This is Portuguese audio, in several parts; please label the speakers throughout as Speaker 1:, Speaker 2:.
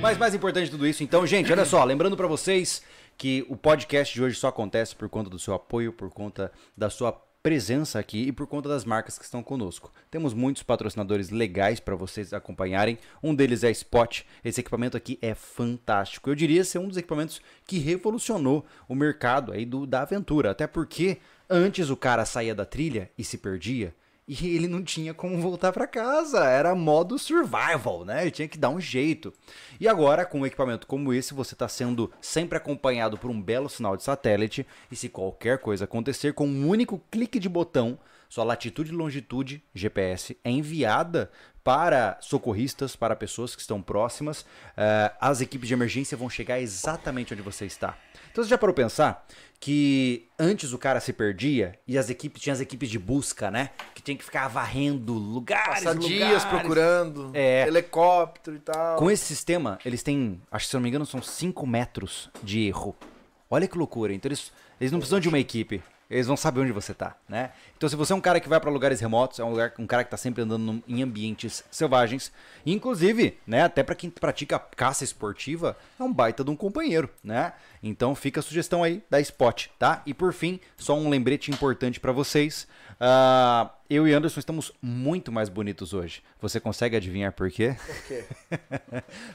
Speaker 1: Mas mais importante de tudo isso, então, gente, olha só, lembrando para vocês que o podcast de hoje só acontece por conta do seu apoio, por conta da sua presença aqui e por conta das marcas que estão conosco. Temos muitos patrocinadores legais para vocês acompanharem. Um deles é a Spot. Esse equipamento aqui é fantástico. Eu diria ser um dos equipamentos que revolucionou o mercado aí do, da aventura, até porque antes o cara saía da trilha e se perdia e ele não tinha como voltar para casa. Era modo survival, né? Ele tinha que dar um jeito. E agora, com um equipamento como esse, você está sendo sempre acompanhado por um belo sinal de satélite. E se qualquer coisa acontecer, com um único clique de botão, sua latitude e longitude GPS é enviada para socorristas, para pessoas que estão próximas. Eh, as equipes de emergência vão chegar exatamente onde você está. Então você já parou pensar que antes o cara se perdia e as equipes tinha as equipes de busca, né? Que tinha que ficar varrendo lugares,
Speaker 2: Passar dias
Speaker 1: lugares.
Speaker 2: procurando,
Speaker 1: É.
Speaker 2: helicóptero e tal.
Speaker 1: Com esse sistema, eles têm, acho que se eu não me engano, são 5 metros de erro. Olha que loucura. Então eles, eles não precisam de uma equipe. Eles vão saber onde você tá, né? Então se você é um cara que vai para lugares remotos, é um, lugar, um cara que tá sempre andando num- em ambientes selvagens, inclusive, né, até para quem pratica caça esportiva, é um baita de um companheiro, né? Então fica a sugestão aí da Spot, tá? E por fim, só um lembrete importante para vocês. Ah, eu e Anderson estamos muito mais bonitos hoje. Você consegue adivinhar por quê?
Speaker 2: quê?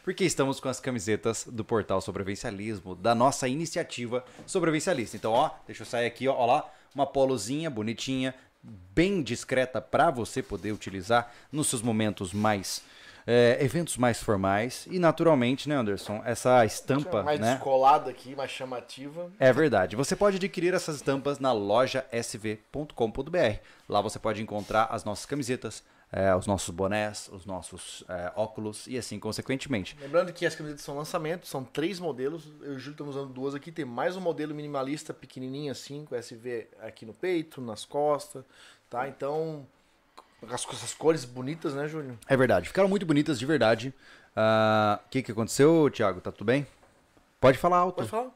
Speaker 1: Porque estamos com as camisetas do portal Sobrevivencialismo, da nossa iniciativa Sobrevivencialista. Então, ó, deixa eu sair aqui, ó, ó lá, uma polozinha bonitinha, bem discreta para você poder utilizar nos seus momentos mais é, eventos mais formais e naturalmente, né, Anderson, essa estampa,
Speaker 2: mais
Speaker 1: né?
Speaker 2: descolada aqui, mais chamativa.
Speaker 1: É verdade. Você pode adquirir essas estampas na loja sv.com.br. Lá você pode encontrar as nossas camisetas, eh, os nossos bonés, os nossos eh, óculos e assim consequentemente.
Speaker 2: Lembrando que as camisetas são lançamento, são três modelos. Eu e o Júlio estamos usando duas aqui. Tem mais um modelo minimalista pequenininho assim, com SV aqui no peito, nas costas, tá? Então, com as- com essas cores bonitas, né, Júlio?
Speaker 1: É verdade, ficaram muito bonitas de verdade. Ah, O que, que aconteceu, Thiago? Tá tudo bem? Pode falar alto.
Speaker 2: Pode falar?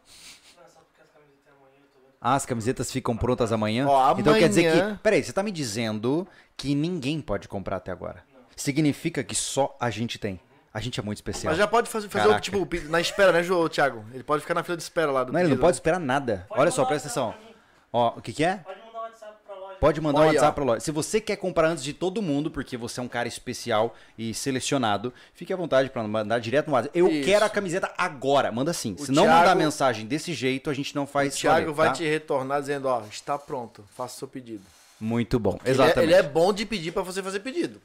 Speaker 1: Ah, as camisetas ficam prontas amanhã.
Speaker 2: Ó,
Speaker 1: Então quer dizer
Speaker 2: amanhã-
Speaker 1: que. Peraí, você tá me dizendo que ninguém pode comprar até agora. Significa que só a gente tem. A gente é muito especial.
Speaker 2: Mas já pode fazer, fazer o
Speaker 1: Caraca.
Speaker 2: tipo na espera, né, Ju, Thiago? Ele pode ficar na fila de espera lá do
Speaker 1: Não, ele não
Speaker 2: pedido.
Speaker 1: pode esperar nada.
Speaker 3: Pode
Speaker 1: Olha só,
Speaker 3: mandar
Speaker 1: presta
Speaker 3: um
Speaker 1: atenção.
Speaker 3: WhatsApp pra mim.
Speaker 1: Ó, o que, que é?
Speaker 3: Pode mandar um WhatsApp pra loja.
Speaker 1: Pode mandar um
Speaker 2: Olha aí, ó.
Speaker 1: WhatsApp pra loja. Se você quer comprar antes de todo mundo, porque você é um cara especial e selecionado, fique à vontade pra mandar direto no WhatsApp. Eu
Speaker 2: Isso.
Speaker 1: quero a camiseta agora. Manda sim.
Speaker 2: O
Speaker 1: Se não
Speaker 2: Thiago-
Speaker 1: mandar mensagem desse jeito, a gente não faz valer,
Speaker 2: Thiago vai
Speaker 1: tá?
Speaker 2: te retornar dizendo, ó, está pronto, faça o seu pedido.
Speaker 1: Muito bom.
Speaker 2: Ele é-
Speaker 1: Exatamente.
Speaker 2: Ele é, bom de pedir pra você fazer pedido.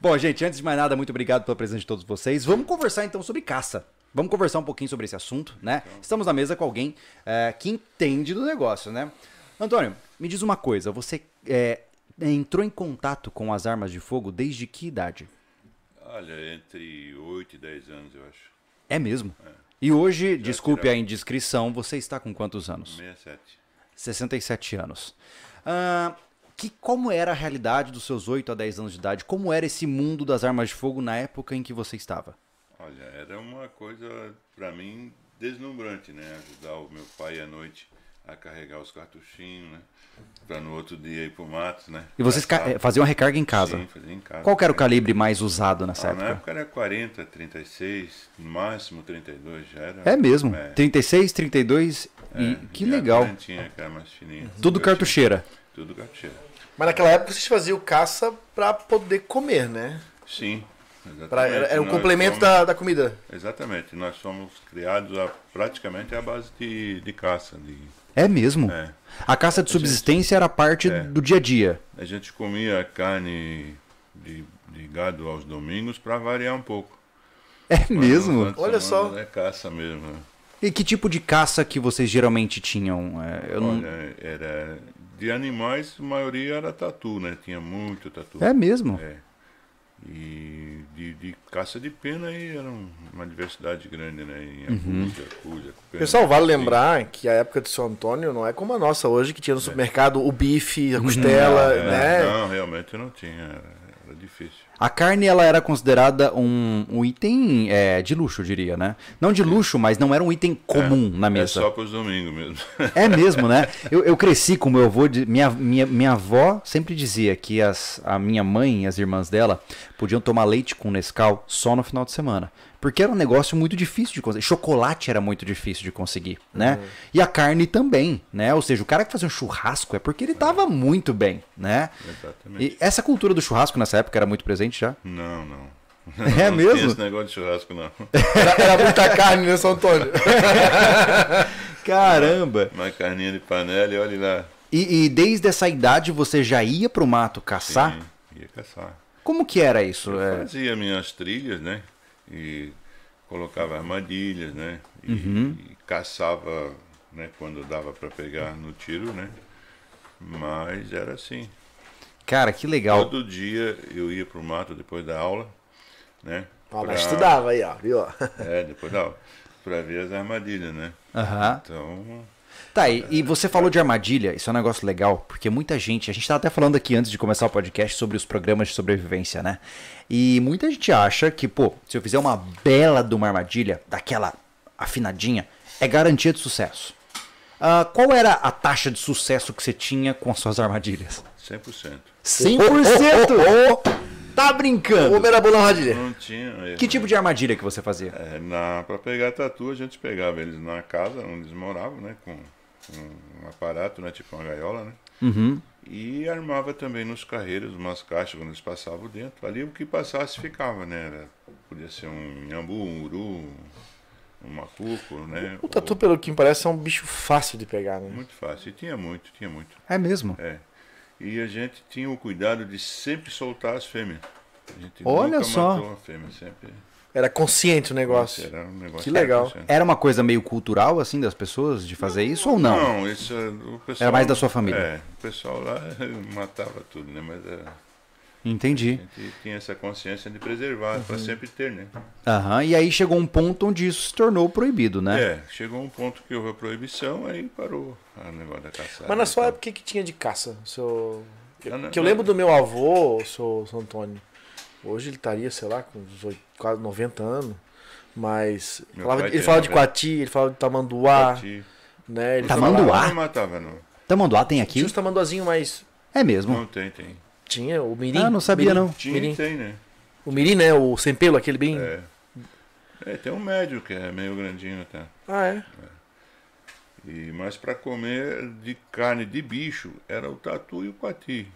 Speaker 1: Bom, gente, antes de mais nada, muito obrigado pela presença de todos vocês. Vamos conversar então sobre caça. Vamos conversar um pouquinho sobre esse assunto, né? Estamos na mesa com alguém eh, que entende do negócio, né? Antônio, me diz uma coisa. Você eh, entrou em contato com as armas de fogo desde que idade?
Speaker 4: Olha, entre 8 e 10 anos, eu acho.
Speaker 1: É mesmo? E hoje, desculpe
Speaker 4: tiraram.
Speaker 1: a indiscrição, você está com quantos anos?
Speaker 4: 67.
Speaker 1: 67 anos. Ah, que como era a realidade dos seus 8 a 10 anos de idade? Como era esse mundo das armas de fogo na época em que você estava?
Speaker 4: Olha, era uma coisa, pra mim, deslumbrante, né? Ajudar o meu pai à noite a carregar os cartuchinhos, né? Pra no outro dia ir pro mato, né?
Speaker 1: E vocês ca- eh,
Speaker 4: Caçar.
Speaker 1: faziam a recarga em casa?
Speaker 4: Sim, fazia em casa.
Speaker 1: Qual que era o calibre mais usado nessa
Speaker 4: Ah, Na
Speaker 1: época?
Speaker 4: época era 40, 36, no máximo 32 já era.
Speaker 1: É mesmo.
Speaker 4: É.
Speaker 1: 36, 32 e
Speaker 4: É,
Speaker 1: que
Speaker 4: e a
Speaker 1: legal.
Speaker 4: plantinha, aquela mais fininha.
Speaker 1: Tudo
Speaker 4: Eu tinha-
Speaker 1: cartucheira.
Speaker 4: Tudo cartucheira.
Speaker 2: Mas naquela época vocês faziam caça pra poder comer, né?
Speaker 4: Sim, exatamente.
Speaker 2: Pra- era, era um
Speaker 4: Nós
Speaker 2: complemento
Speaker 4: fomos-
Speaker 2: da, da comida.
Speaker 4: Exatamente, nós fomos criados a- praticamente à base de, de caça. De,
Speaker 1: É mesmo.
Speaker 4: é.
Speaker 1: A caça de subsistência era parte do dia a dia.
Speaker 4: A gente comia carne de, de gado aos domingos para variar um pouco.
Speaker 1: É mesmo.
Speaker 4: Mas no final de
Speaker 2: Olha
Speaker 4: semana
Speaker 2: só.
Speaker 4: É caça mesmo. né?
Speaker 1: E que tipo de caça que vocês geralmente tinham? É, eu não-
Speaker 4: Olha, era de animais, a maioria era tatu, né? Tinha muito tatu.
Speaker 1: É mesmo.
Speaker 4: É. E de, de caça de pena aí era um- uma diversidade grande, né? Em
Speaker 1: Uhum.
Speaker 4: acuja, acuja, pena.
Speaker 2: Pessoal, vale lembrar que a época de São Antônio não é como a nossa hoje, que tinha no supermercado o bife, a costela,
Speaker 4: É,
Speaker 2: né?
Speaker 4: Não, realmente não tinha. Era, era difícil.
Speaker 1: A carne ela era considerada um, um item é, de luxo, eu diria, né? Não de luxo, mas não era um item comum na
Speaker 4: É
Speaker 1: mesa.
Speaker 4: só para os domingos mesmo.
Speaker 1: É mesmo, né? Eu, eu cresci com meu avô. de- minha, minha, minha avó sempre dizia que as, a minha mãe e as irmãs dela podiam tomar leite com Nescau só no final de semana. Porque era um negócio muito difícil de conseguir. Chocolate era muito difícil de conseguir, né?
Speaker 2: Uhum.
Speaker 1: E a carne também, né? Ou seja, o cara que fazia um churrasco é porque ele tava muito bem, né?
Speaker 4: Exatamente.
Speaker 1: E essa cultura do churrasco nessa época era muito presente já?
Speaker 4: Não, não.
Speaker 1: É
Speaker 4: não
Speaker 1: mesmo?
Speaker 4: Tem esse negócio de churrasco, não.
Speaker 2: Era, muita carne, né, São Antônio?
Speaker 1: Caramba!
Speaker 4: Uma carninha de panela e olha lá.
Speaker 1: E, e desde essa idade você já ia pro mato caçar?
Speaker 4: Sim, assim, ia caçar.
Speaker 1: Como que era isso? É,
Speaker 4: Fazia minhas trilhas, né? E colocava armadilhas, né? E,
Speaker 1: Uhum.
Speaker 4: e caçava, né? Quando dava para pegar no tiro, né? Mas era assim.
Speaker 1: Cara, que legal.
Speaker 4: Todo dia eu ia pro mato depois da aula, né?
Speaker 1: Ah,
Speaker 2: Ó,
Speaker 4: pra-
Speaker 2: mas estudava aí, ó, viu?
Speaker 4: É, depois da aula. Pra ver as armadilhas, né?
Speaker 1: Aham.
Speaker 4: Então,
Speaker 1: Tá, e, e você falou de armadilha, isso é um negócio legal, porque muita gente, a gente tava até falando aqui antes de começar o podcast sobre os programas de sobrevivência, né? E muita gente acha que, pô, se eu fizer uma bela de uma armadilha, daquela afinadinha, é garantia de sucesso. Ah, qual era a taxa de sucesso que você tinha com as suas armadilhas?
Speaker 4: 100%.
Speaker 1: 100%! Tá
Speaker 2: O
Speaker 1: brincando!
Speaker 2: homem era bom na armadilha.
Speaker 4: Não tinha erro.
Speaker 1: Que tipo de armadilha que você fazia?
Speaker 4: É, na, pra pegar tatu, a gente pegava eles na casa onde eles moravam, né? Com, com um aparato, né? Tipo uma gaiola, né? E armava também nos carreiros umas caixas quando eles passavam dentro. Ali o que passasse ficava, né? Era- podia ser um inhambu, um uru, um macuco, né?
Speaker 2: O tatu, pelo que me parece, é um bicho fácil de pegar,
Speaker 4: Ou-
Speaker 2: né?
Speaker 4: Muito fácil. E tinha muito, tinha muito.
Speaker 1: É mesmo?
Speaker 4: É. E a gente tinha o cuidado de sempre soltar as fêmeas. A gente
Speaker 1: Olha
Speaker 4: nunca
Speaker 1: só.
Speaker 4: matou a fêmea, sempre.
Speaker 2: Era consciente o negócio.
Speaker 4: Era um negócio
Speaker 2: Que legal.
Speaker 4: interessante.
Speaker 1: Era uma coisa meio cultural, assim, das pessoas de fazer isso ou não?
Speaker 4: Não, isso é- o pessoal.
Speaker 1: Era mais da sua família.
Speaker 4: É, o pessoal lá matava tudo, né? Mas é,
Speaker 1: Entendi.
Speaker 4: a gente tinha essa consciência de preservar,
Speaker 1: Uhum.
Speaker 4: para sempre ter, né?
Speaker 1: Aham, e aí chegou um ponto onde isso se tornou proibido, né?
Speaker 4: É, chegou um ponto que houve a proibição, aí parou o negócio da caçada.
Speaker 2: Mas na sua
Speaker 4: Então,
Speaker 2: época, o que, que tinha de caça? Seu...
Speaker 4: Ah, não,
Speaker 2: Que eu
Speaker 4: não.
Speaker 2: lembro do meu avô, o seu, seu Antônio. Hoje ele estaria, sei lá, com uns oito- quase 90 anos. Mas
Speaker 4: Meu
Speaker 2: falava
Speaker 4: pai
Speaker 2: de- ele
Speaker 4: tinha
Speaker 2: falava de
Speaker 4: 90.
Speaker 2: coati, ele falava de tamanduá,
Speaker 4: Tati-
Speaker 2: né? Ele
Speaker 1: Tamanduá?
Speaker 2: falava-
Speaker 4: Não matava, não.
Speaker 1: Tamanduá Tá, tem aqui?
Speaker 2: Tinha os tamanduazinhos, mas
Speaker 1: É mesmo.
Speaker 4: Não tem, tem.
Speaker 2: tinha o mirim.
Speaker 1: Ah, não sabia,
Speaker 2: mirim,
Speaker 1: não.
Speaker 4: Tinha,
Speaker 2: mirim.
Speaker 4: tem, né?
Speaker 2: O mirim, né? O sem pelo, aquele bem...
Speaker 4: É. É, tem um médio que é meio grandinho até.
Speaker 2: Ah, é?
Speaker 4: E, mas para comer de carne de bicho era o tatu e o coati.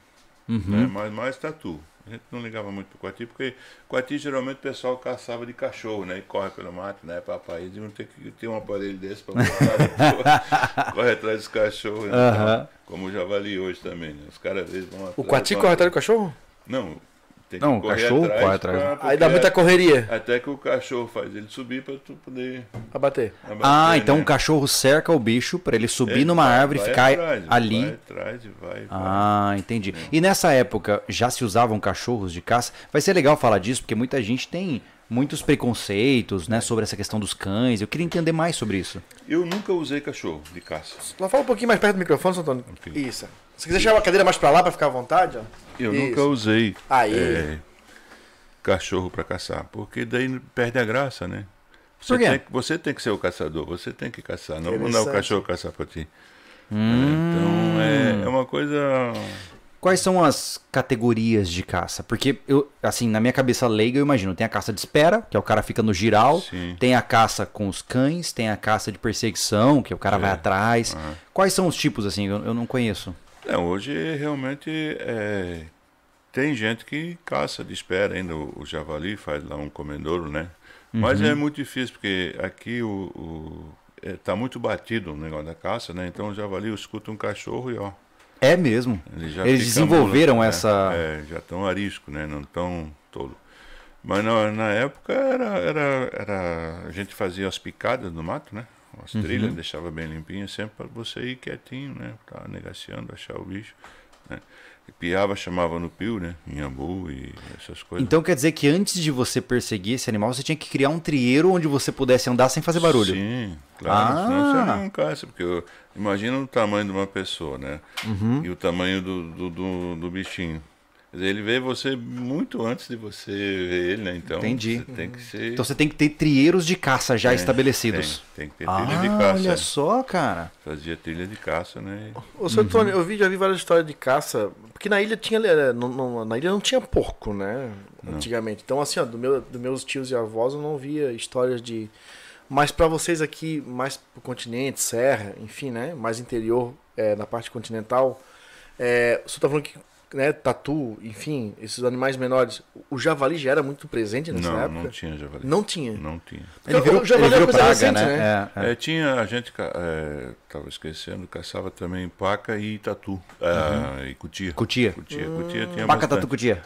Speaker 1: Uhum.
Speaker 4: Né? Mas mais tatu. A gente não ligava muito pro coati, porque coati geralmente o pessoal caçava de cachorro, né? E corre pelo mato, né? Para país, e não tem que ter um aparelho desse para botar. corre atrás dos cachorros, né?
Speaker 1: Aham.
Speaker 4: Como o javali hoje também, né? Os caras às vezes vão
Speaker 2: O
Speaker 4: atrás,
Speaker 2: coati
Speaker 4: vão
Speaker 2: corre atrás do cachorro?
Speaker 4: Não, tem que
Speaker 1: Não, o
Speaker 4: correr
Speaker 1: cachorro
Speaker 4: atrás
Speaker 1: corre atrás. né?
Speaker 4: pra-
Speaker 2: Aí dá
Speaker 4: porque é-
Speaker 2: muita correria
Speaker 4: Até que o cachorro faz ele subir para tu poder
Speaker 2: a bater.
Speaker 1: Ah,
Speaker 4: abater,
Speaker 1: então
Speaker 4: né?
Speaker 1: o cachorro cerca o bicho pra ele subir
Speaker 4: Ele
Speaker 1: numa
Speaker 4: vai-
Speaker 1: árvore e
Speaker 4: vai
Speaker 1: ficar
Speaker 4: atrás,
Speaker 1: ali.
Speaker 4: Vai atrás e vai. vai. É.
Speaker 1: Ah, entendi. E nessa época já se usavam cachorros de caça? Vai ser legal falar disso, porque muita gente tem muitos preconceitos, né, sobre essa questão dos cães. Eu queria entender mais sobre isso.
Speaker 4: Eu nunca usei cachorro de caça.
Speaker 2: Só fala um pouquinho mais perto do microfone, seu Antônio.
Speaker 4: Ok.
Speaker 2: Isso. Se quiser chamar a cadeira mais pra lá pra ficar à vontade, ó.
Speaker 4: Eu
Speaker 2: Isso.
Speaker 4: nunca usei
Speaker 2: Aí.
Speaker 4: é, cachorro para caçar, porque daí perde a graça, né? Você,
Speaker 1: Por quê?
Speaker 4: Tem, que- você tem que ser o caçador, você tem que caçar, não mandar o
Speaker 2: Interessante.
Speaker 4: cachorro caçar para ti.
Speaker 1: Hum.
Speaker 4: É, então é, é uma coisa.
Speaker 1: Quais são as categorias de caça? Porque eu, assim, na minha cabeça leiga, eu imagino, tem a caça de espera, que é o cara fica no giral,
Speaker 4: Sim.
Speaker 1: tem a caça com os cães, tem a caça de perseguição, que é o
Speaker 4: É,
Speaker 1: cara vai atrás. Quais são os tipos, assim? Eu, eu não conheço.
Speaker 4: Não, É, hoje realmente é, tem gente que caça de espera ainda o, o javali, faz lá um comendouro, né? Mas é muito difícil, porque aqui o, o, é, tá muito batido o negócio da caça, né? Então o javali escuta um cachorro e ó.
Speaker 1: É mesmo.
Speaker 4: Ele já
Speaker 1: Eles
Speaker 4: fica
Speaker 1: desenvolveron
Speaker 4: mula, né?
Speaker 1: essa-
Speaker 4: É, já estão arisco, né? Não tão tolo. Mas na, na época era, era, era. A gente fazia as picadas no mato, né? As
Speaker 1: Uhum.
Speaker 4: trilhas, deixava bem limpinha sempre para você ir quietinho, né? Tava negaciando, achar o bicho. Né? E piava, chamava no pio, né? Inhambu e essas coisas.
Speaker 1: Então quer dizer que antes de você perseguir esse animal, você tinha que criar um trieiro onde você pudesse andar sem fazer barulho.
Speaker 4: Sim, claro. Senão
Speaker 1: Ah.
Speaker 4: você não caça, porque eu- imagina o tamanho de uma pessoa, né?
Speaker 1: Uhum.
Speaker 4: E o tamanho do, do, do, do bichinho. Quer dizer, ele vê você muito antes de você ver ele, né? Então
Speaker 1: Entendi.
Speaker 4: você tem que ser.
Speaker 1: Então você tem que ter trieiros de caça já
Speaker 4: tem,
Speaker 1: estabelecidos.
Speaker 4: tem que ter
Speaker 1: Ah,
Speaker 4: trilha de caça. é. né?
Speaker 1: olha só, cara.
Speaker 4: Fazia trilha de caça, né?
Speaker 2: Ô, seu Antônio, é, eu vi, já vi várias histórias de caça. Porque na ilha tinha. eh, não- não- na ilha não tinha porco, né? antigamente. Então, assim, ó, do meu, dos meus tios e avós eu não via histórias de. Mas para vocês aqui, mais pro continente, serra, enfim, né? Mais interior, é, na parte continental, é, o senhor tá falando que, né, tatu, enfim, esses animais menores, o javali já era muito presente nessa
Speaker 4: Não,
Speaker 2: época?
Speaker 4: não tinha javali.
Speaker 2: Não tinha.
Speaker 4: Não tinha.
Speaker 1: Ele
Speaker 2: Eu-
Speaker 1: virou,
Speaker 2: eu já
Speaker 1: ele
Speaker 2: falei
Speaker 1: virou
Speaker 2: uma coisa
Speaker 1: praga,
Speaker 2: recente,
Speaker 1: né?
Speaker 2: né?
Speaker 1: É, é.
Speaker 4: É, tinha, a gente, ca- é, tava esquecendo, caçava também paca e tatu. Ah, E cutia.
Speaker 1: Cutia.
Speaker 4: Cutia, cutia tinha
Speaker 1: Uhum. Paca
Speaker 4: bastante.
Speaker 1: tatucutia.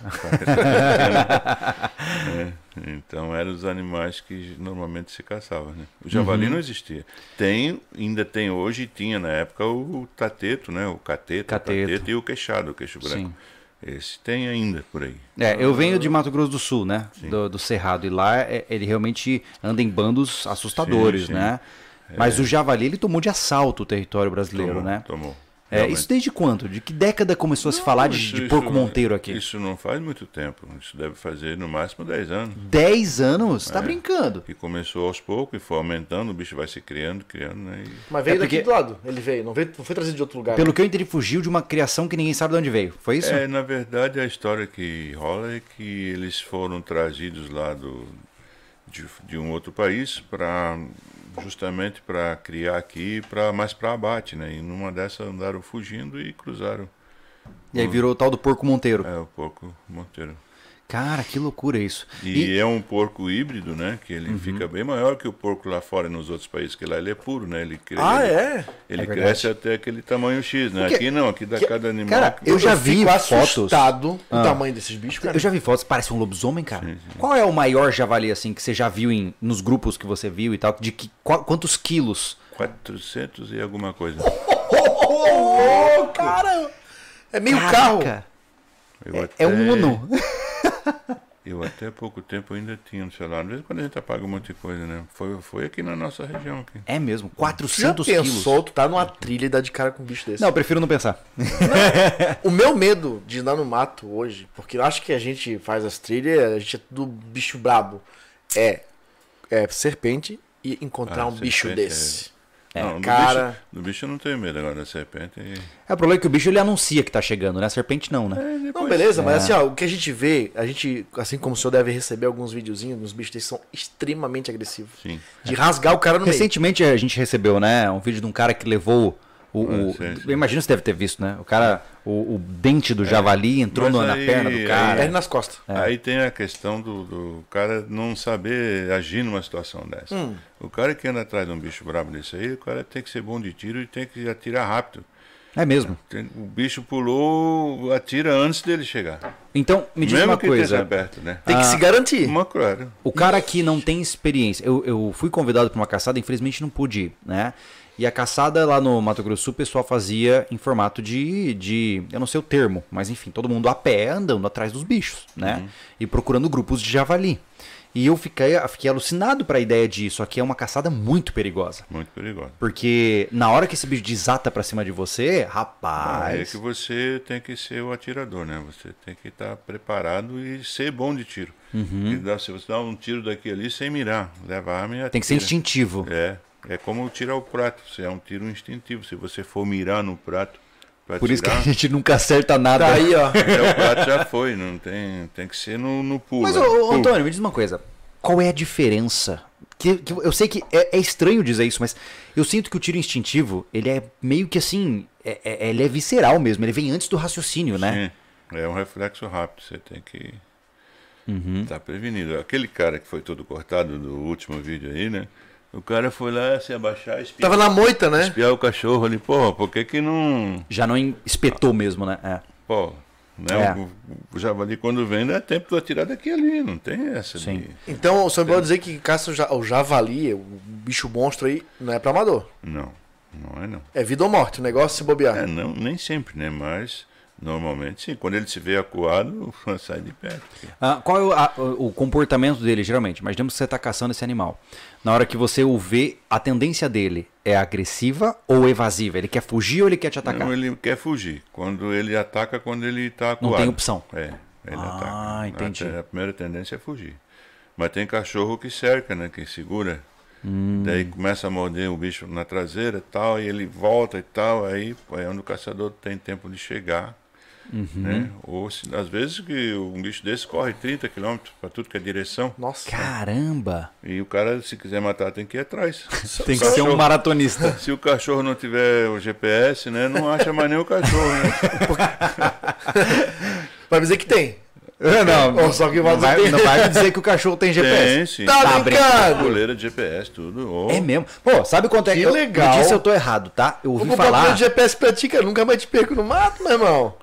Speaker 4: É, Então eram os animais que normalmente se caçava, né? O javali
Speaker 1: Uhum.
Speaker 4: não existia. Tem, ainda tem hoje, tinha na época o, o tateto, né? O cateto,
Speaker 1: Cateto.
Speaker 4: o tateto e o queixado, o queixo branco. Esse tem ainda por aí.
Speaker 1: É, eu venho de Mato Grosso do Sul, né? Do, do Cerrado. E lá é- ele realmente anda em bandos assustadores,
Speaker 4: Sim, sim. É.
Speaker 1: né? Mas o javali, ele tomou de assalto o território brasileiro,
Speaker 4: tomou,
Speaker 1: né?
Speaker 4: Tomou.
Speaker 1: É,
Speaker 4: realmente.
Speaker 1: isso desde quando? De que década começou a se falar de,
Speaker 4: Isso-
Speaker 1: de
Speaker 4: isso-
Speaker 1: porco monteiro aqui?
Speaker 4: Isso não faz muito tempo. Isso deve fazer no máximo 10 anos.
Speaker 1: 10 anos?
Speaker 4: É.
Speaker 1: Tá brincando.
Speaker 4: E começou aos poucos e foi aumentando, o bicho vai se criando, criando, né? E-
Speaker 2: Mas veio
Speaker 1: É porque-
Speaker 2: daqui do lado, ele veio, não, veio, não foi trazido de outro lugar.
Speaker 1: Pelo que eu entendi, fugiu de uma criação que ninguém sabe de onde veio. Foi isso?
Speaker 4: É, na verdade, a história que rola é que eles foram trazidos lá do, de, de um outro país para justamente para criar aqui, pra, mais para abate, né? E numa dessas andaram fugindo e cruzaram
Speaker 1: E aí virou o tal do porco monteiro.
Speaker 4: é, o porco monteiro.
Speaker 1: Cara, que loucura isso.
Speaker 4: E, é um porco híbrido, né? Que
Speaker 1: Uhum.
Speaker 4: ele fica bem maior que o porco lá fora e nos outros países, que lá ele é puro, né? Ele cresce,
Speaker 2: Ah, é?
Speaker 4: ele
Speaker 1: É verdade.
Speaker 4: cresce até aquele tamanho X, né?
Speaker 1: Porque-
Speaker 4: Aqui não, aqui dá
Speaker 1: que-
Speaker 4: cada animal.
Speaker 1: cara,
Speaker 4: que-
Speaker 1: eu já vi
Speaker 2: fico
Speaker 1: fotos.
Speaker 2: assustado com
Speaker 1: Ah.
Speaker 2: o tamanho desses bichos, cara.
Speaker 1: Eu já vi fotos, parece um lobisomem, cara. Qual é o maior javali, assim, que você já viu em, nos grupos que você viu e tal? De que, qua- quantos quilos?
Speaker 4: 400 e alguma coisa.
Speaker 2: Ô, cara! É meio carro.
Speaker 1: Caraca,
Speaker 4: Eu
Speaker 1: É um
Speaker 4: até-
Speaker 1: Uno.
Speaker 4: Eu até pouco tempo ainda tinha no celular. De vez em quando a gente apaga um monte de coisa, né? Foi, foi aqui na nossa região. Aqui.
Speaker 1: É mesmo,
Speaker 2: Já
Speaker 1: 400 quilos.
Speaker 2: pensou, tu tá numa trilha e dá de cara com um bicho desse. É.
Speaker 1: Não, eu prefiro não pensar.
Speaker 2: O meu medo de andar no mato hoje, porque eu acho que a gente faz as trilhas, a gente é tudo bicho brabo, é, é serpente e encontrar
Speaker 4: Ah,
Speaker 2: um bicho
Speaker 4: serpente,
Speaker 2: desse.
Speaker 4: não, do
Speaker 2: É, cara.
Speaker 4: Bicho, do bicho eu não tenho medo agora da serpente. e-
Speaker 1: É, o problema é que o bicho ele anuncia que tá chegando, né? A serpente não, né?
Speaker 2: Não, beleza, mas assim, ó, o que a gente vê, a gente, assim como o senhor deve receber alguns videozinhos, uns bichos desses são extremamente agressivos.
Speaker 4: Sim.
Speaker 2: De rasgar o cara
Speaker 4: É,
Speaker 2: no meio.
Speaker 1: Recentemente a gente recebeu, né, um vídeo de um cara que levou o. o-
Speaker 4: Ah, sim, sim.
Speaker 1: eu imagino que você deve ter visto, né? O cara, o, o dente do javali entrou
Speaker 4: Mas
Speaker 1: no- na
Speaker 4: aí-
Speaker 1: perna do cara.
Speaker 2: Perna nas costas.
Speaker 4: É. Aí tem a questão do, do cara não saber agir numa situação dessa.
Speaker 2: Hum.
Speaker 4: O cara que anda atrás de um bicho brabo desse aí, o cara tem que ser bom de tiro e tem que atirar rápido.
Speaker 1: É mesmo.
Speaker 4: Tem- O bicho pulou, atira antes dele chegar.
Speaker 1: Então, me diz
Speaker 4: Mesmo
Speaker 1: uma
Speaker 4: que
Speaker 1: coisa.
Speaker 4: esteja perto, né?
Speaker 2: Tem que se garantir.
Speaker 4: Uma claro.
Speaker 1: O cara que não tem experiência. Eu, eu fui convidado para uma caçada, infelizmente não pude ir, né? E a caçada lá no Mato Grosso do Sul, o pessoal fazia em formato de, de. Eu não sei o termo, mas enfim, todo mundo a pé andando atrás dos bichos, né? E procurando grupos de javali. E eu fiquei, fiquei alucinado para a ideia disso. Aqui é uma caçada muito perigosa.
Speaker 4: Muito perigoso.
Speaker 1: Porque na hora que esse bicho desata para cima de você,
Speaker 4: Ah, é
Speaker 1: rapaz.
Speaker 4: que você tem que ser o atirador, né? Você tem que estar preparado e ser bom de tiro.
Speaker 1: Uhum.
Speaker 4: E dá- se você dá um tiro daqui e ali sem mirar, leva a arma e atira.
Speaker 1: Tem que ser instintivo.
Speaker 4: É, é como tirar o prato. Você é um tiro instintivo. Se você for mirar no prato para
Speaker 1: Por
Speaker 4: tirar,
Speaker 1: isso que a gente nunca acerta nada.
Speaker 2: Tá aí, ó.
Speaker 4: é, o prato já foi. Não tem, tem que ser no, no pulo.
Speaker 1: Mas,
Speaker 4: né?
Speaker 1: ô, ô,
Speaker 4: Pulo.
Speaker 1: Antônio, me diz uma coisa. Qual é a diferença? Que, que eu sei que é, é estranho dizer isso, mas eu sinto que o tiro instintivo, ele é meio que assim. é- é- ele é visceral mesmo, ele vem antes do raciocínio, né?
Speaker 4: Sim, é um reflexo rápido, você tem que
Speaker 1: Uhum.
Speaker 4: estar prevenido. Aquele cara que foi todo cortado do último vídeo aí, né? O cara foi lá se abaixar, espiar,
Speaker 2: Tava na moita, né?
Speaker 4: espiar o cachorro ali. Porra, por que que não...
Speaker 1: Já não em- espetou mesmo, né? É.
Speaker 4: Pô, né?
Speaker 1: É.
Speaker 4: O, o javali quando vem dá tempo de eu atirar daqui e ali, não tem essa
Speaker 1: Sim.
Speaker 4: de...
Speaker 2: Então, o senhor pode dizer que caça o, ja o javali, o bicho monstro aí, não é pra amador.
Speaker 4: Não, não é não.
Speaker 2: É vida ou morte, o negócio é se bobear.
Speaker 4: É, não, nem sempre, né? Mas normalmente sim. Quando ele se vê acuado, sai de perto.
Speaker 1: Ah, qual é o, a- o comportamento dele, geralmente? Imaginemos que você está caçando esse animal. Na hora que você o vê, a tendência dele é agressiva ou evasiva? Ele quer fugir ou ele quer te atacar?
Speaker 4: Não, ele quer fugir. Quando ele ataca, quando ele está acuado.
Speaker 1: tem opção.
Speaker 4: É, ele
Speaker 1: Ah,
Speaker 4: ataca. A
Speaker 1: entendi.
Speaker 4: te- A, primeira tendência é fugir. Mas tem cachorro que cerca, né? Que segura.
Speaker 1: Hum.
Speaker 4: Daí começa a morder o bicho na traseira e tal, e ele volta e tal, aí pô, é onde o caçador tem tempo de chegar
Speaker 1: Uhum.
Speaker 4: Né? Ou se- às vezes que um bicho desse corre 30 km para tudo que é direção.
Speaker 2: Nossa.
Speaker 1: Caramba!
Speaker 4: E o cara, se quiser matar, tem que ir atrás.
Speaker 1: Tem que ser
Speaker 4: O
Speaker 1: um
Speaker 4: cachorro-
Speaker 1: maratonista.
Speaker 4: Se o cachorro não tiver o GPS, né? Não acha mais nem o cachorro, né?
Speaker 2: Vai dizer que tem.
Speaker 1: Não,
Speaker 2: Ô, só que
Speaker 1: não
Speaker 2: vai
Speaker 1: vai,
Speaker 2: ter-
Speaker 1: não vai me dizer que o cachorro tem GPS.
Speaker 4: Tem, sim.
Speaker 2: Tá
Speaker 1: Tá
Speaker 2: brincando.
Speaker 4: Coleira de GPS, tudo. Ô,
Speaker 1: É mesmo. Pô, sabe quanto é
Speaker 2: Que
Speaker 1: eu-
Speaker 2: legal.
Speaker 1: Me disse se eu tô errado, tá? Eu
Speaker 2: Vou
Speaker 1: ouvi
Speaker 2: comprar um
Speaker 1: falar.
Speaker 2: falar... GPS pra ti, cara. Nunca mais te perco no mato, meu irmão.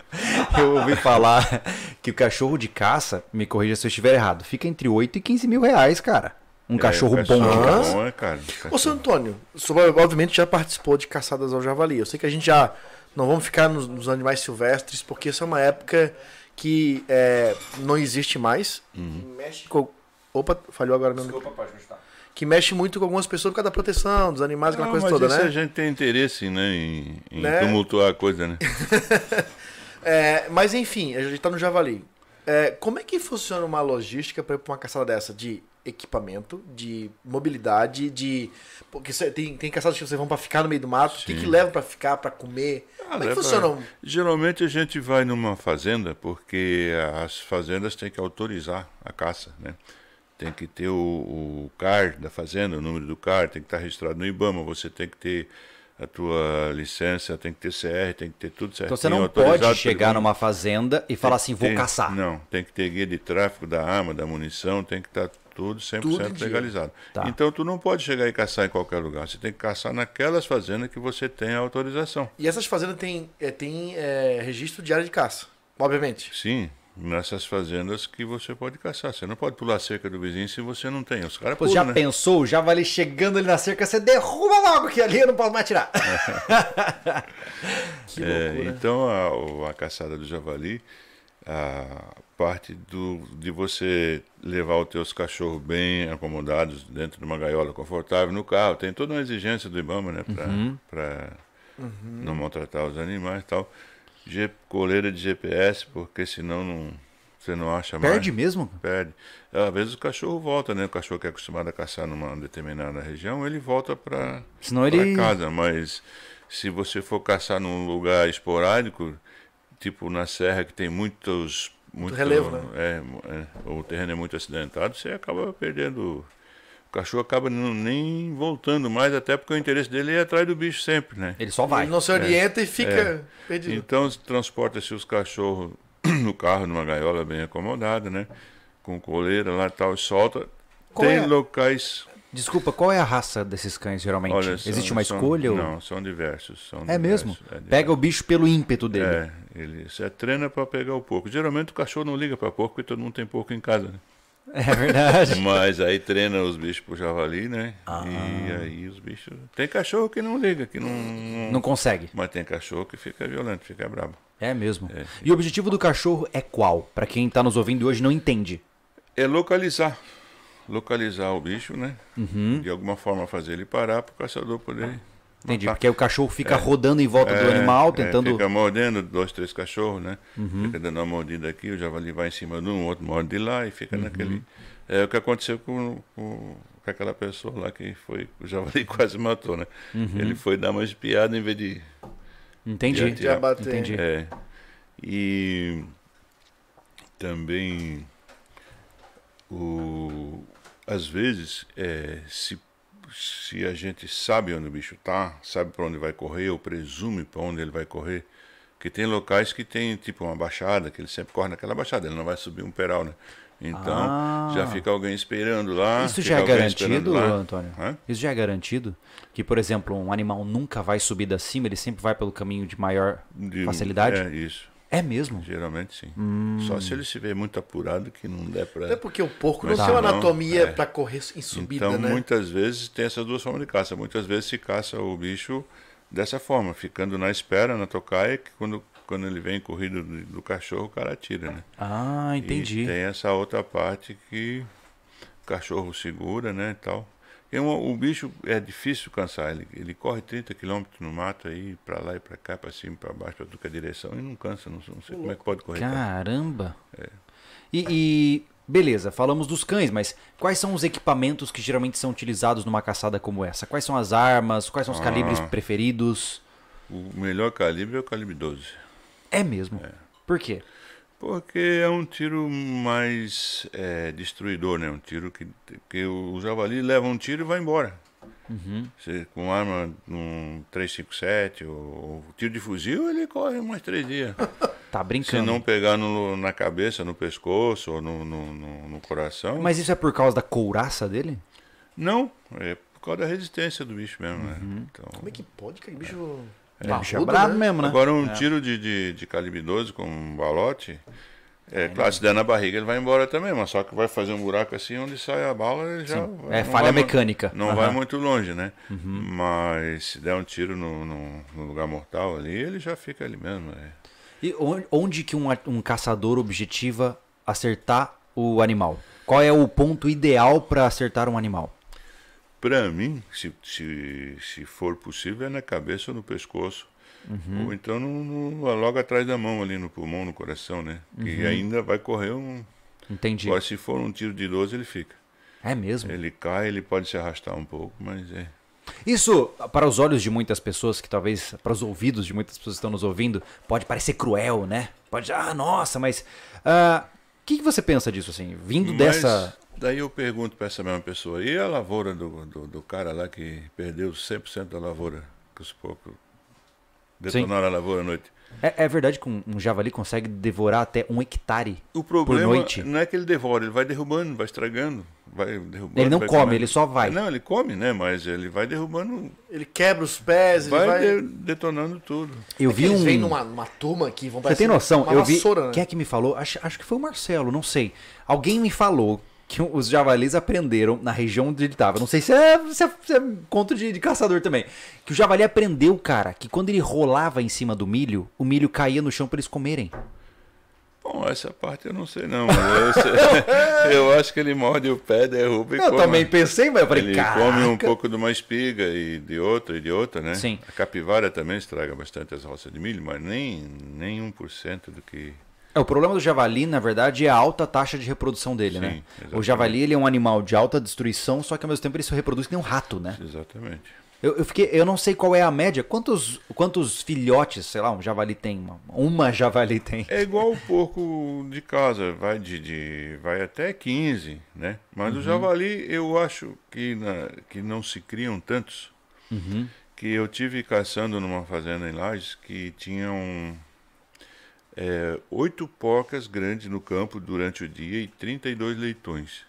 Speaker 1: Eu ouvi falar que o cachorro de caça, me corrija se eu estiver errado, fica entre 8 e 15 mil reais, cara. Um
Speaker 4: é,
Speaker 1: cachorro
Speaker 4: o
Speaker 1: bom né? de caça.
Speaker 4: bom, é, cara.
Speaker 2: Ô, seu Antônio, o senhor obviamente já participou de caçadas ao javali. Eu sei que a gente já não vamos ficar nos, nos animais silvestres, porque essa é uma época que é, não existe mais. Mexe com... Opa, falhou agora mesmo. Que mexe muito com algumas pessoas por causa da proteção dos animais, aquela
Speaker 4: Não, mas
Speaker 2: coisa toda,
Speaker 4: isso
Speaker 2: né?
Speaker 4: a gente tem interesse, né? Em, em
Speaker 2: Né?
Speaker 4: tumultuar a coisa, né?
Speaker 2: É, mas enfim, a gente tá no Javali. É, como é que funciona uma logística para uma caçada dessa? De equipamento, de mobilidade, de. Porque cê- tem, tem caçadas que vocês vão para ficar no meio do mato, o que,
Speaker 4: Sim.
Speaker 2: que leva para ficar, para comer?
Speaker 1: Ah,
Speaker 2: como é
Speaker 4: leva-
Speaker 2: que funciona? um-
Speaker 4: Ah, Geralmente a gente vai numa fazenda porque as fazendas têm que autorizar a caça, né? Tem que ter o, o CAR da fazenda, o número do CAR, tem que estar registrado no IBAMA, você tem que ter a tua licença, tem que ter CR, tem que ter tudo certinho.
Speaker 1: Então você não
Speaker 4: autorizado
Speaker 1: pode
Speaker 4: pelo
Speaker 1: chegar
Speaker 4: IBAMA.
Speaker 1: numa fazenda e falar assim, vou
Speaker 4: Tem-
Speaker 1: caçar.
Speaker 4: Não, tem que ter guia de tráfego da arma, da munição, tem que estar tudo 100%
Speaker 2: Tudo em dia.
Speaker 4: legalizado.
Speaker 1: Tá.
Speaker 4: Então tu não pode chegar e caçar em qualquer lugar, você tem que caçar naquelas fazendas que você tem a autorização.
Speaker 2: E essas fazendas têm é, tem, é, registro de área de caça, obviamente.
Speaker 4: Sim, nessas fazendas que você pode caçar. Você não pode pular a cerca do vizinho se você não tem. Os caras
Speaker 1: Pô,
Speaker 4: pulam,
Speaker 1: já
Speaker 4: né?
Speaker 1: pensou? O javali chegando ali na cerca, você derruba logo que ali eu não posso mais tirar.
Speaker 2: Que
Speaker 4: É,
Speaker 2: loucura.
Speaker 4: então a, o- a caçada do javali, a parte do, de você levar os teus cachorros bem acomodados dentro de uma gaiola confortável no carro, tem toda uma exigência do IBAMA, né, para
Speaker 2: Uhum.
Speaker 4: não maltratar os animais, e tal. G, coleira de GPS, porque senão não, você não acha mais.
Speaker 1: Perde mesmo?
Speaker 4: Perde. Às vezes o cachorro volta, né? O cachorro que é acostumado a caçar numa determinada região, ele volta para
Speaker 1: Senão ele-
Speaker 4: casa. Mas se você for caçar num lugar esporádico, tipo na serra que tem muitos. Muito,
Speaker 2: relevo, né?
Speaker 4: é, mu- é, o terreno é muito acidentado, você acaba perdendo. O cachorro acaba não- nem voltando mais, até porque o interesse dele é ir atrás do bicho sempre, né?
Speaker 1: Ele só vai. É.
Speaker 2: Ele não se orienta e fica perdido.
Speaker 4: Então se transporta-se os cachorros no carro, numa gaiola bem acomodada, né? Com coleira lá e tal, e solta.
Speaker 1: Qual
Speaker 4: Tem
Speaker 1: é?
Speaker 4: locais.
Speaker 1: Desculpa, qual é a raça desses cães geralmente?
Speaker 4: Olha,
Speaker 1: Existe
Speaker 4: são-
Speaker 1: uma
Speaker 4: são-
Speaker 1: escolha? ou-
Speaker 4: Não, são diversos. são
Speaker 1: É mesmo?
Speaker 4: diversos, é
Speaker 1: Pega o bicho pelo ímpeto dele.
Speaker 4: É, ele você treina para pegar o porco. Geralmente o cachorro não liga para porco, porque todo mundo tem porco em casa, né?
Speaker 1: É Ah. verdade.
Speaker 4: Mas aí treina os bichos pro javali, né? E aí os bichos. Tem cachorro que não liga, que não.
Speaker 1: Não consegue.
Speaker 4: Mas tem cachorro que fica violento, fica bravo.
Speaker 1: É mesmo. E o objetivo do cachorro é qual? Pra quem tá nos ouvindo hoje não entende.
Speaker 4: é localizar. Localizar o bicho, né?
Speaker 1: Uhum.
Speaker 4: De alguma forma fazer ele parar para o caçador poder.
Speaker 1: Entendi.
Speaker 4: matar.
Speaker 1: Porque aí o cachorro fica rodando em volta do animal,
Speaker 4: Tá. É, é,
Speaker 1: tentando. Uhum.
Speaker 4: fica mordendo dois, três cachorros, né? Fica dando uma mordida aqui, o javali vai em cima de um, o outro morde de lá e fica
Speaker 1: Uhum.
Speaker 4: naquele. É o que aconteceu com, com- com aquela pessoa lá que foi. O javali quase matou, né?
Speaker 1: Uhum.
Speaker 4: Ele foi dar uma espiada em vez de.
Speaker 1: Entendi.
Speaker 4: de-
Speaker 2: Já bateu.
Speaker 1: Entendi.
Speaker 4: É. E também o, às vezes é, se, se a gente sabe onde o bicho tá, sabe para onde vai correr, ou presume para onde ele vai correr, que tem locais que tem tipo uma baixada, que ele sempre corre naquela baixada, ele não vai subir um peral, né? Então
Speaker 1: Ah.
Speaker 4: já fica alguém esperando lá.
Speaker 1: Isso
Speaker 4: fica
Speaker 1: já é
Speaker 4: alguém esperando
Speaker 1: garantido,
Speaker 4: lá.
Speaker 1: Antônio?
Speaker 4: Hã?
Speaker 1: Isso já é garantido? Que, por exemplo, um animal nunca vai subir da cima, ele sempre vai pelo caminho de maior
Speaker 4: De-
Speaker 1: facilidade? Hum.
Speaker 4: É isso.
Speaker 1: É, mesmo?
Speaker 4: Geralmente sim. Só se ele se vê muito apurado que não der para.
Speaker 2: Até porque o porco não
Speaker 4: Mas
Speaker 1: tá
Speaker 2: tem uma
Speaker 4: não,
Speaker 2: anatomia
Speaker 4: é.
Speaker 2: pra correr em subida,
Speaker 4: então,
Speaker 2: né?
Speaker 4: muitas vezes tem essas duas formas de caça. Muitas vezes se caça o bicho dessa forma, ficando na espera, na tocaia, que quando, quando ele vem corrido do, do cachorro, o cara atira, né?
Speaker 1: Ah, entendi.
Speaker 4: E tem essa outra parte que o cachorro segura, né, e tal. E um- o bicho é difícil cansar, ele, ele corre 30 km no mato aí, pra lá e pra cá, pra cima, pra baixo, pra tudo que é direção, e não cansa, não, não sei como é que pode correr. tanto.
Speaker 1: Caramba!
Speaker 4: É.
Speaker 1: E, e, beleza, falamos dos cães, mas quais são os equipamentos que geralmente são utilizados numa caçada como essa? Quais são as armas? Quais são
Speaker 4: Ah.
Speaker 1: os calibres preferidos?
Speaker 4: O melhor calibre é o calibre 12.
Speaker 1: É mesmo. Por quê?
Speaker 4: Porque é um tiro mais é, destruidor, né? Um tiro que, que o javali leva um tiro e vai embora. Você, com arma num 357 ou, ou tiro de fuzil, ele corre mais três dias.
Speaker 1: Tá
Speaker 4: Se
Speaker 1: brincando.
Speaker 4: não pegar no- na cabeça, no pescoço ou no, no, no- no coração.
Speaker 1: Mas isso é por causa da couraça dele?
Speaker 4: Não, é por causa da resistência do bicho mesmo, né? Então,
Speaker 2: Como é que pode, cara? Que bicho.
Speaker 1: É,
Speaker 2: parrudo,
Speaker 1: bicho é brabo
Speaker 2: né?
Speaker 1: mesmo, né?
Speaker 4: Agora um tiro de, de, de calibre 12 com um balote, é, claro, se der na barriga ele vai embora também, mas só que vai fazer um buraco assim onde sai a bala ele já.
Speaker 1: É
Speaker 4: não
Speaker 1: falha
Speaker 4: vai mu-
Speaker 1: mecânica.
Speaker 4: Não
Speaker 1: Aham. Uhum.
Speaker 4: vai muito longe, né? Mas se der um tiro no, no- no lugar mortal ali, ele já fica ali mesmo. né?
Speaker 1: E on- onde que um, a- um caçador objetiva acertar o animal? Qual é o ponto ideal pra acertar um animal?
Speaker 4: Pra mim, se, se, se for possível, é na cabeça ou no pescoço.
Speaker 1: Uhum.
Speaker 4: Ou então no- no- logo atrás da mão, ali no pulmão, no coração, né?
Speaker 1: Uhum.
Speaker 4: Que ainda vai correr um.
Speaker 1: Entendi.
Speaker 4: Agora, se for um tiro de 12, ele fica.
Speaker 1: É mesmo.
Speaker 4: Ele cai, ele pode se arrastar um pouco, mas é.
Speaker 1: Isso, para os olhos de muitas pessoas, que talvez para os ouvidos de muitas pessoas que estão nos ouvindo, pode parecer cruel, né? Pode, ah, nossa, mas. ah, O que, que você pensa disso, assim? Vindo dessa.
Speaker 4: Mas daí eu pergunto pra essa mesma pessoa: e a lavoura do, do, do cara lá que perdeu 100% da lavoura? Que os poucos detonaram a lavoura à noite.
Speaker 1: É, é verdade que um, um javali consegue devorar até um hectare
Speaker 4: O problema
Speaker 1: por noite?
Speaker 4: não é que ele devora, ele vai derrubando, vai estragando, vai derrubando.
Speaker 1: Ele não
Speaker 4: vai
Speaker 1: come,
Speaker 4: comendo.
Speaker 1: ele só vai.
Speaker 4: Não, ele come, né? Mas ele vai derrubando,
Speaker 2: Ele quebra os pés, ele
Speaker 4: vai,
Speaker 2: vai.
Speaker 4: de- detonando tudo.
Speaker 1: Eu
Speaker 2: É que
Speaker 1: vi
Speaker 2: Eles
Speaker 1: um.
Speaker 2: vêm numa, numa turma aqui, vão
Speaker 1: Você tem noção?
Speaker 2: Uma
Speaker 1: eu vi.
Speaker 2: vassoura, né?
Speaker 1: Quem é que me falou? Acho, acho que foi o Marcelo, não sei. Alguém me falou que os javalis aprenderam na região onde ele tava. Não sei se é, se é- se é conto de, de caçador também. Que o javali aprendeu, cara, que quando ele rolava em cima do milho, o milho caía no chão pra eles comerem.
Speaker 4: Bom, essa parte eu não sei não. mas Eu, sei- eu acho que ele morde o pé, derruba e
Speaker 1: Eu
Speaker 4: come.
Speaker 1: também pensei, mas eu falei,
Speaker 4: Ele
Speaker 1: cara.
Speaker 4: come um pouco de uma espiga e de outra e de outra, né?
Speaker 1: Sim.
Speaker 4: A capivara também estraga bastante as roças de milho, mas nem, nem 1% do que.
Speaker 1: É, o problema do javali, na verdade, é a alta taxa de reprodução dele,
Speaker 4: Sim,
Speaker 1: né? O
Speaker 4: exatamente.
Speaker 1: javali ele é um animal de alta destruição, só que ao mesmo tempo ele se reproduz que nem um rato, né?
Speaker 4: Exatamente.
Speaker 1: Eu, eu fiquei, eu não sei qual é a média. Quantos, quantos filhotes, sei lá, um javali tem? Uma, uma javali tem.
Speaker 4: É igual o porco de casa, vai de, de- vai até 15, né? Mas o javali eu acho que, na- que não se criam tantos. Que eu tive caçando numa fazenda em Lages que tinham é, oito porcas grandes no campo durante o dia e 32 leitões.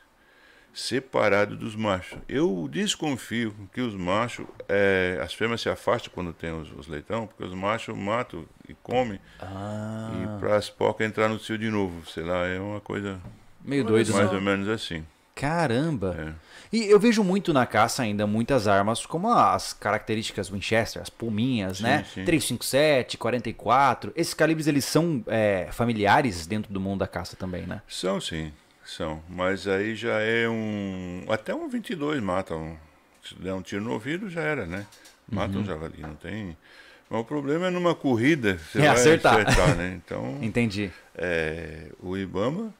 Speaker 4: Separado dos machos. Eu desconfio que os machos, é, as fêmeas se afastam quando tem os, os leitão, porque os machos matam e comem
Speaker 1: Ah.
Speaker 4: e para as porcas entrar no cio de novo, sei lá, é uma coisa
Speaker 1: Meio doido,
Speaker 4: mais
Speaker 1: né?
Speaker 4: ou menos assim. é.
Speaker 1: Caramba. E eu vejo muito na caça ainda muitas armas, como as características Winchester, as pulminhas, né?
Speaker 4: sim.
Speaker 1: 357, 44. Esses calibres, eles são é, familiares dentro do mundo da caça também, né?
Speaker 4: São sim, são, mas aí já é um até um 22 mata um, se der um tiro no ouvido já era, né? Mata
Speaker 1: Uhum.
Speaker 4: um javali, não tem. Mas o problema é numa corrida você
Speaker 1: É
Speaker 4: vai
Speaker 1: acertar.
Speaker 4: acertar, né? Então,
Speaker 1: Entendi.
Speaker 4: é, o IBAMA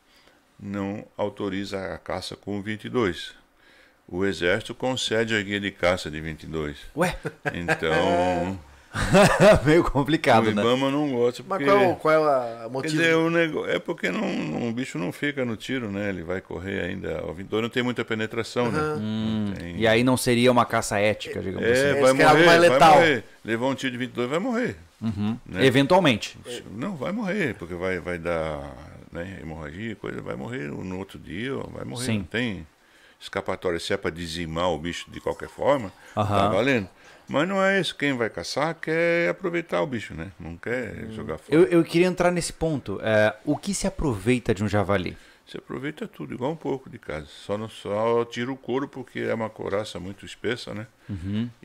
Speaker 4: não autoriza a caça com 22. O exército concede a guia de caça de 22.
Speaker 1: Ué,
Speaker 4: Então,
Speaker 1: meio
Speaker 4: o
Speaker 1: complicado, né?
Speaker 4: IBAMA não gosta
Speaker 2: Mas
Speaker 4: porque
Speaker 2: qual, é o- qual é a- o
Speaker 4: Quer
Speaker 2: motivo?
Speaker 4: dizer, o nego... é porque não, não- o bicho não fica no tiro, né? Ele vai correr ainda. O vindouro não tem muita penetração, né?
Speaker 1: Hum.
Speaker 4: Não tem.
Speaker 1: E aí não seria uma caça ética, digamos
Speaker 4: É,
Speaker 1: assim.
Speaker 2: Esse
Speaker 4: vai
Speaker 2: que é algo
Speaker 4: morrer,
Speaker 2: mais
Speaker 4: vai
Speaker 2: letal.
Speaker 4: morrer. Levar um tiro de 22 vai morrer. né?
Speaker 1: Eventualmente.
Speaker 2: É.
Speaker 4: Não, vai morrer, porque vai, vai dar né, hemorragia, coisa, vai morrer no outro dia, ó, vai morrer.
Speaker 1: Sim.
Speaker 4: Não tem escapatória. Se é para dizimar o bicho de qualquer forma, tá
Speaker 1: Aham.
Speaker 4: valendo. Mas não é isso. Quem vai caçar quer aproveitar o bicho, né? Não quer
Speaker 2: Hum.
Speaker 4: jogar fora.
Speaker 1: Eu, eu queria entrar nesse ponto. É, o que se aproveita de um javali?
Speaker 4: Você aproveita tudo, igual um pouco de casa. Só, não, só tira o couro porque é uma coraça muito espessa, né?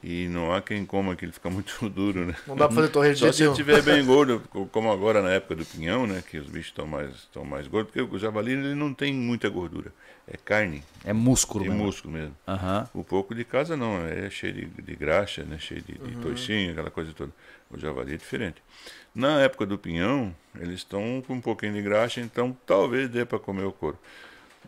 Speaker 4: E não há quem coma que ele fica muito duro, né?
Speaker 2: Não dá pra fazer torre de
Speaker 4: Só
Speaker 2: jeito
Speaker 4: se ele
Speaker 2: nenhum.
Speaker 4: estiver bem gordo, co- como agora na época do pinhão, né? Que os bichos estão mais, estão mais gordos, porque o javali ele não tem muita gordura. É carne
Speaker 1: É músculo
Speaker 4: e
Speaker 1: mesmo.
Speaker 4: músculo mesmo.
Speaker 1: Aham.
Speaker 4: O Um pouco de casa não, é cheio de, de graxa, né? cheio de,
Speaker 1: Uhum.
Speaker 4: de toicinho, aquela coisa toda. O javali é diferente. Na época do pinhão, eles estão com um pouquinho de graxa, então talvez dê para comer o couro.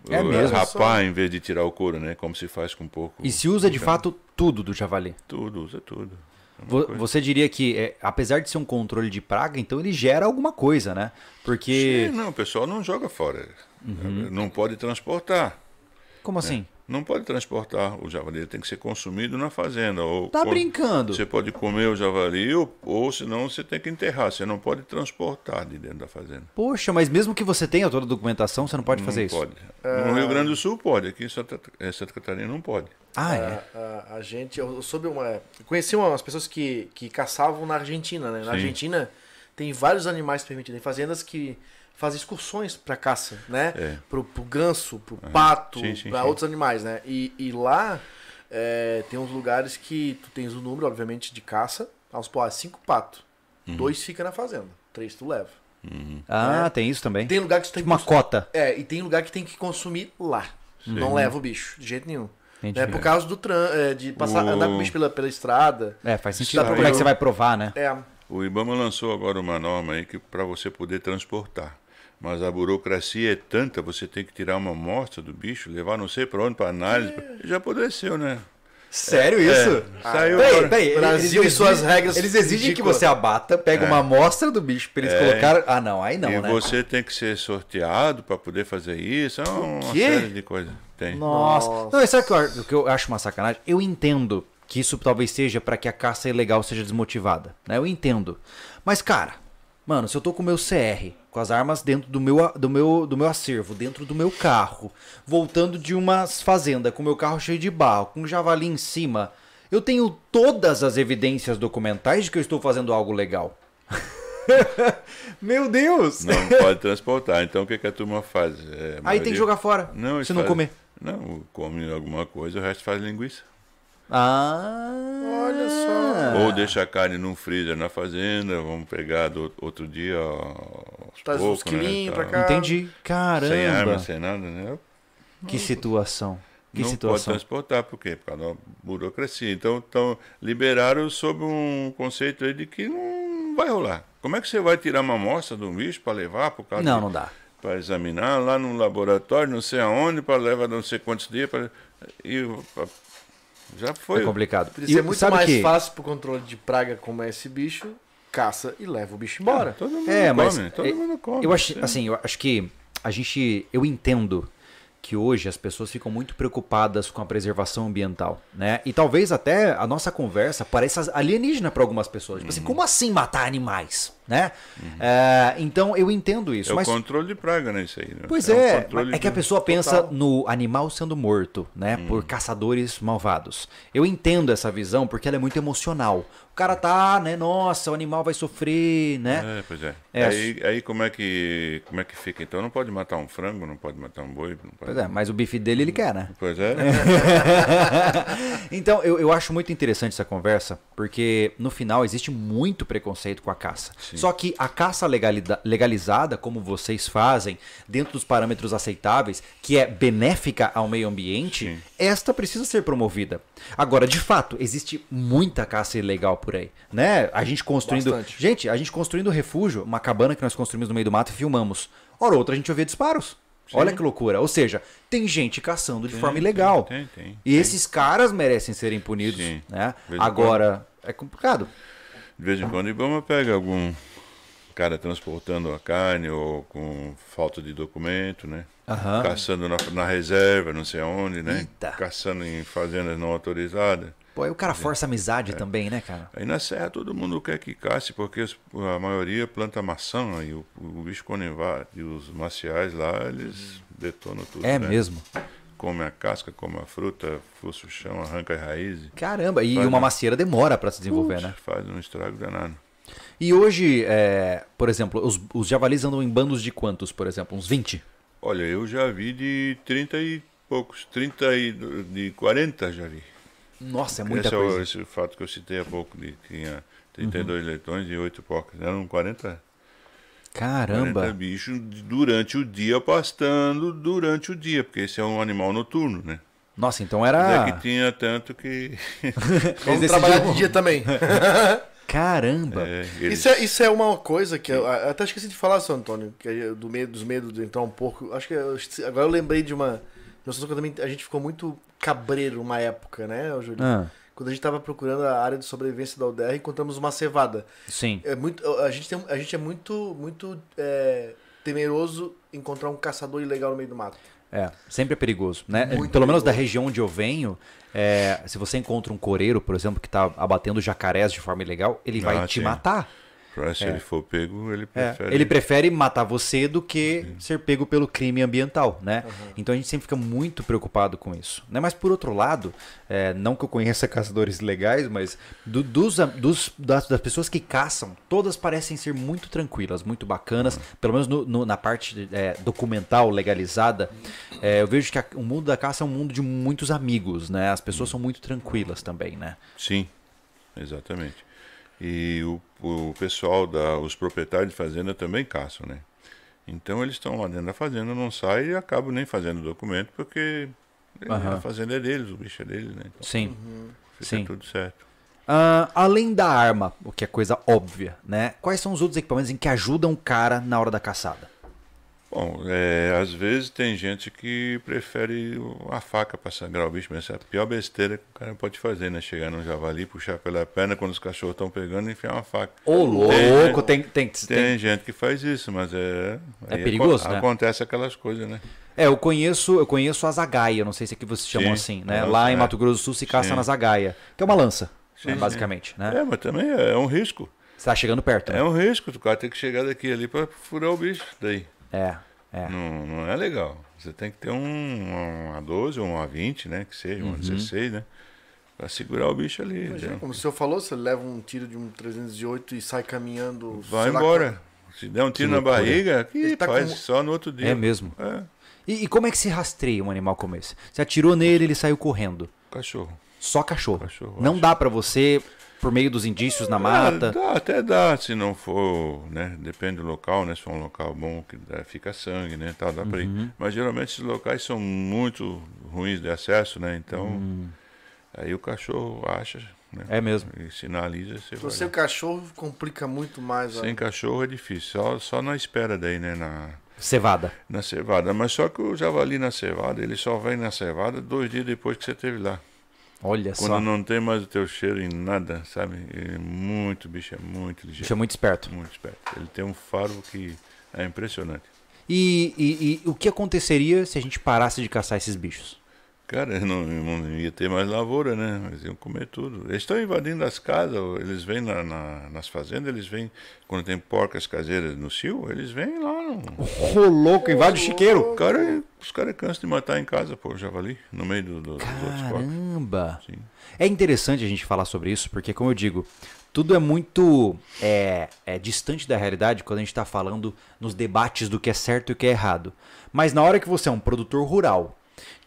Speaker 1: É
Speaker 4: Ou
Speaker 1: mesmo,
Speaker 4: Rapar em vez de tirar o couro, né? Como se faz com pouco.
Speaker 1: E se usa de
Speaker 4: Já-
Speaker 1: fato tudo do javali.
Speaker 4: Tudo, usa tudo.
Speaker 1: Vo- Você diria que, é, apesar de ser um controle de praga, então ele gera alguma coisa, né? Porque. Uhum.
Speaker 4: Sim, não, o pessoal não joga fora. Não pode transportar.
Speaker 1: Como assim?
Speaker 4: Não pode transportar. O javali tem que ser consumido na fazenda. Ou
Speaker 1: Tá
Speaker 4: quando-
Speaker 1: brincando.
Speaker 4: Você pode comer o javali ou, ou senão você tem que enterrar. Você não pode transportar de dentro da fazenda.
Speaker 1: Poxa, mas mesmo que você tenha toda a documentação, você não pode fazer
Speaker 4: não
Speaker 1: isso.
Speaker 4: pode. No Rio Grande do Sul pode, aqui em Santa, em Santa Catarina não pode.
Speaker 1: Ah, é.
Speaker 2: A, a- a gente, eu soube uma. eu Conheci umas pessoas que, que caçavam na Argentina, né? Na
Speaker 4: Sim.
Speaker 2: Argentina tem vários animais permitidos. Tem fazendas que fazem excursões pra caça, né?
Speaker 4: É.
Speaker 2: Pro, pro ganso, pro pato,
Speaker 4: Sim, sim,
Speaker 2: pra
Speaker 4: sim.
Speaker 2: outros animais, né? E, e lá é, tem uns lugares que tu tens o número, obviamente, de caça. Aos pô, ah, cinco patos.
Speaker 4: Uhum.
Speaker 2: Dois fica na fazenda, três tu leva.
Speaker 1: Ah, tem isso também.
Speaker 2: Tem lugar que tu tem
Speaker 1: Tipo
Speaker 2: que
Speaker 1: uma
Speaker 2: cons-
Speaker 1: cota.
Speaker 2: é, e tem lugar que tem que consumir lá. Não leva o bicho, de jeito nenhum.
Speaker 1: Uhum. Entendi.
Speaker 2: É por causa do tran é, de passar,
Speaker 4: O-
Speaker 2: andar com o bicho pela, pela estrada.
Speaker 1: É, faz sentido.
Speaker 2: Dá pra
Speaker 1: Como é que
Speaker 2: ver.
Speaker 1: você vai provar, né?
Speaker 2: É,
Speaker 4: O Ibama lançou agora uma norma aí que para você poder transportar. Mas a burocracia é tanta, você tem que tirar uma amostra do bicho, levar não sei para onde, para análise. Já apodreceu, né?
Speaker 1: Sério
Speaker 4: É,
Speaker 1: Ah,
Speaker 4: saiu agora.
Speaker 2: Brasil e suas
Speaker 1: exigem-
Speaker 2: regras
Speaker 1: Eles exigem que
Speaker 2: ridículas.
Speaker 1: você abata, pega uma amostra do bicho pra eles colocar. Ah, não, aí não,
Speaker 4: e
Speaker 1: né?
Speaker 4: você tem que ser sorteado para poder fazer isso. É uma
Speaker 1: quê?
Speaker 4: série de coisas. Tem.
Speaker 1: Nossa.
Speaker 2: Nossa.
Speaker 1: Não, e sabe o que, eu, acho- o que eu acho uma sacanagem? Eu entendo que isso talvez seja pra que a caça ilegal seja desmotivada, né? Eu entendo. Mas, cara, mano, se eu tô com o meu CR, com as armas dentro do meu, a- do meu, do meu acervo, dentro do meu carro, voltando de umas fazendas, com o meu carro cheio de barro, com um javali em cima, eu tenho todas as evidências documentais de que eu estou fazendo algo legal. meu Deus!
Speaker 4: Não pode transportar. Então o que, que a turma faz? É, a
Speaker 1: Aí tem
Speaker 4: maioria-
Speaker 1: que jogar fora,
Speaker 4: Não,
Speaker 1: se
Speaker 4: eles
Speaker 1: não
Speaker 4: fazem-
Speaker 1: comer.
Speaker 4: Não, come alguma coisa, o resto faz linguiça.
Speaker 1: Ah!
Speaker 2: Olha só.
Speaker 4: Ou deixa a carne num freezer na fazenda, vamos pegar do outro dia. Aos
Speaker 2: Traz uns
Speaker 4: poucos,
Speaker 2: quilinhos
Speaker 4: né,
Speaker 2: pra
Speaker 4: tal.
Speaker 2: cá.
Speaker 1: Entendi. Caramba.
Speaker 4: Sem arma, sem nada, né?
Speaker 1: Que situação. Que
Speaker 4: não pode
Speaker 1: situação.
Speaker 4: transportar, por quê? Por causa da burocracia. Então, então, liberaram sob um conceito aí de que não vai rolar. Como é que você vai tirar uma amostra de um bicho para levar por causa
Speaker 1: Não, não dá.
Speaker 4: Para examinar lá num laboratório, não sei aonde, para levar não sei quantos dias. Pra... E pra- já
Speaker 1: É
Speaker 4: foi.
Speaker 1: complicado.
Speaker 2: Podia ser
Speaker 1: E
Speaker 2: muito
Speaker 1: sabe
Speaker 2: mais
Speaker 1: que-
Speaker 2: fácil pro controle de praga como é esse bicho, caça e leva o bicho
Speaker 4: Bora.
Speaker 2: embora.
Speaker 4: Todo mundo
Speaker 1: É,
Speaker 4: come,
Speaker 1: mas
Speaker 4: todo
Speaker 1: é,
Speaker 4: mundo come.
Speaker 1: eu acho
Speaker 4: sim.
Speaker 1: assim, eu acho que a gente, eu entendo que hoje as pessoas ficam muito preocupadas com a preservação ambiental, né? E talvez até a nossa conversa pareça alienígena para algumas pessoas. Tipo assim, como assim matar animais, né? É, então eu entendo isso,
Speaker 4: É
Speaker 1: mas
Speaker 4: o controle de praga, né? Isso aí. né?
Speaker 1: Pois
Speaker 4: É um
Speaker 1: é,
Speaker 4: controle
Speaker 1: mas é que a
Speaker 4: de-
Speaker 1: pessoa pensa no animal sendo morto, né, por caçadores malvados. Eu entendo essa visão porque ela é muito emocional. O cara tá, né, nossa, o animal vai sofrer, né?
Speaker 4: É, pois é.
Speaker 1: É.
Speaker 4: Aí, aí como, é que, como é que fica? Então não pode matar um frango, não pode matar um boi. Não pode...
Speaker 1: Pois é, mas o bife dele ele quer, né?
Speaker 4: Pois é.
Speaker 1: então, eu, eu acho muito interessante essa conversa, porque no final existe muito preconceito com a caça. Só que a caça legalida- legalizada, como vocês fazem, dentro dos parâmetros aceitáveis, que é benéfica ao meio ambiente, esta precisa ser promovida. Agora, de fato, existe muita caça ilegal por aí, né? A gente construindo...
Speaker 2: Bastante.
Speaker 1: Gente, a gente construindo refúgio, uma cabana que nós construímos no meio do mato e filmamos. Ora, outra a gente ouvia disparos. Olha que loucura. Ou seja, tem gente caçando de forma ilegal.
Speaker 4: tem, tem,
Speaker 1: E esses caras merecem serem punidos,
Speaker 4: Sim.
Speaker 1: né?
Speaker 4: De vez em
Speaker 1: Agora, é complicado.
Speaker 4: De vez em quando, Ibama pega algum cara transportando a carne ou com falta de documento, né?
Speaker 1: Aham.
Speaker 4: Caçando na, na reserva, não sei aonde, né?
Speaker 1: Eita.
Speaker 4: Caçando em fazendas não autorizadas.
Speaker 1: Pô, aí o
Speaker 4: É.
Speaker 1: cara força a amizade também, né, cara?
Speaker 4: Aí na serra todo mundo quer que casse, porque os- a maioria planta maçã e o, o bicho conivá e os marciais lá, eles detonam tudo.
Speaker 1: É
Speaker 4: né?
Speaker 1: mesmo.
Speaker 4: Come a casca, come a fruta, fuça o chão, arranca as raízes.
Speaker 1: Caramba, e
Speaker 4: Vai,
Speaker 1: uma
Speaker 4: né?
Speaker 1: macieira demora pra se desenvolver, né?
Speaker 4: Faz um estrago danado.
Speaker 1: E hoje, é, por exemplo, os, os javalis andam em bandos de quantos, por exemplo? Uns 20?
Speaker 4: Olha, eu já vi de 30 e poucos, 30 e do- de 40 já vi.
Speaker 1: Nossa, é muita
Speaker 4: esse, é o-
Speaker 1: coisa. Uhum.
Speaker 4: esse fato que eu citei há pouco, de que tinha 32 leitões e 8 porcas. Eram 40, 40
Speaker 1: Caramba.
Speaker 4: bichos durante o dia pastando durante o dia, porque esse é um animal noturno, né?
Speaker 1: Nossa, então
Speaker 4: Mas É
Speaker 1: era.
Speaker 4: que tinha tanto que.
Speaker 2: Vamos
Speaker 1: Eles
Speaker 2: trabalhar
Speaker 1: decidiram-
Speaker 2: de dia também.
Speaker 1: Caramba.
Speaker 4: É, eles-
Speaker 2: Isso é, isso é uma coisa que eu a- até esqueci de falar, seu Antônio, que é do medo, dos medos de entrar um porco. Acho que eu esqueci- agora eu lembrei de uma. de uma situação que eu também- a gente ficou muito cabreiro uma época, né, Júlio?
Speaker 1: Ah.
Speaker 2: Quando a gente estava procurando a área de sobrevivência da UDR, encontramos uma cevada.
Speaker 1: Sim.
Speaker 2: É muito, a, gente tem, a gente é muito, muito é, temeroso encontrar um caçador ilegal no meio do mato.
Speaker 1: É, sempre é perigoso, né?
Speaker 2: Muito
Speaker 1: Pelo menos
Speaker 2: perigoso.
Speaker 1: da região onde eu venho, é, se você encontra um coreiro, por exemplo, que tá abatendo jacarés de forma ilegal, ele vai
Speaker 4: Ah,
Speaker 1: te
Speaker 4: sim.
Speaker 1: matar.
Speaker 4: Pra se ele for pego, ele
Speaker 1: É,
Speaker 4: prefere.
Speaker 1: Ele prefere matar você do que ser pego pelo crime ambiental, né? Então a gente sempre fica muito preocupado com isso. Né? Mas por outro lado, é, não que eu conheça caçadores legais, mas do- dos, a- dos- das, das pessoas que caçam, todas parecem ser muito tranquilas, muito bacanas, pelo menos no- no- na parte é, documental, legalizada. É, eu vejo que a- o mundo da caça é um mundo de muitos amigos, né? As pessoas são muito tranquilas também, né?
Speaker 4: Sim, exatamente. E o, o pessoal, da, os proprietários de fazenda também caçam, né? Então eles estão lá dentro da fazenda, não saem e acabam nem fazendo documento, porque é, a
Speaker 1: Aham.
Speaker 4: fazenda é deles, o bicho é deles, né? Então
Speaker 1: Sim.
Speaker 4: fica
Speaker 1: Sim.
Speaker 4: tudo certo.
Speaker 1: Ah, além da arma, o que é coisa óbvia, né? Quais são os outros equipamentos em que ajudam o cara na hora da caçada?
Speaker 4: Bom, é, às vezes tem gente que prefere o- a faca para sangrar o bicho, mas essa é a pior besteira que o cara pode fazer, né? Chegar num javali, puxar pela perna quando os cachorros estão pegando e enfiar uma faca. né?
Speaker 1: Ô, louco, tem, tem, tem,
Speaker 4: Tem, gente que faz isso, mas é.
Speaker 1: É
Speaker 4: aí
Speaker 1: perigoso,
Speaker 4: acon-
Speaker 1: né?
Speaker 4: Acontece aquelas coisas, né?
Speaker 1: É, eu conheço, eu conheço a zagaia, não sei se aqui vocês chamam
Speaker 4: Sim,
Speaker 1: assim, né?
Speaker 4: lança,
Speaker 1: Lá em
Speaker 4: é.
Speaker 1: Mato Grosso do Sul se caça
Speaker 4: Sim.
Speaker 1: na zagaia, que é uma lança,
Speaker 4: Sim,
Speaker 1: né,
Speaker 4: sim.
Speaker 1: basicamente, né?
Speaker 4: É, mas também é um risco.
Speaker 1: Você tá chegando perto,
Speaker 4: É
Speaker 1: né?
Speaker 4: um risco. O cara tem que chegar daqui ali pra furar o bicho. Daí.
Speaker 1: É, é.
Speaker 4: Não, não é legal. Você tem que ter um, uma 12 ou uma 20, né? Que seja,
Speaker 1: Uhum.
Speaker 4: uma 16, né? Pra segurar o bicho ali.
Speaker 2: Imagina,
Speaker 4: entendeu?
Speaker 2: como o senhor falou, você leva um tiro de um 308 e sai caminhando.
Speaker 4: Vai
Speaker 2: sei lá
Speaker 4: embora. Se der um tiro na
Speaker 1: loucura.
Speaker 4: barriga, que
Speaker 2: Ele tá
Speaker 4: faz
Speaker 2: com-
Speaker 4: só no outro dia.
Speaker 1: É mesmo.
Speaker 4: É,
Speaker 1: E, e como é que se rastreia um animal como esse? Você atirou nele, ele saiu correndo.
Speaker 4: cachorro.
Speaker 1: Só cachorro.
Speaker 4: Cachorro,
Speaker 1: não
Speaker 4: acho.
Speaker 1: dá pra você, por meio dos indícios na
Speaker 4: Ah,
Speaker 1: mata.
Speaker 4: dá, até dá, se não for, né? Depende do local, né? Se for um local bom que dá- fica sangue, né? Tal, dá pra
Speaker 1: Uhum.
Speaker 4: ir. Mas geralmente esses locais são muito ruins de acesso, né? Então, aí o cachorro acha, né?
Speaker 1: Hum. É mesmo.
Speaker 4: E sinaliza, você
Speaker 2: Então,
Speaker 4: vai.
Speaker 2: seu
Speaker 4: lá.
Speaker 2: cachorro complica muito mais. a-
Speaker 4: Sem cachorro é difícil, só, só na espera daí, né? Na,
Speaker 1: Cevada.
Speaker 4: na cevada. Mas só que o javali na cevada, ele só vem na cevada dois dias depois que você esteve lá.
Speaker 1: Olha
Speaker 4: Quando
Speaker 1: só.
Speaker 4: não tem mais o teu cheiro em nada, sabe? É muito bicho, é muito ligeiro.
Speaker 1: Bicho é muito esperto.
Speaker 4: Muito esperto. Ele tem um faro que é impressionante.
Speaker 1: E, e- e o que aconteceria se a gente parasse de caçar esses bichos?
Speaker 4: Cara, eu não, eu não ia ter mais lavoura, né? Eles iam comer tudo. Eles estão invadindo as casas, eles vêm na- na- nas fazendas, eles vêm. Quando tem porcas caseiras no cio, eles vêm lá. No...
Speaker 1: Ô, louco, invade o
Speaker 4: O
Speaker 1: chiqueiro!
Speaker 4: cara, os caras cansam de matar em casa, pô, o javali, no meio do- do- dos outros porcos.
Speaker 1: Caramba!
Speaker 4: Sim.
Speaker 1: É interessante a gente falar sobre isso, porque, como eu digo, tudo é muito é, é distante da realidade quando a gente está falando nos debates do que é certo e o que é errado. Mas na hora que você é um produtor rural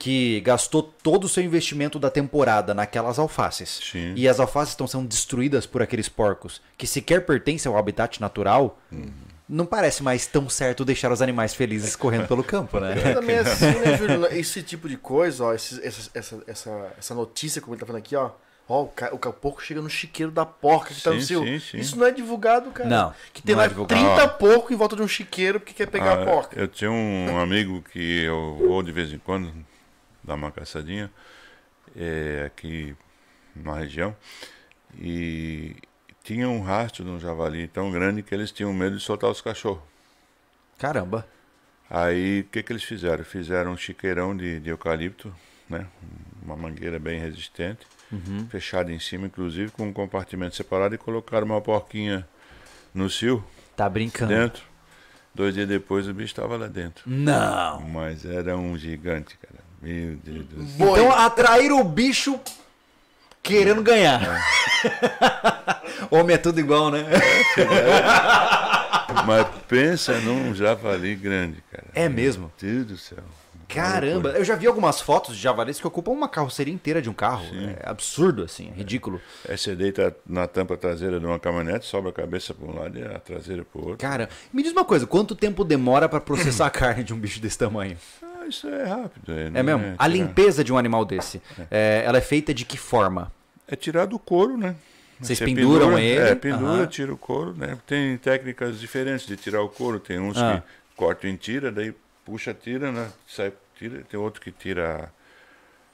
Speaker 1: que gastou todo o seu investimento da temporada naquelas alfaces
Speaker 4: Sim.
Speaker 1: e as alfaces estão sendo destruídas por aqueles porcos que sequer pertencem ao habitat natural,
Speaker 4: Uhum.
Speaker 1: não parece mais tão certo deixar os animais felizes correndo pelo campo, né?
Speaker 2: Mas também é assim, né, Júlio? Esse tipo de coisa, ó, esse- essa, essa, essa, essa notícia, como ele tá falando aqui, ó. Ó, o, ca, o ca- porco chega no chiqueiro da porca que tá no
Speaker 4: Sim,
Speaker 2: seu.
Speaker 4: sim, sim.
Speaker 2: Isso não é divulgado, cara.
Speaker 1: Não,
Speaker 2: Que tem
Speaker 1: não é
Speaker 2: lá
Speaker 1: divulgado.
Speaker 2: 30 porcos em volta de um chiqueiro porque quer pegar
Speaker 4: Ah,
Speaker 2: a porca.
Speaker 4: Eu tinha um amigo que eu vou de vez em quando dar uma caçadinha eh, aqui na região e tinha um rastro de um javali tão grande que eles tinham medo de soltar os cachorros.
Speaker 1: Caramba.
Speaker 4: Aí o que, que eles fizeram? Fizeram um chiqueirão de, de eucalipto, né? uma mangueira bem resistente, fechada em cima, inclusive com um compartimento separado, e colocaram uma porquinha no cio
Speaker 1: Tá brincando.
Speaker 4: dentro. Dois dias depois o bicho estava lá dentro.
Speaker 1: Não.
Speaker 4: Mas era um gigante, cara. Meu Deus do céu.
Speaker 2: Boi.
Speaker 1: Então atrair o bicho querendo ganhar. Homem é tudo igual, né?
Speaker 4: Mas pensa num javali grande, cara.
Speaker 1: É mesmo.
Speaker 4: Meu Deus do céu.
Speaker 1: Caramba, eu já vi algumas fotos de javalis que ocupam uma carroceria inteira de um carro. É absurdo, assim, é ridículo.
Speaker 4: Aí você deita na tampa traseira de uma caminhonete, sobra a cabeça para um lado e a traseira para o outro.
Speaker 1: Cara, me diz uma coisa, quanto tempo demora pra processar a carne de um bicho desse tamanho?
Speaker 4: Ah, isso é rápido.
Speaker 1: É mesmo?
Speaker 4: É,
Speaker 1: A
Speaker 4: tirar-
Speaker 1: limpeza de um animal desse, é, ela é feita de que forma?
Speaker 4: é tirar do couro, né?
Speaker 1: Vocês
Speaker 4: Você
Speaker 1: penduram
Speaker 4: pendura,
Speaker 1: ele?
Speaker 4: É, pendura,
Speaker 1: Aham.
Speaker 4: tira o couro, né? Tem técnicas diferentes de tirar o couro. Tem uns
Speaker 1: Ah.
Speaker 4: que cortam em tira, daí puxa, tira, né? Sai, tira. Tem outro que tira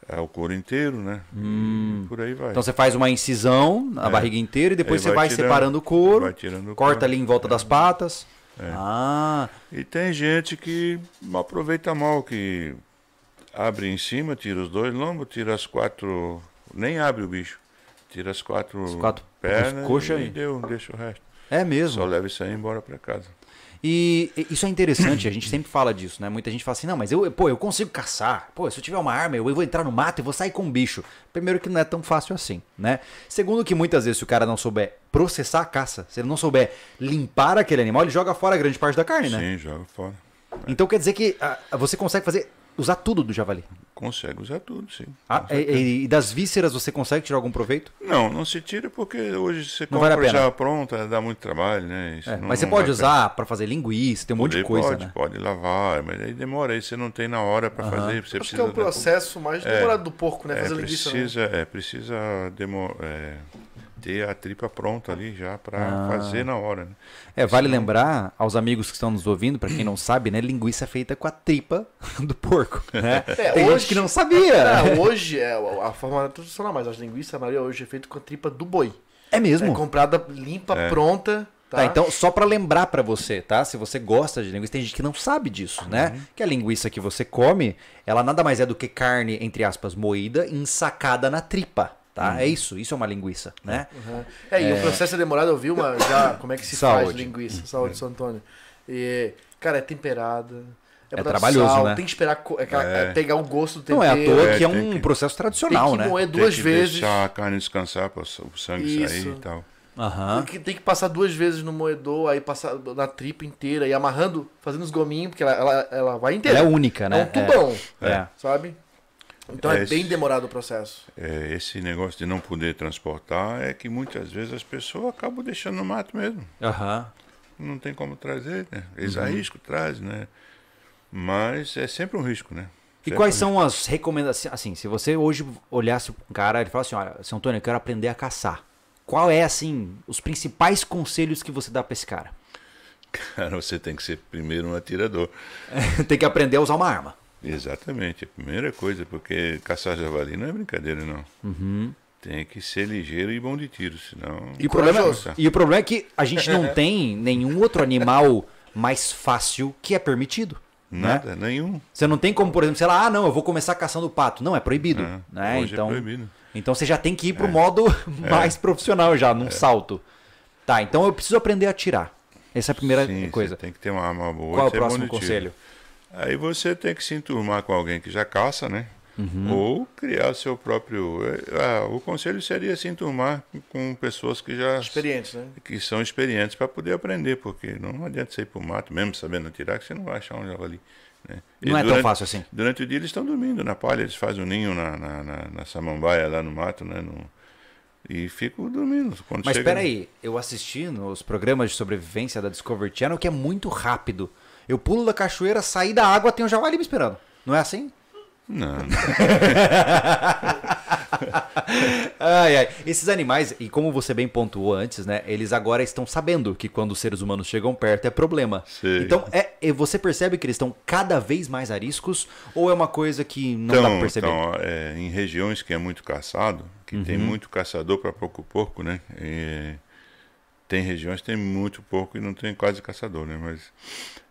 Speaker 4: é o couro inteiro, né? E Por aí vai.
Speaker 1: Então você faz uma incisão na barriga inteira e depois
Speaker 4: Aí
Speaker 1: você É. vai,
Speaker 4: vai tirando,
Speaker 1: separando o couro, É.
Speaker 4: vai tirando o
Speaker 1: corta
Speaker 4: couro.
Speaker 1: ali em volta das patas. Ah,
Speaker 4: E tem gente que aproveita mal, que abre em cima, tira os dois lombos, tira as quatro. Nem abre o bicho. Tira as quatro,
Speaker 1: quatro-
Speaker 4: pernas
Speaker 1: as coxas
Speaker 4: e
Speaker 1: aí.
Speaker 4: deu, deixa o resto.
Speaker 1: é mesmo.
Speaker 4: Só leva isso aí embora pra casa.
Speaker 1: E e isso é interessante, a gente sempre fala disso, né? Muita gente fala assim, não, mas eu, pô, eu consigo caçar. Pô, se eu tiver uma arma, eu vou entrar no mato e vou sair com um bicho. Primeiro que não é tão fácil assim, né? Segundo que muitas vezes se o cara não souber processar a caça, se ele não souber limpar aquele animal, ele joga fora grande parte da carne, né?
Speaker 4: Sim, joga fora.
Speaker 1: Então quer dizer que ah, você consegue fazer, usar tudo do javali.
Speaker 4: Consegue usar tudo, sim.
Speaker 1: Ah, e, e das vísceras você consegue tirar algum proveito?
Speaker 4: Não, não se tira porque hoje você
Speaker 1: Não vale a
Speaker 4: compra
Speaker 1: pena.
Speaker 4: já pronta, dá muito trabalho, né? Isso
Speaker 1: É,
Speaker 4: não-
Speaker 1: mas você
Speaker 4: não
Speaker 1: pode
Speaker 4: vale a pena.
Speaker 1: usar pra fazer linguiça, tem um monte de
Speaker 4: Pode,
Speaker 1: coisa,
Speaker 4: pode,
Speaker 1: né?
Speaker 4: pode lavar, mas aí demora, aí você não tem na hora pra fazer, você
Speaker 2: Acho
Speaker 4: precisa
Speaker 2: que é um
Speaker 4: da-
Speaker 2: processo mais demorado do porco, né?
Speaker 4: É,
Speaker 2: Fazer linguiça. né?
Speaker 4: precisa, é, precisa demo- é, ter a tripa pronta ali já
Speaker 1: Ah.
Speaker 4: para fazer na hora. Né?
Speaker 1: É, vale lembrar aos amigos que estão nos ouvindo, pra quem não sabe, né? Linguiça é feita com a tripa do porco, né?
Speaker 2: É,
Speaker 1: Tem
Speaker 2: hoje-
Speaker 1: gente que não sabia.
Speaker 2: É, hoje é a a forma tradicional, mas as linguiças, a maioria hoje é feita com a tripa do boi.
Speaker 1: É mesmo?
Speaker 2: É comprada limpa,
Speaker 4: É.
Speaker 2: pronta. Tá?
Speaker 1: Tá, então só pra lembrar pra você, tá? Se você gosta de linguiça, tem gente que não sabe disso, né?
Speaker 2: Uhum.
Speaker 1: Que a linguiça que você come, ela nada mais é do que carne, entre aspas, moída, ensacada na tripa, tá? É isso, isso é uma linguiça, né?
Speaker 2: Uhum. É, e o processo é demorado, eu vi uma já, como é que se faz
Speaker 1: Saúde.
Speaker 2: linguiça, saúde São Antônio. E, cara, é temperada, é,
Speaker 1: É
Speaker 2: botar
Speaker 1: trabalhoso,
Speaker 2: sal,
Speaker 1: né?
Speaker 2: tem que esperar co- é aquela- é pegar o gosto do
Speaker 1: Não
Speaker 2: tempero.
Speaker 1: é à toa
Speaker 4: É,
Speaker 1: que é
Speaker 4: tem
Speaker 1: um
Speaker 4: que-
Speaker 1: processo
Speaker 2: tem
Speaker 1: tradicional,
Speaker 2: que
Speaker 1: né?
Speaker 2: moer
Speaker 4: Tem
Speaker 2: duas
Speaker 4: que
Speaker 2: vezes,
Speaker 4: Deixar a carne descansar para o sangue
Speaker 2: Isso.
Speaker 4: sair e tal.
Speaker 1: Aham.
Speaker 2: tem que, tem que passar duas vezes no moedor, aí passar na tripa inteira, e amarrando, fazendo os gominhos, porque ela, ela, ela vai inteira.
Speaker 1: Ela é única, né?
Speaker 2: É um tubão,
Speaker 1: É. É.
Speaker 2: sabe? Então é,
Speaker 4: É,
Speaker 2: bem
Speaker 4: isso.
Speaker 2: demorado o processo.
Speaker 4: É, esse negócio de não poder transportar é que muitas vezes as pessoas acabam deixando no mato mesmo.
Speaker 1: É. Aham.
Speaker 4: Não tem como trazer, né?
Speaker 1: Uhum.
Speaker 4: Eles arriscam, trazem, né? Mas é sempre um risco, né?
Speaker 1: E
Speaker 4: Sempre
Speaker 1: quais
Speaker 4: um
Speaker 1: são as recomendações? Assim, se você hoje olhasse um cara e falasse assim, olha, seu Antônio, eu quero aprender a caçar. Qual é, assim, os principais conselhos que você dá pra esse cara?
Speaker 4: risco. Cara, você tem que ser primeiro um atirador.
Speaker 1: Tem que aprender a usar uma arma.
Speaker 4: Exatamente, a primeira coisa, porque caçar javali não é brincadeira, não. Tem que ser ligeiro e bom de tiro, senão.
Speaker 1: Uhum. E o, problema,
Speaker 4: Corajoso.
Speaker 1: e o problema é que a gente não tem nenhum outro animal mais fácil que é permitido. Né?
Speaker 4: Nada, nenhum.
Speaker 1: Você não tem como, por exemplo, sei lá, ah, não, eu vou começar caçando pato. Não, é proibido.
Speaker 4: É,
Speaker 1: né?
Speaker 4: hoje é
Speaker 1: então,
Speaker 4: proibido. É.
Speaker 1: Então você já tem que ir pro modo mais profissional já, num salto. Tá, então eu preciso aprender a atirar. Essa é a primeira
Speaker 4: Sim,
Speaker 1: coisa.
Speaker 4: você tem que ter uma arma boa.
Speaker 1: Qual é
Speaker 4: e
Speaker 1: o
Speaker 4: ser bom
Speaker 1: próximo
Speaker 4: de tiro.
Speaker 1: conselho?
Speaker 4: Aí você tem que se enturmar com alguém que já caça, né?
Speaker 1: Uhum.
Speaker 4: Ou criar o seu próprio. eh, ah, o conselho seria se enturmar com pessoas que já
Speaker 2: Experientes, né?
Speaker 4: que são experientes para poder aprender, porque não adianta você ir para o mato, mesmo sabendo atirar, que você não vai achar um javali. Né?
Speaker 1: Não é tão fácil assim.
Speaker 4: Durante o dia eles estão dormindo na palha, eles fazem um ninho na, na, na- na samambaia lá no mato, né? no- E ficam dormindo. Quando
Speaker 1: Mas
Speaker 4: chega-
Speaker 1: peraí, eu assisti nos programas de sobrevivência da Discovery Channel que é muito rápido. Eu pulo da cachoeira, saí da água, tem um javali me esperando. Não é assim?
Speaker 4: Não, não.
Speaker 1: Ai, ai. Esses animais, e como você bem pontuou antes, né? Eles agora estão sabendo que quando os seres humanos chegam perto é problema.
Speaker 4: Sei.
Speaker 1: Então, é, e você percebe que eles estão cada vez mais ariscos ou é uma coisa que não dá pra
Speaker 4: Então,
Speaker 1: perceber? Uhum.
Speaker 4: então é, em regiões que é muito caçado, que tem muito caçador para pouco porco, né? E tem regiões que tem muito porco e não tem quase caçador, né? Mas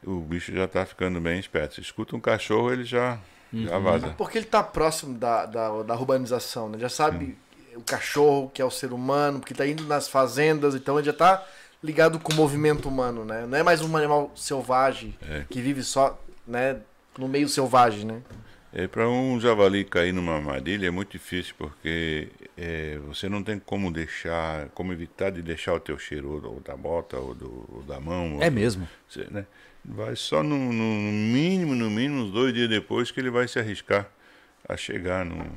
Speaker 4: o bicho já tá ficando bem esperto. Se escuta um cachorro, ele já,
Speaker 1: Uhum.
Speaker 4: já vaza.
Speaker 2: Porque ele tá próximo da, da, da urbanização, né? Já sabe o cachorro, que é o ser humano, porque tá indo nas fazendas, então ele já tá ligado com o movimento humano, né? Não é mais um animal selvagem que vive só, né, no meio selvagem, né?
Speaker 4: É, para um javali cair numa armadilha é muito difícil, porque é, você não tem como deixar, como evitar de deixar o teu cheiro ou, ou da bota ou, do- ou da mão. ou
Speaker 1: É
Speaker 4: do-
Speaker 1: mesmo.
Speaker 4: Cê, né? Vai só no, no- no mínimo, no mínimo, uns dois dias depois que ele vai se arriscar a chegar no.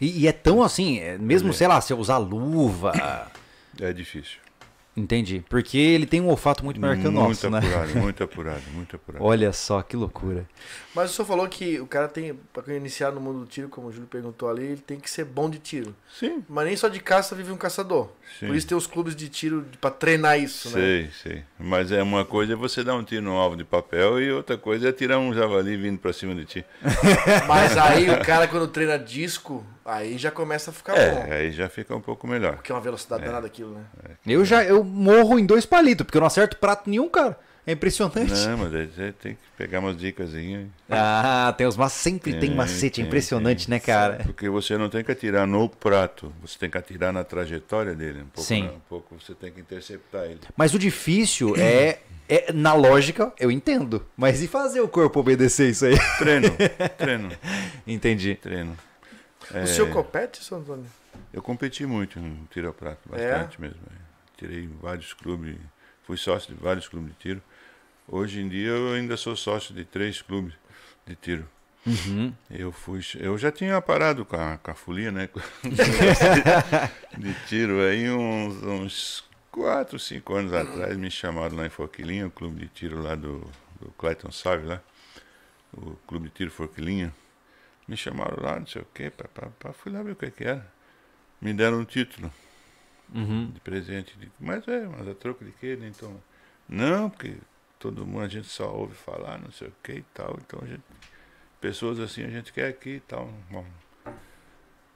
Speaker 1: E, e é tão assim, é, mesmo, sei lá, se eu usar luva.
Speaker 4: É difícil.
Speaker 1: Entendi. Porque ele tem um olfato muito maior que o nosso, né?
Speaker 4: apurado, muito apurado, muito apurado.
Speaker 1: Olha só, que loucura.
Speaker 2: Mas o senhor falou que o cara tem, pra iniciar no mundo do tiro, como o Júlio perguntou ali, ele tem que ser bom de tiro.
Speaker 4: Sim,
Speaker 2: Mas nem só de caça vive um caçador.
Speaker 4: Sim.
Speaker 2: Por isso tem os clubes de tiro pra treinar isso, né?
Speaker 4: sei, sei. Mas é uma coisa é você dar um tiro num alvo de papel e outra coisa é tirar um javali vindo pra cima de ti.
Speaker 2: Mas aí o cara, quando treina disco, aí já começa a ficar
Speaker 4: É,
Speaker 2: bom.
Speaker 4: aí já fica um pouco melhor.
Speaker 2: Porque é uma velocidade danada aquilo, né?
Speaker 1: Eu já eu morro em dois palitos, porque eu não acerto prato nenhum, cara. É impressionante.
Speaker 4: Não, mas aí você tem que pegar umas dicas.
Speaker 1: Ah, tem os macetes. Sempre tem
Speaker 4: Tem,
Speaker 1: macete. é
Speaker 4: tem,
Speaker 1: impressionante, né, cara?
Speaker 4: Porque você não tem que atirar no prato, você tem que atirar na trajetória dele. Um pouco,
Speaker 1: Sim.
Speaker 4: né? Um pouco você tem que interceptar ele.
Speaker 1: Mas o difícil é, é. Na lógica, eu entendo. Mas e fazer o corpo obedecer isso aí?
Speaker 4: Treino, treino,
Speaker 1: Entendi.
Speaker 4: treino. É.
Speaker 2: O senhor compete, senhor Antônio?
Speaker 4: Eu competi muito no tiro ao prato, bastante mesmo. é. Tirei vários clubes, fui sócio de vários clubes de tiro. Hoje em dia eu ainda sou sócio de três clubes de tiro. Eu fui, eu já tinha parado com a, com a folia, né? de tiro aí uns, uns quatro, cinco anos atrás me chamaram lá em Forquilinha, o clube de tiro lá do, do Clayton Sávio lá, o clube de tiro Forquilinha. Me chamaram lá, não sei o quê, pá, pá, pá, fui lá ver o que que era me deram um título
Speaker 1: Uhum.
Speaker 4: de presente. Digo, Mas é, mas a troco de quê? né? Então, não, porque todo mundo, a gente só ouve falar, não sei o que e tal. Então, a gente, pessoas assim a gente quer aqui e tal. Bom.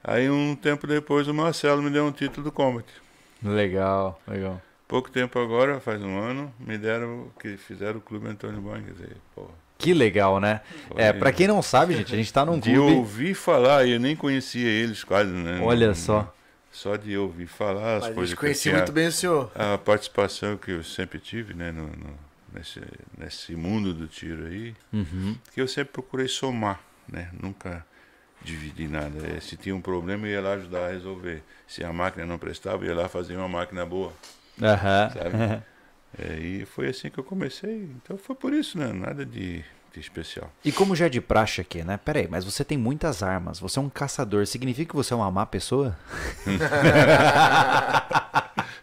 Speaker 4: Aí, um tempo depois, o Marcelo me deu um título do Combat.
Speaker 1: Legal, legal.
Speaker 4: Pouco tempo agora, faz um ano, me deram, o que fizeram o Clube Antônio Boing. Quer dizer, pô,
Speaker 1: Que legal, né?
Speaker 4: foi-
Speaker 1: É, pra quem não sabe, gente, a gente tá num
Speaker 4: De
Speaker 1: clube.
Speaker 4: ouvir falar, eu nem conhecia eles quase, né?
Speaker 1: Olha só.
Speaker 4: Só de ouvir falar as
Speaker 2: Mas a
Speaker 4: coisas
Speaker 2: gente
Speaker 4: que
Speaker 2: conhecia
Speaker 4: tinha-
Speaker 2: muito bem o senhor.
Speaker 4: a participação que eu sempre tive né, no, no- nesse, nesse mundo do tiro aí,
Speaker 1: Uhum.
Speaker 4: que eu sempre procurei somar, né? Nunca dividi nada. Eh, Se tinha um problema, eu ia lá ajudar a resolver. Se a máquina não prestava, eu ia lá fazer uma máquina boa,
Speaker 1: Aham.
Speaker 4: sabe? Eh, e foi assim que eu comecei. Então foi por isso, né? Nada de, de especial.
Speaker 1: E como já é de praxe aqui, né? Pera aí, mas você tem muitas armas, você é um caçador, significa que você é uma má pessoa?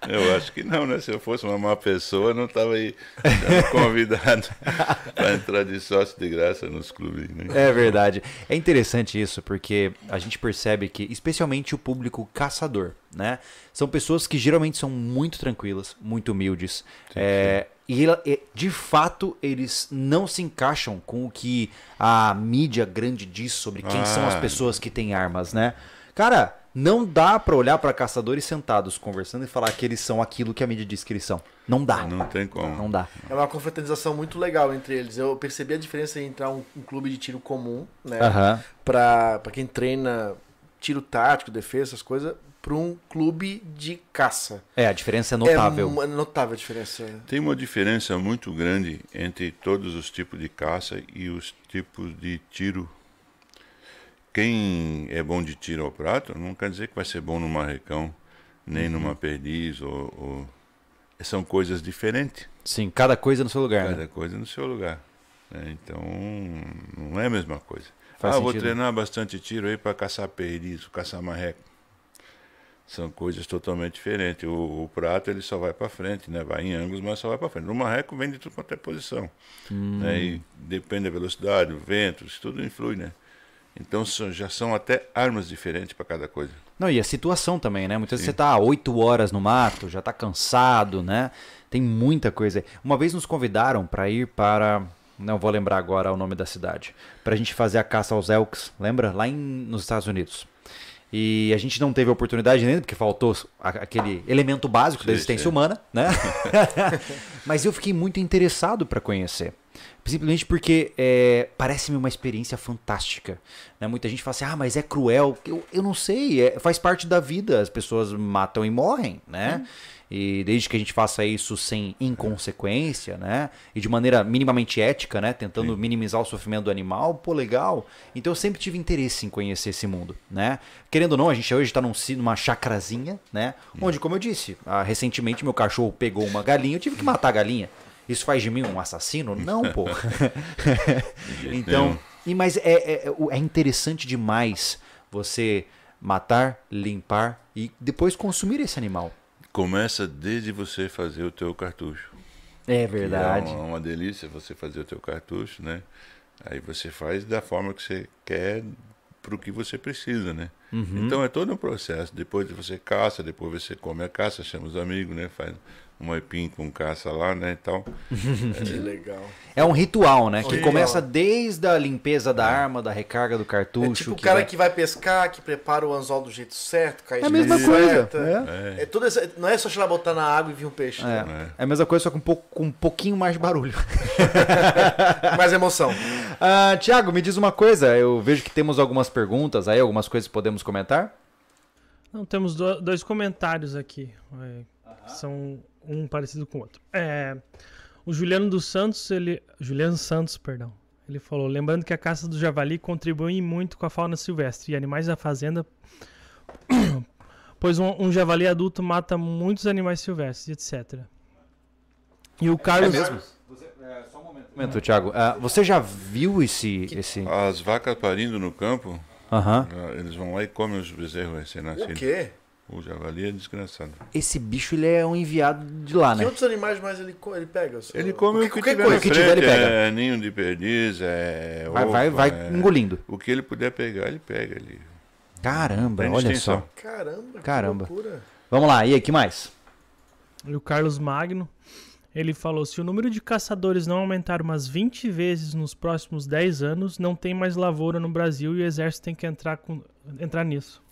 Speaker 4: Eu acho que não, né? Se eu fosse uma má pessoa, eu não estava aí sendo convidado para entrar de sócio de graça nos clubes, né?
Speaker 1: É verdade. É interessante isso, porque a gente percebe que, especialmente o público caçador, né? São pessoas que geralmente são muito tranquilas, muito humildes. é, E ela- e, de fato eles não se encaixam com o que a mídia grande diz sobre quem são as
Speaker 4: Ah.
Speaker 1: pessoas que têm armas, né? Cara, não dá pra olhar pra caçadores sentados conversando e falar que eles são aquilo que a mídia diz que eles são. Não dá.
Speaker 4: Não tem como.
Speaker 1: Não dá.
Speaker 2: É uma confraternização muito legal entre eles. Eu percebi a diferença entre entrar um, um clube de tiro comum, né?
Speaker 1: Aham.
Speaker 2: Pra, pra quem treina tiro tático, defesa, essas coisas, pra um clube de caça.
Speaker 1: É, a diferença é
Speaker 2: É
Speaker 1: notável.
Speaker 2: uma notável a diferença. né?
Speaker 4: Tem uma diferença muito grande entre todos os tipos de caça e os tipos de tiro. Quem é bom de tiro ao prato não quer dizer que vai ser bom no marrecão, nem numa perdiz. Ou, ou- São coisas diferentes,
Speaker 1: Sim, cada coisa no seu lugar. né?
Speaker 4: cada coisa no seu lugar. né? Então, não é a mesma coisa.
Speaker 1: Faz
Speaker 4: ah, vou
Speaker 1: sentido.
Speaker 4: treinar bastante tiro aí para caçar perdiz, caçar marreco. São coisas totalmente diferentes. O, o prato ele só vai para frente, né? Vai em ângulos, mas só vai para frente. O marreco vem de tudo quanto é posição.
Speaker 1: Hum.
Speaker 4: Né? E depende da velocidade, o vento, isso tudo influi, né? Então são- já são até armas diferentes para cada coisa.
Speaker 1: Não, e a situação também, né? Muitas vezes você tá oito horas no mato, já tá cansado, né? Tem muita coisa. aí. Uma vez nos convidaram para ir para. Não vou lembrar agora o nome da cidade. Pra gente fazer a caça aos Elks, lembra? Lá em, nos Estados Unidos. E a gente não teve oportunidade nem porque faltou a- aquele elemento básico da
Speaker 4: Sim,
Speaker 1: existência
Speaker 4: sim.
Speaker 1: humana, né? Mas eu fiquei muito interessado para conhecer. Simplesmente porque é, parece-me uma experiência fantástica. né? Muita gente fala assim, ah, mas é cruel. Eu, eu não sei, é- faz parte da vida. As pessoas matam e morrem, né? E desde que a gente faça isso sem inconsequência, né? E de maneira minimamente ética, né? Tentando minimizar o sofrimento do animal, pô, legal. Então eu sempre tive interesse em conhecer esse mundo, né? Querendo ou não, a gente hoje está num, si- numa chacrazinha, né? Onde, como eu disse, ah, recentemente meu cachorro pegou uma galinha, eu tive que matar a galinha. Isso faz de mim um assassino? Não, pô. então, e, mas é, é, o- é interessante demais você matar, limpar e depois consumir esse animal.
Speaker 4: Começa desde você fazer o teu cartucho.
Speaker 1: É
Speaker 4: que
Speaker 1: verdade.
Speaker 4: É uma, uma delícia você fazer o teu cartucho, né? Aí você faz da forma que você quer, para o que você precisa, né?
Speaker 1: Uhum.
Speaker 4: Então é todo um processo. Depois você caça, depois você come a caça, chama os amigos, né? Faz um epim com caça lá, né? E tal.
Speaker 2: Que legal.
Speaker 1: É um ritual, né? Que
Speaker 2: Ritual.
Speaker 1: começa desde a limpeza da arma, da recarga do cartucho.
Speaker 2: É tipo o
Speaker 1: que
Speaker 2: cara
Speaker 1: vai-
Speaker 2: que vai pescar, que prepara o anzol do jeito certo, cai
Speaker 1: É a mesma coisa. É.
Speaker 2: É. tudo essa- não é só tirar botar na água e vir um peixe. né?
Speaker 1: É. É a mesma coisa, só com um, pouco, com um pouquinho mais de barulho.
Speaker 2: Mais é emoção.
Speaker 1: Ah, Tiago, me diz uma coisa. Eu vejo que temos algumas perguntas aí, algumas coisas que podemos comentar.
Speaker 3: Não, temos do- dois comentários aqui. é, que São um parecido com o outro. É, o Juliano dos Santos, ele. Juliano Santos, perdão. Ele falou, lembrando que a caça do javali contribui muito com a fauna silvestre e animais da fazenda, pois um, um javali adulto mata muitos animais silvestres, etc. E o Carlos.
Speaker 1: Um momento, Tiago. Ah, você já viu esse... esse...
Speaker 4: As vacas parindo no campo,
Speaker 1: Aham.
Speaker 4: ah, eles vão lá e comem os bezerros
Speaker 2: O
Speaker 4: recém-nascidos.
Speaker 2: quê?
Speaker 4: O javali é desgraçado.
Speaker 1: Esse bicho, ele é um enviado de lá,
Speaker 2: Que
Speaker 1: né?
Speaker 2: outros animais mais ele, co- ele pega? seu-
Speaker 4: É. Ele come o que,
Speaker 2: qualquer
Speaker 4: tiver
Speaker 2: coisa.
Speaker 4: na
Speaker 1: que tiver, ele
Speaker 4: frente,
Speaker 1: pega.
Speaker 4: É ninho de perdiz, é
Speaker 1: Vai, vai,
Speaker 4: ovo,
Speaker 1: vai
Speaker 4: é-
Speaker 1: engolindo.
Speaker 4: O que ele puder pegar, ele pega ali.
Speaker 1: Caramba,
Speaker 4: Tem
Speaker 1: olha
Speaker 4: distinção.
Speaker 1: só.
Speaker 2: Caramba, que
Speaker 1: Caramba.
Speaker 2: loucura.
Speaker 1: Vamos lá, e aí, que mais?
Speaker 3: E o Carlos Magno, ele falou: se o número de caçadores não aumentar umas 20 vezes nos próximos 10 anos, não tem mais lavoura no Brasil e o exército tem que entrar, com, entrar nisso.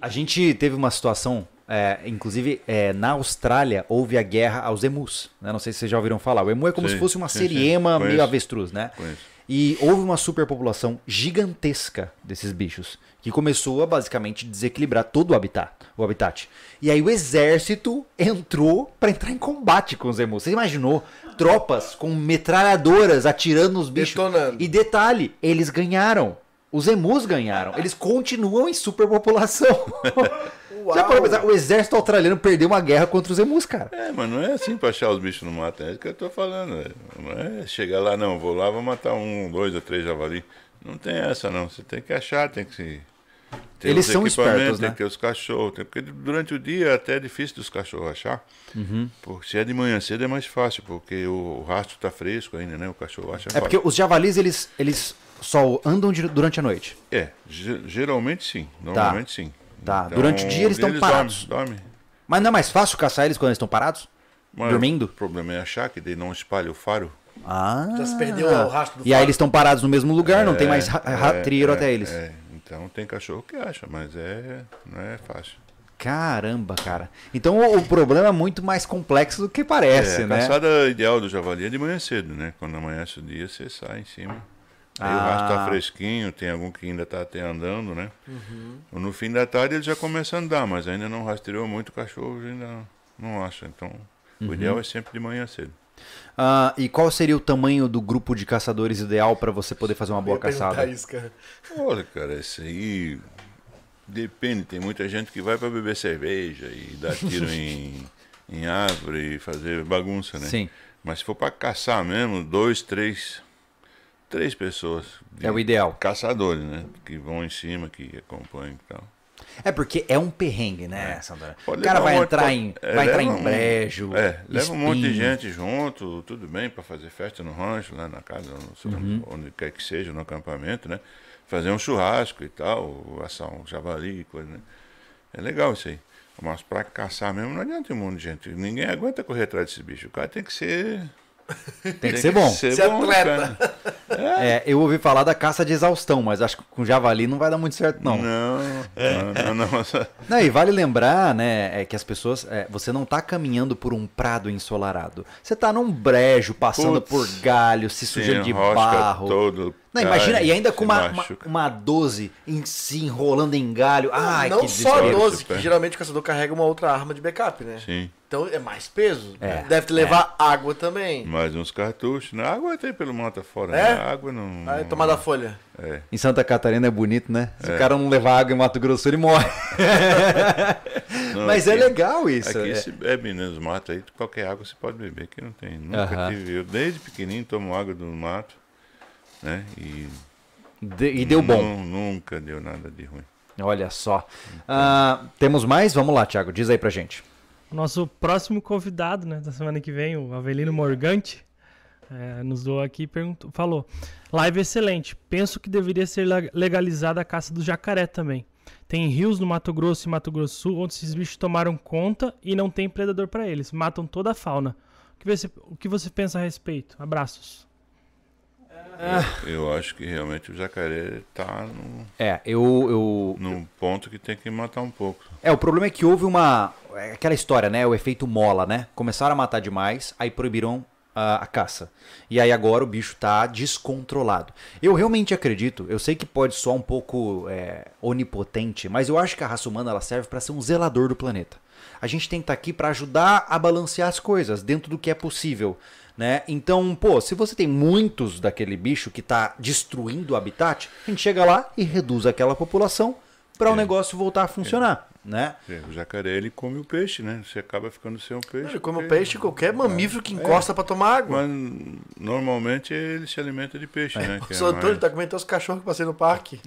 Speaker 1: A gente teve uma situação, é, inclusive é, na Austrália houve a guerra aos emus. né? Não sei se vocês já ouviram falar. O emu é como
Speaker 4: Sim,
Speaker 1: se fosse uma
Speaker 4: sim, sim.
Speaker 1: seriema meio
Speaker 4: Conheço.
Speaker 1: avestruz, né?
Speaker 4: Conheço.
Speaker 1: E houve uma superpopulação gigantesca desses bichos, que começou a basicamente desequilibrar todo o habitat. O habitat. E aí o exército entrou pra entrar em combate com os emus. Você imaginou? Tropas com metralhadoras atirando nos bichos.
Speaker 2: Detonando.
Speaker 1: E detalhe, eles ganharam. Os emus ganharam. Eles continuam em superpopulação. Já parou pra pensar? o exército australiano perdeu uma guerra contra os emus, cara.
Speaker 4: É, mas não é assim pra achar os bichos no mato, é isso que eu tô falando. é. Não é chegar lá, não, vou lá, vou matar um, dois ou três javali. Não tem essa, não. Você tem que achar, tem que se. ter
Speaker 1: Eles
Speaker 4: os
Speaker 1: são
Speaker 4: equipamentos,
Speaker 1: espertos, né?
Speaker 4: Tem que ter os cachorros. Tem... Porque durante o dia até é difícil dos cachorros achar.
Speaker 1: Uhum.
Speaker 4: Porque se é de manhã cedo é mais fácil, porque o, o rastro tá fresco ainda, né? O cachorro acha
Speaker 1: É porque
Speaker 4: fácil.
Speaker 1: os javalis, eles, eles só andam de- durante a noite.
Speaker 4: É, ge- geralmente sim. Normalmente sim. Então,
Speaker 1: Tá, durante o dia eles estão parados.
Speaker 4: Dormem, dormem.
Speaker 1: Mas não é mais fácil caçar eles quando eles estão parados?
Speaker 4: Mas
Speaker 1: Dormindo?
Speaker 4: O problema é achar que daí não espalha o faro.
Speaker 1: Ah.
Speaker 2: Já se perdeu É o rastro
Speaker 1: E
Speaker 2: do
Speaker 1: aí
Speaker 2: faro.
Speaker 1: eles estão parados no mesmo lugar, não tem mais ra- ra-
Speaker 4: É,
Speaker 1: trieiro
Speaker 4: é,
Speaker 1: até eles.
Speaker 4: é. Então tem cachorro que acha, mas é não é fácil.
Speaker 1: Caramba, cara. Então o, o problema é muito mais complexo do que parece,
Speaker 4: é,
Speaker 1: né?
Speaker 4: A caçada ideal do javali é de manhã cedo, né? Quando amanhece o dia, você sai em cima. Aí o
Speaker 1: Ah.
Speaker 4: rastro tá fresquinho, tem algum que ainda tá até andando, né?
Speaker 1: Uhum.
Speaker 4: No fim da tarde ele já começa a andar, mas ainda não rastreou muito, o cachorro ainda não acha. Então
Speaker 1: Uhum.
Speaker 4: o ideal é sempre de manhã cedo.
Speaker 1: Ah, e qual seria o tamanho do grupo de caçadores ideal pra você poder fazer uma
Speaker 2: Eu
Speaker 1: boa
Speaker 2: ia perguntar
Speaker 1: caçada?
Speaker 2: isso, cara.
Speaker 4: Olha, cara, isso aí depende. Tem muita gente que vai pra beber cerveja e dar tiro em, em árvore e fazer bagunça, né?
Speaker 1: Sim.
Speaker 4: Mas se for pra caçar mesmo, dois, três, três pessoas. de
Speaker 1: É o ideal.
Speaker 4: Caçadores, né? Que vão em cima, que acompanham e tal.
Speaker 1: É porque é um perrengue, né, Sandra?
Speaker 4: Pode
Speaker 1: o cara
Speaker 4: levar um
Speaker 1: vai
Speaker 4: monte-
Speaker 1: entrar em,
Speaker 4: é,
Speaker 1: vai entrar
Speaker 4: leva
Speaker 1: em
Speaker 4: um-
Speaker 1: brejo.
Speaker 4: É, leva um monte de
Speaker 1: espinho.
Speaker 4: gente junto, tudo bem, pra fazer festa no rancho, lá na casa, no-
Speaker 1: Uhum.
Speaker 4: onde quer que seja, no acampamento, né? Fazer um churrasco e tal, assar um javali, coisa, né? É legal isso aí. Mas pra caçar mesmo não adianta um monte de gente. Ninguém aguenta correr atrás desse bicho. O cara tem que ser.
Speaker 1: Tem que ser bom.
Speaker 2: Ser atleta.
Speaker 4: cara.
Speaker 1: É, eu ouvi falar da caça de exaustão, mas acho que com javali não vai dar muito certo, não.
Speaker 4: Não, não, não, não.
Speaker 1: Não, e vale lembrar, né, é que as pessoas. é, você não tá caminhando por um prado ensolarado. Você tá num brejo, passando
Speaker 4: Putz.
Speaker 1: por galhos, se
Speaker 4: Sim,
Speaker 1: sujando de
Speaker 4: enrosca
Speaker 1: barro.
Speaker 4: todo,
Speaker 1: Não, imagina,
Speaker 4: cai,
Speaker 1: e ainda com
Speaker 4: se
Speaker 1: uma, uma,
Speaker 4: machuca.
Speaker 1: uma 12 em, se enrolando em galho. Ai,
Speaker 2: não
Speaker 1: que
Speaker 2: só a
Speaker 1: desespero.
Speaker 2: 12, que
Speaker 4: Super.
Speaker 2: geralmente o caçador carrega uma outra arma de backup, né?
Speaker 4: Sim.
Speaker 2: Então é mais peso.
Speaker 1: É.
Speaker 2: Deve levar água também.
Speaker 4: Mais uns cartuchos. Na água tem pelo mato fora.
Speaker 2: É?
Speaker 4: né? Na água não.
Speaker 2: Aí, tomada a folha.
Speaker 4: É.
Speaker 1: Em Santa Catarina é bonito, né? Se o cara não levar água em Mato Grosso, ele morre.
Speaker 4: Não,
Speaker 1: Mas é
Speaker 4: aqui-
Speaker 1: legal isso.
Speaker 4: Aqui
Speaker 1: é.
Speaker 4: se bebe né, nos matos aí, qualquer água você pode beber, que não tem. Nunca
Speaker 1: Aham.
Speaker 4: tive. Eu desde pequenininho tomo água do mato, né? E,
Speaker 1: De- e deu bom.
Speaker 4: nu- Nunca deu nada de ruim.
Speaker 1: Olha só. Ah, temos mais? Vamos lá, Thiago. Diz aí pra gente.
Speaker 3: Nosso próximo convidado, né, da semana que vem, o Avelino Morgante, é, nos doou aqui e perguntou, falou: Live excelente. Penso que deveria ser la- legalizada a caça do jacaré também. Tem rios no Mato Grosso e Mato Grosso do Sul onde esses bichos tomaram conta e não tem predador pra eles. Matam toda a fauna. O que você, o que você pensa a respeito? Abraços.
Speaker 4: Eu acho que realmente o jacaré tá num,
Speaker 1: É, eu, eu,
Speaker 4: num ponto que tem que matar um pouco.
Speaker 1: É, o problema é que houve uma. é Aquela história, né? O efeito mola, né? Começaram a matar demais, aí proibiram ah, a, a caça. E aí agora o bicho tá descontrolado. Eu realmente acredito, eu sei que pode soar um pouco é, onipotente, mas eu acho que a raça humana ela serve pra ser um zelador do planeta. A gente tem que estar aqui pra ajudar a balancear as coisas dentro do que é possível. Né? Então, pô, se você tem muitos daquele bicho que tá destruindo o habitat, a gente chega lá e reduz aquela população pra o negócio voltar a funcionar, né?
Speaker 4: É, O jacaré ele come o peixe, né? Você acaba ficando sem o peixe.
Speaker 2: Ele come o
Speaker 4: porque-
Speaker 2: peixe qualquer mamífero
Speaker 4: É.
Speaker 2: que encosta pra tomar água.
Speaker 4: Mas normalmente ele se alimenta de peixe, né?
Speaker 2: O
Speaker 4: que é
Speaker 2: seu Antônio
Speaker 4: mais-
Speaker 2: tá comentando os cachorros que passei no parque.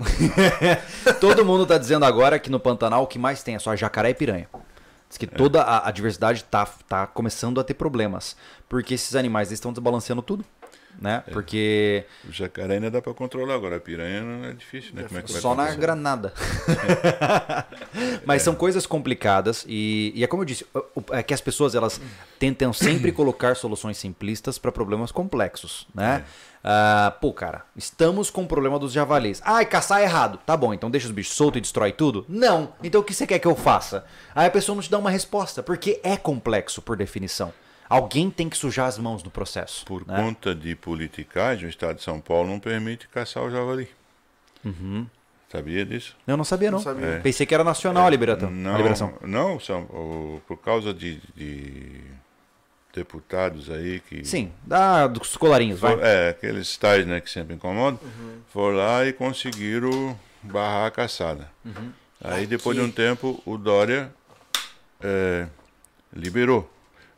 Speaker 1: Todo mundo tá dizendo agora que no Pantanal o que mais tem é só jacaré e piranha. Diz que toda a, a diversidade tá, tá começando a ter problemas. Porque esses animais eles estão desbalanceando tudo. Né? Porque
Speaker 4: O jacaré ainda dá pra controlar agora. A piranha não é difícil, né? Como é que vai
Speaker 1: só na
Speaker 4: acontecer? É.
Speaker 1: granada. Mas são coisas complicadas e, e é como eu disse, o- o- é que as pessoas elas tentam sempre colocar soluções simplistas para problemas complexos, né?
Speaker 4: É.
Speaker 1: Ah, pô, cara, estamos com o problema dos javalis. Ai, caçar é errado. Tá bom, então deixa os bichos soltos e destrói tudo? Não. Então o que você quer que eu faça? Aí a pessoa não te dá uma resposta, porque é complexo por definição. Alguém tem que sujar as mãos no processo.
Speaker 4: Por
Speaker 1: né?
Speaker 4: conta de politicagem, o estado de São Paulo não permite caçar o javali.
Speaker 1: Uhum.
Speaker 4: Sabia disso?
Speaker 1: Eu não sabia, não.
Speaker 2: sabia. É.
Speaker 1: Pensei que era nacional a liberação.
Speaker 4: Não,
Speaker 1: Então, a liberação.
Speaker 4: não são, o- por causa de, de deputados aí que.
Speaker 1: Sim, dá dos colarinhos, vai. Uhum.
Speaker 4: For- é, aqueles tais né, que sempre incomodam, foram lá e conseguiram barrar a caçada.
Speaker 1: Uhum.
Speaker 4: Aí depois de um tempo o Dória é, liberou.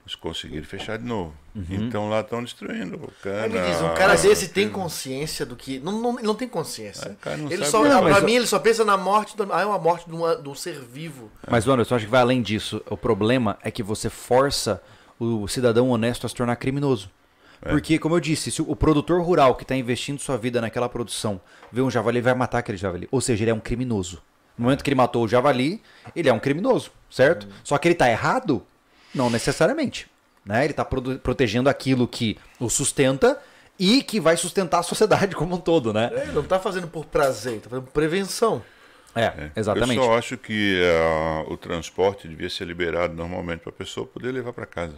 Speaker 4: Eles conseguiram fechar de novo.
Speaker 1: Uhum.
Speaker 4: Então lá estão destruindo. o
Speaker 2: Aí
Speaker 4: Cana,
Speaker 2: me diz, um cara desse tem consciência do que. Não, não, ele não tem consciência.
Speaker 4: É, o cara não
Speaker 2: ele
Speaker 4: sabe
Speaker 2: só,
Speaker 4: o que
Speaker 1: é.
Speaker 2: pra
Speaker 1: Mas-
Speaker 2: mim, ele só pensa na morte. Do, ah, é uma morte de, uma- de um ser vivo.
Speaker 1: Mas, Anderson, acho que vai além disso. O problema é que você força o cidadão honesto a se tornar criminoso. Porque, como eu disse, se o produtor rural que está investindo sua vida naquela produção vê um javali, ele vai matar aquele javali. Ou seja, ele é um criminoso. No momento que ele matou o javali, ele é um criminoso, certo? Só que ele tá errado? Não necessariamente. Né? Ele está protegendo aquilo que o sustenta e que vai sustentar a sociedade como um todo, né?
Speaker 2: Ele não tá fazendo por prazer, ele tá fazendo por prevenção.
Speaker 1: É,
Speaker 4: Eu
Speaker 1: exatamente.
Speaker 4: só acho que ah, o transporte devia ser liberado normalmente para a pessoa poder levar para casa.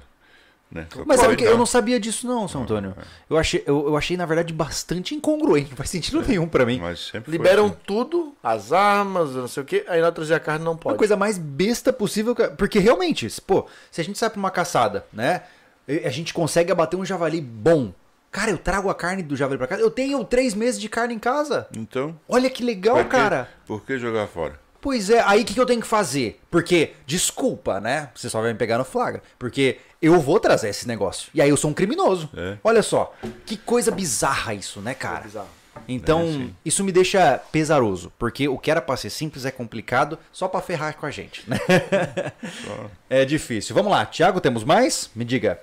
Speaker 4: Né? Pra
Speaker 1: Mas sabe que eu
Speaker 4: aproveitar.
Speaker 1: não sabia disso não, é. São Antônio. Eu achei, eu, eu achei, na verdade, bastante incongruente. Não faz sentido nenhum pra mim.
Speaker 4: Mas sempre foi
Speaker 2: Liberam
Speaker 4: assim.
Speaker 2: tudo, as armas, não sei o que, aí na trazer a carne não
Speaker 1: A
Speaker 2: pode.
Speaker 1: coisa mais besta possível. que- Porque realmente, se- pô, se a gente sai pra uma caçada, né? e A gente consegue abater um javali bom. Cara, eu trago a carne do javali pra casa. Eu tenho três meses de carne em casa.
Speaker 4: Então,
Speaker 1: Olha que legal,
Speaker 4: pra quê?
Speaker 1: cara.
Speaker 4: por que jogar fora?
Speaker 1: Pois é, aí o que, que eu tenho que fazer? Porque, desculpa, né? Você só vai me pegar no flagra. Porque eu vou trazer esse negócio. E aí eu sou um criminoso.
Speaker 4: É.
Speaker 1: Olha só, que coisa bizarra isso, né, cara?
Speaker 2: bizarro.
Speaker 1: Então, isso me deixa pesaroso, porque o que era pra ser simples é complicado só pra ferrar com a gente, né? é difícil. Vamos lá, Thiago, temos mais? Me diga.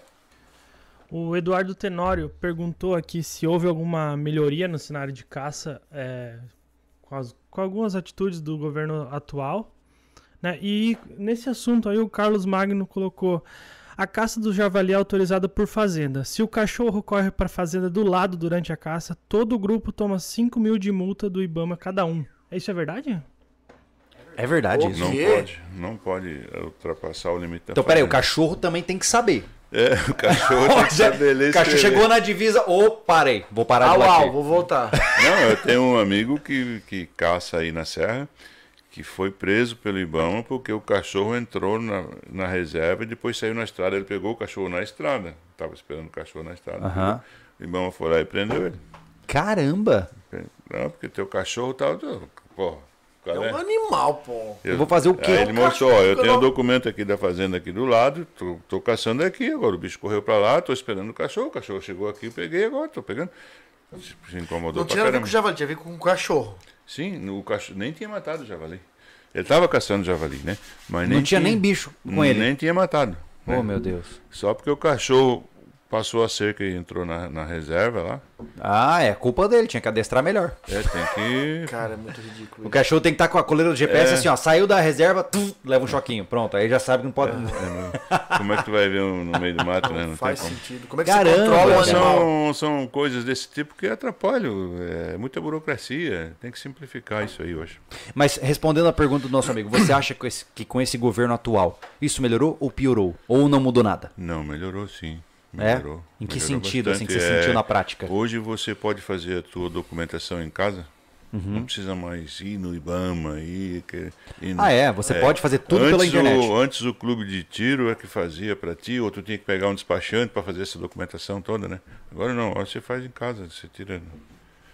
Speaker 3: O Eduardo Tenório perguntou aqui se houve alguma melhoria no cenário de caça é, com, as- com algumas atitudes do governo atual. né? E nesse assunto aí o Carlos Magno colocou a caça do javali é autorizada por fazenda. Se o cachorro corre para a fazenda do lado durante a caça, todo o grupo toma 5 mil de multa do Ibama cada um. Isso é verdade?
Speaker 1: É verdade
Speaker 2: Ô,
Speaker 1: isso.
Speaker 4: Não
Speaker 2: quê?
Speaker 4: pode, não pode ultrapassar o limite da
Speaker 1: Então, peraí, o
Speaker 4: fazenda.
Speaker 1: cachorro também tem que saber.
Speaker 4: É, o cachorro tem que
Speaker 1: Já-
Speaker 4: estabelecer.
Speaker 1: o cachorro chegou na divisa, ô, parei, vou parar de
Speaker 2: Au,
Speaker 1: latir.
Speaker 2: au, vou voltar.
Speaker 4: Não, eu tenho um amigo que, que caça aí na serra, que foi preso pelo Ibama porque o cachorro entrou na, na reserva e depois saiu na estrada. Ele pegou o cachorro na estrada. Estava esperando o cachorro na estrada.
Speaker 1: Aham.
Speaker 4: O Ibama foi lá e prendeu ele.
Speaker 1: Caramba!
Speaker 4: Não, porque teu cachorro tá. Porra,
Speaker 2: É
Speaker 4: qual é?
Speaker 2: um animal, pô.
Speaker 1: Eu vou fazer o quê?
Speaker 4: Aí ele
Speaker 1: É um
Speaker 4: mostrou, ó, eu
Speaker 2: cachorro,
Speaker 4: tenho
Speaker 2: não.
Speaker 4: um documento aqui da fazenda aqui do lado, tô, tô caçando aqui, agora o bicho correu pra lá, tô esperando o cachorro, o cachorro chegou aqui, eu peguei agora, tô pegando. Se se incomodou
Speaker 2: Não
Speaker 4: pra
Speaker 2: tinha nada a ver
Speaker 4: caramba.
Speaker 2: com o javali, tinha a ver com o cachorro.
Speaker 4: Sim, no- o cachorro nem tinha matado o javali. Ele estava caçando javali, né? Mas
Speaker 1: Não tinha nem bicho com ele.
Speaker 4: Nem tinha matado. né?
Speaker 1: Oh, meu Deus.
Speaker 4: Só porque o cachorro passou a cerca e entrou na, na reserva lá.
Speaker 1: Ah, é culpa dele, tinha que adestrar melhor.
Speaker 4: É, tem que.
Speaker 2: Cara, é muito
Speaker 1: O
Speaker 2: ridículo. isso.
Speaker 1: cachorro tem que estar com a coleira do
Speaker 4: É.
Speaker 1: GPS assim, ó. Saiu da reserva, tum, leva um choquinho. Pronto, aí já sabe que não pode.
Speaker 4: Como é que tu vai ver um no meio do mato, né?
Speaker 2: Não
Speaker 4: Não
Speaker 2: faz
Speaker 4: tem como.
Speaker 2: sentido. Como é que
Speaker 1: Caramba,
Speaker 2: você controla um
Speaker 1: cara.
Speaker 2: animal?
Speaker 4: São, são coisas desse tipo que atrapalham. É muita burocracia. Tem que simplificar isso aí hoje.
Speaker 1: Mas respondendo à pergunta do nosso amigo, você acha que, esse- que com esse governo atual isso melhorou ou piorou? Ou não mudou nada?
Speaker 4: Não, melhorou sim.
Speaker 1: É?
Speaker 4: Melhorou.
Speaker 1: Em que
Speaker 4: Melhorou
Speaker 1: sentido, assim, que você
Speaker 4: bastante.
Speaker 1: sentiu
Speaker 4: É,
Speaker 1: na prática?
Speaker 4: Hoje você pode fazer a tua documentação em casa.
Speaker 1: Uhum.
Speaker 4: Não precisa mais ir no Ibama, ir, que- ir no-
Speaker 1: Ah, é? Você pode fazer tudo pela
Speaker 4: Antes o-
Speaker 1: internet.
Speaker 4: antes o clube de tiro é que fazia para ti, ou tu tinha que pegar um despachante para fazer essa documentação toda, né? Agora não, agora você faz em casa, você tira.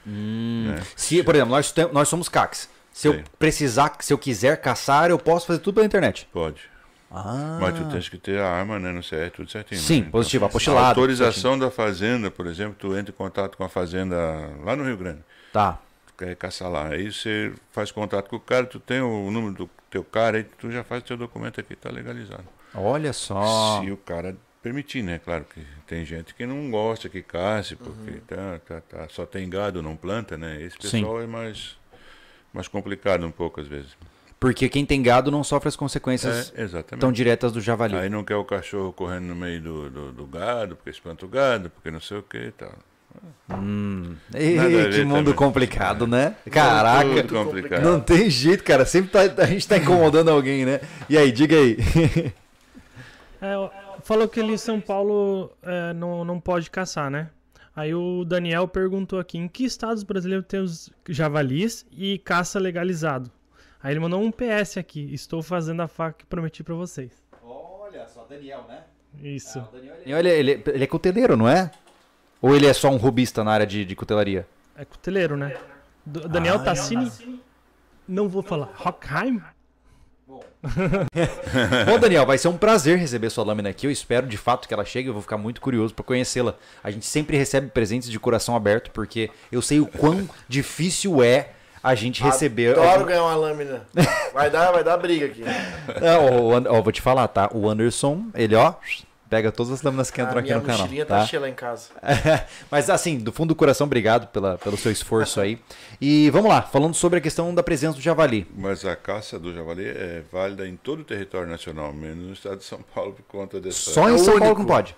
Speaker 1: Hum.
Speaker 4: né?
Speaker 1: Se, por exemplo, nós, tem- nós somos CACs. Se eu
Speaker 4: Sim.
Speaker 1: precisar, se eu quiser caçar, eu posso fazer tudo pela internet.
Speaker 4: Pode.
Speaker 1: Ah,
Speaker 4: Mas tu tens que ter a arma, né? No CR, tudo certinho. né?
Speaker 1: Sim,
Speaker 4: Então,
Speaker 1: positivo,
Speaker 4: a
Speaker 1: apostilado,
Speaker 4: Autorização da fazenda, por exemplo, tu entra em contato com a fazenda lá no Rio Grande.
Speaker 1: tá.
Speaker 4: Tu quer caçar lá. Aí você faz contato com o cara, tu tem o número do teu cara, aí tu já faz teu documento aqui, tá legalizado.
Speaker 1: Olha só.
Speaker 4: Se o cara permitir, né? Claro que tem gente que não gosta que casse, porque tá, tá, tá, só tem gado, não planta, né? Esse
Speaker 1: Uhum. Sim.
Speaker 4: pessoal é mais, mais complicado um pouco às vezes.
Speaker 1: Porque quem tem gado não sofre as consequências
Speaker 4: É, exatamente.
Speaker 1: tão diretas do javali.
Speaker 4: Aí não quer o cachorro correndo no meio do, do, do gado, porque espanta o gado, porque não sei o que e tal.
Speaker 1: Ei,
Speaker 4: Nada a ver
Speaker 1: que mundo
Speaker 4: também. É.
Speaker 1: complicado, né? Caraca.
Speaker 4: Tudo complicado.
Speaker 1: Não tem jeito, cara. Sempre tá- a gente tá incomodando alguém, né? E aí, diga aí.
Speaker 3: É, ó, falou que ele em São Paulo é, não, não pode caçar, né? Aí o Daniel perguntou aqui: em que estados brasileiros temos javalis e caça legalizado? Aí ele mandou um PS aqui: estou fazendo a faca que prometi pra vocês.
Speaker 1: Olha só, Daniel, né?
Speaker 3: Isso.
Speaker 1: Daniel, ele, ele- ele é cuteleiro, não é? Ou ele é só um robista na área de, de cutelaria?
Speaker 3: É cuteleiro, né? Do- Ah, Daniel Tassini? Não vou falar. Rockheim?
Speaker 1: Bom, Daniel, vai ser um prazer receber sua lâmina aqui. Eu espero de fato que ela chegue. Eu vou ficar muito curioso pra conhecê-la. A gente sempre recebe presentes de coração aberto, porque eu sei o quão difícil é a gente receber.
Speaker 2: Adoro ganhar uma lâmina. Vai dar, vai dar briga aqui.
Speaker 1: É, ó, o An- ó, vou te falar, tá? O Anderson, ele, ó, pega todas as lâminas que
Speaker 2: A
Speaker 1: entram aqui
Speaker 2: minha
Speaker 1: no canal.
Speaker 2: mochilinha tá
Speaker 1: Tá?
Speaker 2: cheia lá em casa.
Speaker 1: Mas assim, do fundo do coração, obrigado pela, pelo seu esforço aí. E vamos lá, falando sobre a questão da presença do javali.
Speaker 4: Mas a caça do javali é válida em todo o território nacional, menos no estado de São Paulo por conta dessa. É,
Speaker 1: Só
Speaker 2: É
Speaker 1: em
Speaker 2: o
Speaker 1: São Paulo
Speaker 2: único.
Speaker 1: que não pode.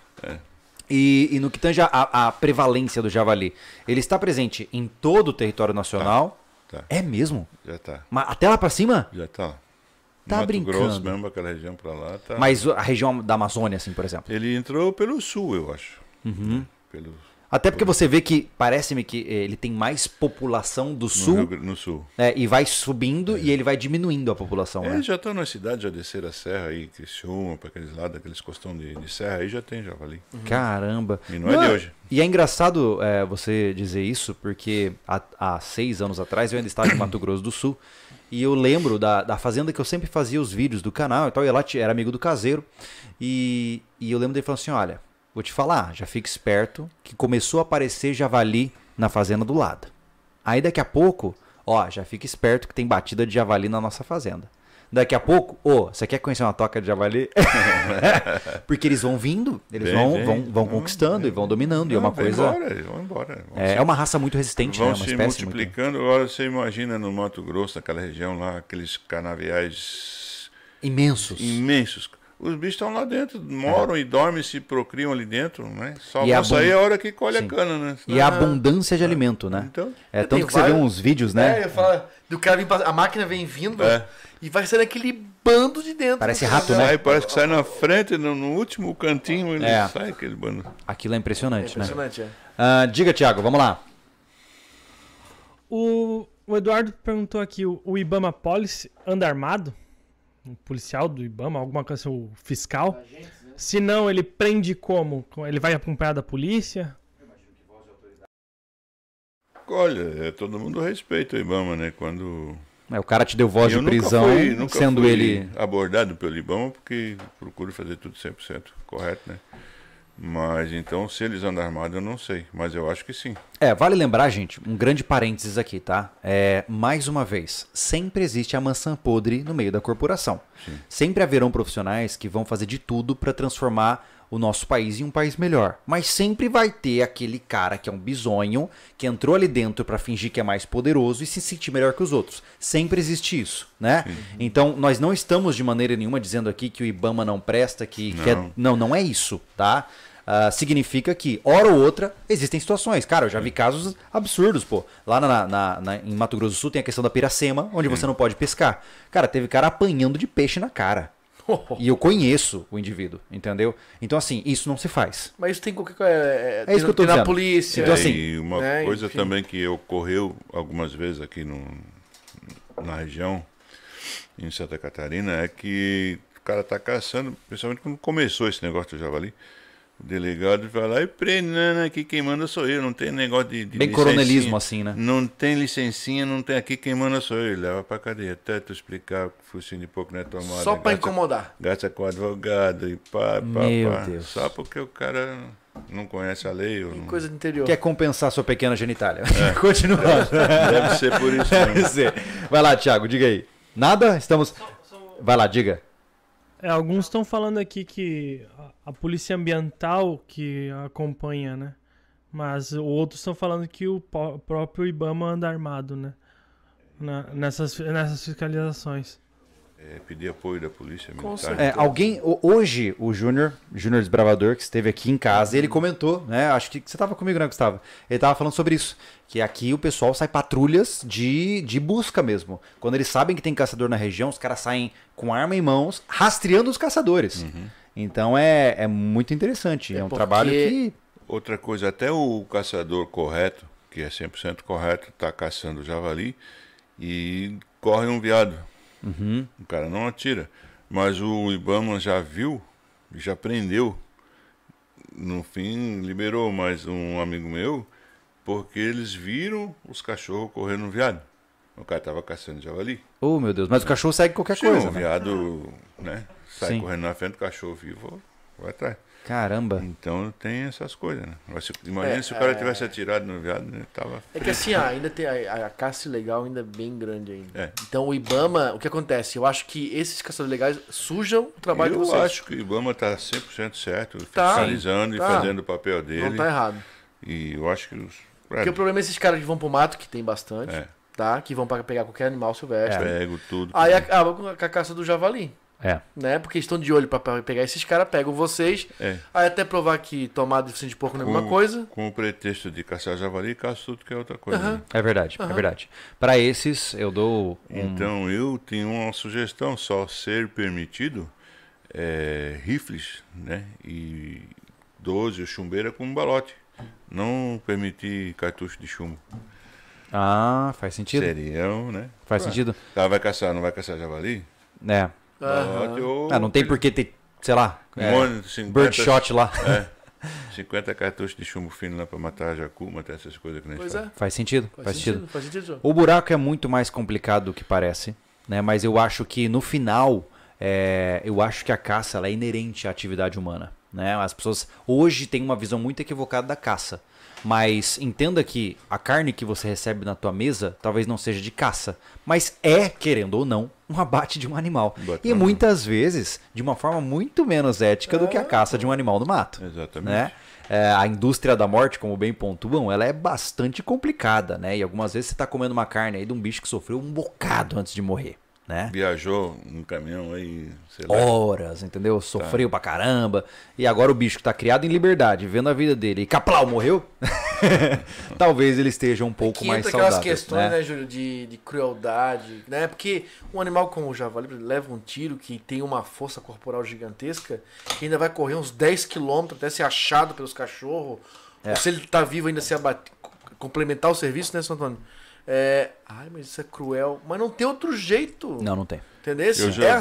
Speaker 1: E, e no que tange a, a prevalência do javali, ele está presente em todo o território nacional.
Speaker 4: Tá, tá.
Speaker 1: É mesmo?
Speaker 4: Já tá.
Speaker 1: Mas até lá pra cima?
Speaker 4: Já tá. lá.
Speaker 1: Tá
Speaker 4: Mato
Speaker 1: brincando.
Speaker 4: Grosso mesmo, aquela região pra lá, tá.
Speaker 1: Mas a região da Amazônia, assim, por exemplo.
Speaker 4: Ele entrou pelo sul, eu acho.
Speaker 1: Uhum.
Speaker 4: Pelo
Speaker 1: Até porque você vê que parece-me que eh, ele tem mais população do
Speaker 4: no
Speaker 1: sul
Speaker 4: Rio Gran- no sul.
Speaker 1: É, e vai subindo e ele vai diminuindo a população, né?
Speaker 4: Eles já estão nas cidades, já desceram a serra aí, Criciúma, para aqueles lados, aqueles costão de, de serra aí, já tem javali.
Speaker 1: Caramba.
Speaker 4: E não é de hoje.
Speaker 1: E é engraçado é, você dizer isso, porque há, há seis anos atrás eu ainda estava em Mato Grosso do Sul. E eu lembro da, da fazenda que eu sempre fazia os vídeos do canal e tal. E ela era amigo do caseiro. E, e eu lembro dele falando assim: olha, vou te falar, já fica esperto que começou a aparecer javali na fazenda do lado. Aí daqui a pouco, ó, já fica esperto que tem batida de javali na nossa fazenda. Daqui a pouco, ô, você quer conhecer uma toca de javali? Porque eles vão vindo, eles
Speaker 4: Vem,
Speaker 1: vão,
Speaker 4: vem.
Speaker 1: vão, vão
Speaker 4: Não,
Speaker 1: conquistando
Speaker 4: vem.
Speaker 1: e vão dominando. e é
Speaker 4: Não,
Speaker 1: uma
Speaker 4: vão
Speaker 1: coisa.
Speaker 4: Embora, vão embora. Vão
Speaker 1: É, é uma raça muito resistente, né?
Speaker 4: vão
Speaker 1: É uma
Speaker 4: se
Speaker 1: espécie muito.
Speaker 4: multiplicando. Agora você imagina no Mato Grosso, naquela região lá, aqueles canaviais
Speaker 1: Imensos.
Speaker 4: imensos. Os bichos estão lá dentro, moram e dormem, se procriam ali dentro, né? Só
Speaker 1: É. E
Speaker 4: vão
Speaker 1: a bun-
Speaker 4: sair a hora que colhe
Speaker 1: Sim.
Speaker 4: a cana, né?
Speaker 1: E a abundância de alimento, né?
Speaker 4: Então,
Speaker 1: é
Speaker 2: tem
Speaker 1: tanto que você vê
Speaker 2: vários-
Speaker 1: uns vídeos,
Speaker 2: É,
Speaker 1: né?
Speaker 2: eu falo, do cara vir pass- a máquina vem vindo
Speaker 4: É.
Speaker 2: e vai saindo aquele bando de dentro.
Speaker 1: Parece
Speaker 2: do
Speaker 1: rato,
Speaker 2: cara.
Speaker 1: né?
Speaker 4: Aí parece que sai na frente, no, no último cantinho, ele
Speaker 1: É.
Speaker 4: sai aquele bando.
Speaker 1: Aquilo é
Speaker 2: É
Speaker 1: impressionante, né?
Speaker 2: impressionante, é.
Speaker 1: Ah, diga, Thiago, vamos lá.
Speaker 3: O, o Eduardo perguntou aqui: o, o Ibama Police anda armado? Um policial do Ibama, alguma coisa, assim, o fiscal? Se não, ele prende como? Com- Ele vai acompanhado da polícia?
Speaker 4: Olha, é, todo mundo respeita o Ibama, né? Quando
Speaker 1: É, o cara te deu voz
Speaker 4: Eu
Speaker 1: de
Speaker 4: nunca
Speaker 1: prisão,
Speaker 4: fui- nunca
Speaker 1: sendo
Speaker 4: fui
Speaker 1: ele.
Speaker 4: abordado pelo Ibama, porque procuro fazer tudo 100% correto, né? Mas então, se eles andam armados, eu não sei. Mas eu acho que sim.
Speaker 1: É, vale lembrar, gente, um grande parênteses aqui, tá? É, mais uma vez, sempre existe a maçã podre no meio da corporação. Sempre haverão profissionais que vão fazer de tudo para transformar o nosso país em um país melhor. Mas sempre vai ter aquele cara que é um bisonho, que entrou ali dentro para fingir que é mais poderoso e se sentir melhor que os outros. Sempre existe isso, né? Então, nós não estamos de maneira nenhuma dizendo aqui que o Ibama não presta, que que é-
Speaker 4: Não.
Speaker 1: não, não é isso, tá? Ah, significa que, hora ou outra, existem situações. Cara, eu já vi casos absurdos, pô. Lá na, na- na- em Mato Grosso do Sul tem a questão da piracema, onde você não pode pescar. Cara, teve cara apanhando de peixe na cara.
Speaker 2: é.
Speaker 1: E eu conheço o indivíduo, entendeu? Então, assim, isso não se faz.
Speaker 2: Mas isso tem qualquer coisa. É,
Speaker 1: É isso que eu tô
Speaker 2: tem na
Speaker 1: dizendo.
Speaker 2: polícia.
Speaker 1: Então,
Speaker 4: É,
Speaker 1: assim,
Speaker 4: e uma
Speaker 2: né,
Speaker 4: coisa
Speaker 2: enfim.
Speaker 4: também que ocorreu algumas vezes aqui no, na região, em Santa Catarina, é que o cara tá caçando, principalmente quando começou esse negócio do javali, o delegado vai lá e prende, né, né, aqui quem manda sou eu, não tem negócio de, de
Speaker 1: Bem
Speaker 4: licencinha.
Speaker 1: coronelismo, assim, né?
Speaker 4: Não tem licencinha, não tem aqui quem manda sou eu, leva pra cadeia, até tu explicar que focinho de pouco não é tomada.
Speaker 2: Só pra
Speaker 4: gasta-
Speaker 2: incomodar.
Speaker 4: Gasta com advogado e pá, pá,
Speaker 1: Meu
Speaker 4: pá.
Speaker 1: Deus.
Speaker 4: Só porque o cara não conhece a lei ou não
Speaker 2: Coisa do interior.
Speaker 1: Quer compensar sua pequena genitália. Continuando.
Speaker 4: Deve ser por isso
Speaker 1: Deve
Speaker 4: mesmo.
Speaker 1: ser. Vai lá, Thiago, diga aí. Nada? Estamos. Vai lá, diga.
Speaker 3: É, alguns estão falando aqui que a, a polícia ambiental que acompanha, né? Mas outros estão falando que o pó- próprio Ibama anda armado, né? Na- nessas, nessas fiscalizações.
Speaker 4: É, pedir apoio da polícia
Speaker 2: Com
Speaker 4: militar.
Speaker 1: É, alguém. o- Hoje, o Júnior, Júnior Desbravador, que esteve aqui em casa, ele comentou, né? Acho que você tava comigo, né, Gustavo? Ele tava falando sobre isso. Que aqui o pessoal sai patrulhas de, de busca mesmo. Quando eles sabem que tem caçador na região, os caras saem com arma em mãos, rastreando os caçadores.
Speaker 4: Uhum.
Speaker 1: Então é, é muito interessante. É, um
Speaker 2: porque-
Speaker 1: trabalho que.
Speaker 4: Outra coisa, até o caçador correto, que é 100% correto, está caçando o javali e corre um viado.
Speaker 1: Uhum.
Speaker 4: O cara não atira. Mas o Ibama já viu, já prendeu. No fim, liberou mais um amigo meu, porque eles viram os cachorros correndo um viado. O cara estava caçando javali.
Speaker 1: Oh, meu Deus. Mas o cachorro segue qualquer
Speaker 4: Sim,
Speaker 1: coisa.
Speaker 4: o
Speaker 1: né? Ah.
Speaker 4: veado, né? Sai
Speaker 1: Sim.
Speaker 4: correndo na frente do cachorro vivo, vai atrás.
Speaker 1: Caramba.
Speaker 4: Então tem essas coisas, né? Mas se- Imagina se o cara tivesse atirado no veado, né? Tava
Speaker 2: É que assim, ah, ainda tem a, a caça ilegal ainda é bem grande ainda.
Speaker 4: É.
Speaker 2: Então o Ibama, o que acontece? Eu acho que esses caçadores legais sujam o trabalho
Speaker 4: eu
Speaker 2: de vocês.
Speaker 4: acho que o Ibama tá 100% certo,
Speaker 2: Tá,
Speaker 4: fiscalizando
Speaker 2: tá.
Speaker 4: e fazendo o papel dele.
Speaker 2: Não tá errado.
Speaker 4: E eu acho que os
Speaker 2: Porque o problema é esses caras que vão pro mato, que tem bastante,
Speaker 4: É.
Speaker 2: tá? Que vão pra pegar qualquer animal silvestre.
Speaker 4: pego tudo.
Speaker 2: Aí é acaba com a, com a caça do javali,
Speaker 1: É.
Speaker 2: né? Porque eles estão de olho pra, pra pegar esses caras, pegam vocês.
Speaker 4: É.
Speaker 2: Aí até provar que tomada de focinho de porco não é a mesma coisa.
Speaker 4: Com o pretexto de caçar javali, caça tudo que é outra coisa. né?
Speaker 1: É verdade, é verdade. Pra esses, eu dou um.
Speaker 4: Então eu tenho uma sugestão só ser permitido é, rifles, né? E 12 chumbeira com um balote. Não permitir cartucho de chumbo.
Speaker 1: Ah, faz sentido.
Speaker 4: Serião, né?
Speaker 1: Faz
Speaker 4: Ué,
Speaker 1: sentido.
Speaker 4: O cara vai caçar, não vai caçar javali?
Speaker 1: É.
Speaker 4: Balote ou
Speaker 1: Ah, não tem por que ter, sei lá,
Speaker 4: Um
Speaker 1: é,
Speaker 4: monte de 50,
Speaker 1: birdshot lá.
Speaker 4: 50 cartuchos de chumbo fino lá pra matar jacu, matar essas coisas que nem
Speaker 2: Pois é.
Speaker 1: Faz sentido,
Speaker 2: Faz,
Speaker 1: faz,
Speaker 2: sentido.
Speaker 1: sentido.
Speaker 2: Faz sentido, João.
Speaker 1: O buraco é muito mais complicado do que parece, né? Mas eu acho que no final, é, eu acho que a caça ela é inerente à atividade humana, né? As pessoas hoje têm uma visão muito equivocada da caça, mas entenda que a carne que você recebe na tua mesa talvez não seja de caça, mas é querendo ou não um abate de um animal
Speaker 4: Abate
Speaker 1: e
Speaker 4: de um
Speaker 1: muitas vezes de uma forma muito menos ética do que a caça de um animal no mato,
Speaker 4: Exatamente.
Speaker 1: né? É, a indústria da morte, como bem pontuam, ela é bastante complicada, né? E algumas vezes você tá comendo uma carne aí de um bicho que sofreu um bocado antes de morrer, né?
Speaker 4: Viajou num caminhão aí, sei lá.
Speaker 1: Horas,
Speaker 4: Tá.
Speaker 1: entendeu? Sofreu pra caramba. E agora o bicho que tá criado em liberdade, vendo a vida dele e caplau, morreu? Talvez ele esteja um pouco
Speaker 2: que
Speaker 1: mais
Speaker 2: entra aquelas
Speaker 1: saudável.
Speaker 2: questões,
Speaker 1: né?
Speaker 2: né, Júlio, de, de crueldade, né? Porque um animal como o javali por exemplo, leva um tiro que tem uma força corporal gigantesca, que ainda vai correr uns 10 quilômetros até ser achado pelos cachorros,
Speaker 1: É.
Speaker 2: ou se ele tá vivo ainda se abate, complementar o serviço, né, Santo Antônio? É, ai, mas isso é cruel. Mas não tem outro jeito.
Speaker 1: Não, não tem.
Speaker 2: Entendeu?
Speaker 4: Eu já
Speaker 2: é
Speaker 4: vi,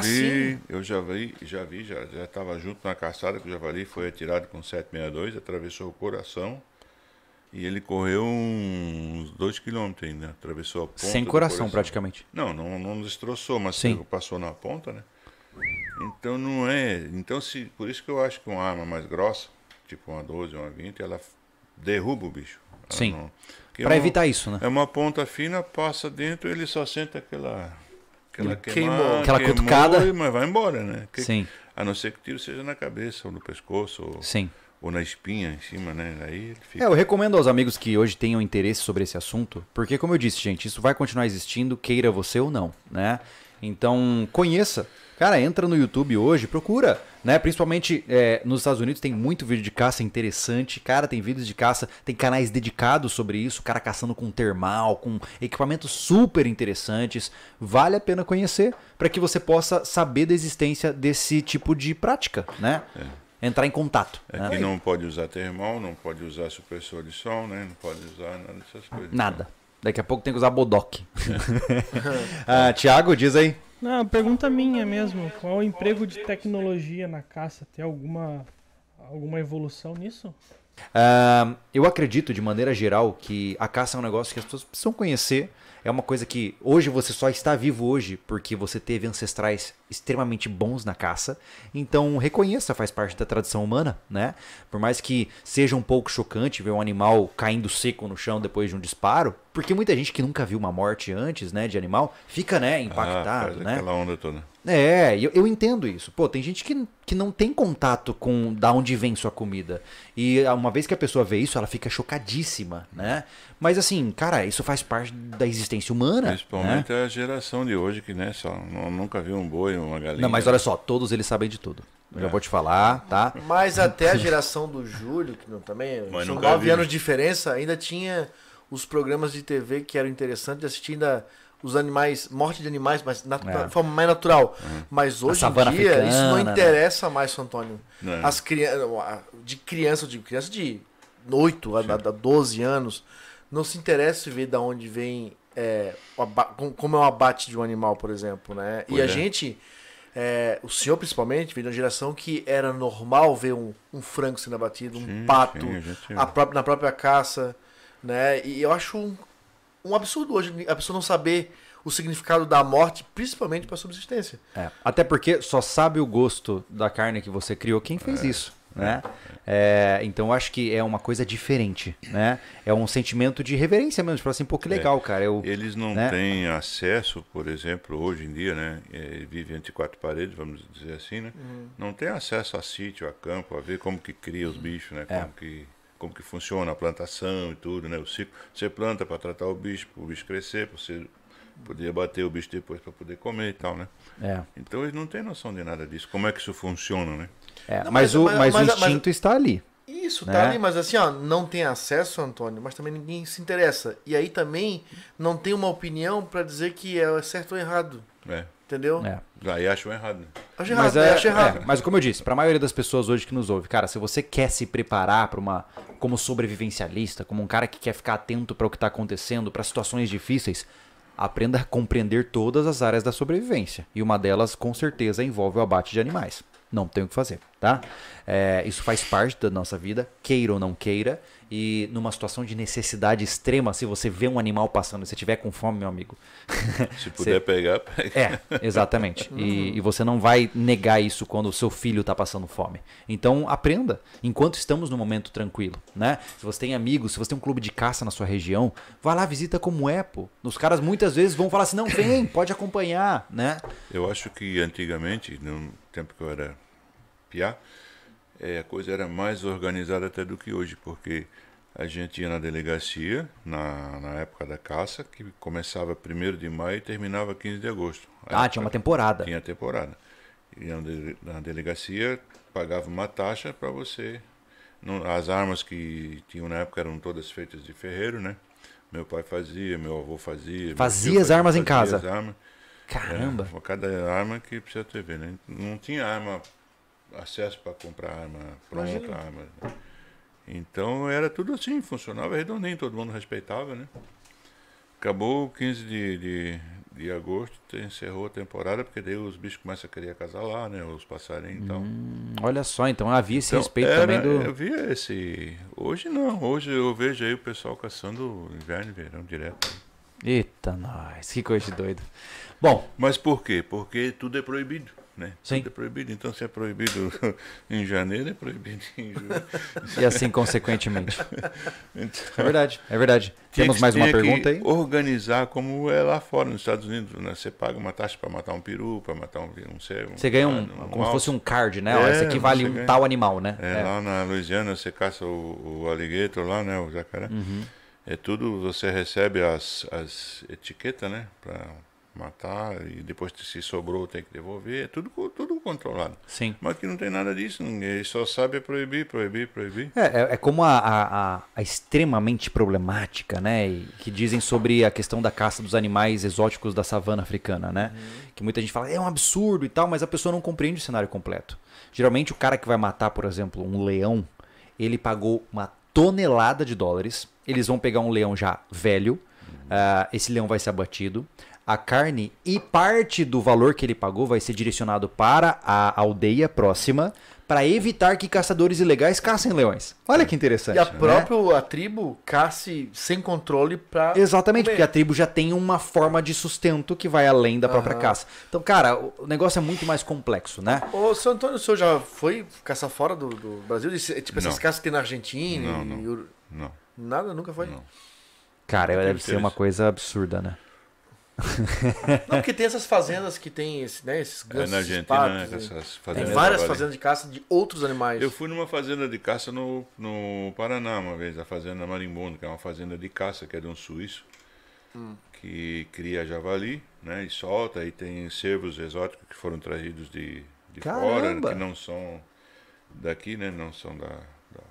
Speaker 2: assim.
Speaker 4: eu já vi, já vi, já já estava junto na caçada que o javali foi atirado com 762, atravessou o coração e ele correu uns 2 km ainda, atravessou a ponta.
Speaker 1: Sem
Speaker 4: do
Speaker 1: coração, praticamente.
Speaker 4: Não, não, não destroçou, mas
Speaker 1: Sim.
Speaker 4: pegou- passou na ponta, né? Então não é, então se por isso que eu acho que uma arma mais grossa, tipo uma 12, uma 20, ela derruba o bicho. Ela
Speaker 1: Sim.
Speaker 4: não- porque é
Speaker 1: Pra
Speaker 4: uma-
Speaker 1: evitar isso, né?
Speaker 4: É uma ponta fina, passa dentro, ele só sente aquela. Aquela,
Speaker 2: Queimou.
Speaker 4: queimada,
Speaker 1: Aquela
Speaker 4: queimou,
Speaker 1: cutucada.
Speaker 4: e- Mas vai embora, né? Que-
Speaker 1: Sim.
Speaker 4: A não ser que o tiro seja na cabeça, ou no pescoço, ou,
Speaker 1: Sim.
Speaker 4: ou na espinha em cima, né? Aí ele fica.
Speaker 1: É, eu recomendo aos amigos que hoje tenham interesse sobre esse assunto, porque como eu disse, gente, isso vai continuar existindo, queira você ou não, né? Então, conheça. Cara, entra no YouTube hoje, procura, né? Principalmente é, nos Estados Unidos tem muito vídeo de caça interessante. Cara, tem vídeos de caça, tem canais dedicados sobre isso, cara caçando com termal, com equipamentos super interessantes. Vale a pena conhecer para que você possa saber da existência desse tipo de prática, né? Entrar em contato.
Speaker 4: É
Speaker 1: né?
Speaker 4: que não pode usar termal, não pode usar supressor de som, né? Não pode usar nada dessas coisas.
Speaker 1: Nada. Daqui a pouco tem que usar bodoque. ah, Tiago, diz aí.
Speaker 3: Não, a pergunta minha mesmo. Qual o emprego de tecnologia na caça? Tem alguma, alguma evolução nisso?
Speaker 1: Ah, eu acredito, de maneira geral, que a caça é um negócio que as pessoas precisam conhecer. É uma coisa que hoje você só está vivo hoje porque você teve ancestrais extremamente bons na caça. Então reconheça, faz parte da tradição humana, né? Por mais que seja um pouco chocante ver um animal caindo seco no chão depois de um disparo, porque muita gente que nunca viu uma morte antes, né, de animal, fica, né,
Speaker 4: Ah,
Speaker 1: impactado,
Speaker 4: faz
Speaker 1: né?
Speaker 4: aquela onda toda.
Speaker 1: É, eu, eu entendo isso. Pô, tem gente que, que não tem contato com da onde vem sua comida. E ah, uma vez que a pessoa vê isso, ela fica chocadíssima, né? Mas assim, cara, isso faz parte da existência humana.
Speaker 4: Principalmente
Speaker 1: né?
Speaker 4: a geração de hoje que, né, só, não- nunca viu um boi, uma galinha.
Speaker 1: né? Não,
Speaker 2: né?
Speaker 1: mas olha só, todos eles sabem de tudo. Eu
Speaker 2: É.
Speaker 1: Já vou te falar, tá?
Speaker 2: Mas até a geração do Júlio, que não, também
Speaker 4: Mas
Speaker 2: são
Speaker 4: nunca
Speaker 2: nove
Speaker 4: vi.
Speaker 2: anos de diferença, ainda tinha os programas de TV que eram interessantes de assistir ainda os animais, morte de animais, mas na
Speaker 1: É.
Speaker 2: na forma mais natural.
Speaker 4: Uhum.
Speaker 2: Mas hoje em dia,
Speaker 1: savana africana,
Speaker 2: isso não
Speaker 1: né?
Speaker 2: interessa mais, seu Antônio.
Speaker 4: Não. é.
Speaker 2: As crianças, de criança, eu digo, criança de 8 a, a, a 12 anos, não se interessa em ver de onde vem, é, o aba- com- como é o abate de um animal, por exemplo, né?
Speaker 4: Pois
Speaker 2: e a
Speaker 4: é.
Speaker 2: gente, é, o senhor principalmente, veio de uma geração que era normal ver um, um frango sendo abatido, um
Speaker 4: Sim,
Speaker 2: pato,
Speaker 4: sim, a gente-
Speaker 2: a própria- na própria caça, né? E eu acho um, um absurdo hoje a pessoa não saber o significado da morte, principalmente para subsistência.
Speaker 1: É, Até porque só sabe o gosto da carne que você criou quem fez isso, né? É, então eu acho que é uma coisa diferente, né? É um sentimento de reverência mesmo, tipo assim,
Speaker 2: É.
Speaker 1: pô, que legal, cara. Eu...
Speaker 4: Eles não
Speaker 1: né?
Speaker 4: têm acesso, por exemplo, hoje em dia, né? eh, Vive entre quatro paredes, vamos dizer assim, né? Não tem acesso a sítio, a campo, a ver como que cria os bichos,
Speaker 1: É.
Speaker 4: né? Como que como que funciona a plantação e tudo, né? O ciclo. Você planta para tratar o bicho, para o bicho crescer, para você poder bater o bicho depois para poder comer e tal, né?
Speaker 1: É.
Speaker 4: Então eles não têm noção de nada disso. Como é que isso funciona, né?
Speaker 1: É,
Speaker 2: Não,
Speaker 1: mas,
Speaker 2: mas-
Speaker 1: o,
Speaker 2: mas-
Speaker 1: mas,
Speaker 2: mas-
Speaker 1: o
Speaker 2: mas-
Speaker 1: instinto está ali.
Speaker 2: Isso,
Speaker 1: Né?
Speaker 2: tá ali, mas assim, ó, não tem acesso, Antônio, mas também ninguém se interessa. E aí também não tem uma opinião para dizer que é certo ou errado,
Speaker 4: É.
Speaker 2: entendeu?
Speaker 1: É.
Speaker 4: Aí acham errado. Né?
Speaker 2: Acho errado, né? acho errado.
Speaker 1: é, mas como eu disse, pra maioria das pessoas hoje que nos ouve, cara, se você quer se preparar para uma como sobrevivencialista, como um cara que quer ficar atento para o que tá acontecendo, para situações difíceis, aprenda a compreender todas as áreas da sobrevivência. E uma delas, com certeza, envolve o abate de animais. Não tem o que fazer, tá? É, isso faz parte da nossa vida, queira ou não queira. E numa situação de necessidade extrema, se você vê um animal passando, se você tiver com fome, meu amigo,
Speaker 4: Se puder pegar, pega.
Speaker 1: é, exatamente. E, e você não vai negar isso quando o seu filho tá passando fome. Então aprenda, enquanto estamos num momento tranquilo, né? Se você tem amigos, se você tem um clube de caça na sua região, vai lá, visita como é, pô. Os caras muitas vezes vão falar assim, não, vem, pode acompanhar, né?
Speaker 4: Eu acho que antigamente, no tempo que eu era piá, eh, a coisa era mais organizada até do que hoje, porque a gente ia na delegacia, na, na época da caça, que começava 1 de maio e terminava 15 de agosto.
Speaker 1: Ah, tinha uma temporada.
Speaker 4: Tinha temporada. E na, dele- na delegacia pagava uma taxa para você. Não- as armas que tinham na época eram todas feitas de ferreiro, né? Meu pai fazia, meu avô fazia. meu
Speaker 1: Fazia
Speaker 4: tio
Speaker 1: as armas em
Speaker 4: fazia
Speaker 1: casa?
Speaker 4: as armas.
Speaker 1: Caramba.
Speaker 4: É, por cada arma que precisa ter, né? Não tinha arma, acesso para comprar arma pronta, arma. né? Então era tudo assim, funcionava redondinho, todo mundo respeitava, né? Acabou o 15 de, de, de agosto, te- encerrou a temporada, porque daí os bichos começam a querer acasalar, né? Os passarinhos e tal.
Speaker 1: Olha só, então havia esse
Speaker 4: Então,
Speaker 1: respeito
Speaker 4: era-
Speaker 1: também
Speaker 4: Eu
Speaker 1: do.
Speaker 4: via esse. Hoje não, hoje eu vejo aí o pessoal caçando inverno e verão direto.
Speaker 1: Eita, nós, que coisa de doido. Bom,
Speaker 4: Mas por quê? Porque tudo é proibido. né?
Speaker 1: Sim.
Speaker 4: Tudo é proibido. Então, se é proibido em janeiro, é proibido em julho.
Speaker 1: E assim, consequentemente.
Speaker 4: Então,
Speaker 1: É verdade, é verdade.
Speaker 4: tinha
Speaker 1: Temos
Speaker 4: que-
Speaker 1: mais uma
Speaker 4: tinha que
Speaker 1: pergunta aí?
Speaker 4: Organizar como é lá fora, nos Estados Unidos, né? Você paga uma taxa para matar um peru, para matar um, não sei. um-
Speaker 1: Você ganha um,
Speaker 4: um
Speaker 1: como se
Speaker 4: alce.
Speaker 1: fosse um card, né? Ó,
Speaker 4: É,
Speaker 1: esse aqui vale
Speaker 4: você
Speaker 1: um
Speaker 4: ganha.
Speaker 1: tal animal, né?
Speaker 4: É, Lá na Louisiana você caça o, o alligator lá, né? O jacaré.
Speaker 1: Uhum.
Speaker 4: É tudo, você recebe as, as etiquetas, né? Pra matar e depois se sobrou tem que devolver. É tudo, co- tudo controlado.
Speaker 1: Sim.
Speaker 4: Mas aqui não tem nada disso. Ninguém só sabe é proibir, proibir, proibir.
Speaker 1: É, é, é como a, a- a- a extremamente problemática, né? e que dizem sobre a questão da caça dos animais exóticos da savana africana, né?
Speaker 4: Uhum.
Speaker 1: Que muita gente fala, é um absurdo e tal, mas a pessoa não compreende o cenário completo. Geralmente o cara que vai matar, por exemplo, um leão, ele pagou uma tonelada de dólares. Eles vão pegar um leão já velho, ah, esse leão vai ser abatido. A carne e parte do valor que ele pagou vai ser direcionado para a aldeia próxima para evitar que caçadores ilegais caçem leões. Olha que interessante.
Speaker 2: E a
Speaker 1: né?
Speaker 2: própria a tribo casse sem controle pra.
Speaker 1: Exatamente,
Speaker 2: comer.
Speaker 1: porque a tribo já tem uma forma de sustento que vai além da própria caça. Então, cara, o o negócio é muito mais complexo, né?
Speaker 2: Ô, seu Antônio, o senhor já foi caçar fora do, do Brasil? Esse- Tipo, essas
Speaker 4: Não.
Speaker 2: caças que tem na Argentina?
Speaker 4: Não,
Speaker 2: e-
Speaker 4: não.
Speaker 2: e Ur-
Speaker 4: Não.
Speaker 2: Nada? Nunca foi? Não.
Speaker 4: Não.
Speaker 1: Cara, deve ser
Speaker 4: interesse.
Speaker 1: uma coisa absurda, né?
Speaker 2: porque tem essas fazendas que tem esse, né, esses
Speaker 4: É
Speaker 2: gansos,
Speaker 4: na
Speaker 2: esses
Speaker 4: Argentina, né?
Speaker 2: patos,
Speaker 4: com
Speaker 2: e-
Speaker 4: Essas
Speaker 2: Tem
Speaker 4: fazendas
Speaker 2: várias
Speaker 4: trabalhistas.
Speaker 2: fazendas de caça de outros animais.
Speaker 4: Eu fui numa fazenda de caça no, no Paraná uma vez, a fazenda Marimbondo, que é uma fazenda de caça, que é de um suíço,
Speaker 2: Hum.
Speaker 4: que cria javali, né? E solta, e tem cervos exóticos que foram trazidos de, de fora,
Speaker 1: Caramba!
Speaker 4: que não são daqui, né? Não são da, da-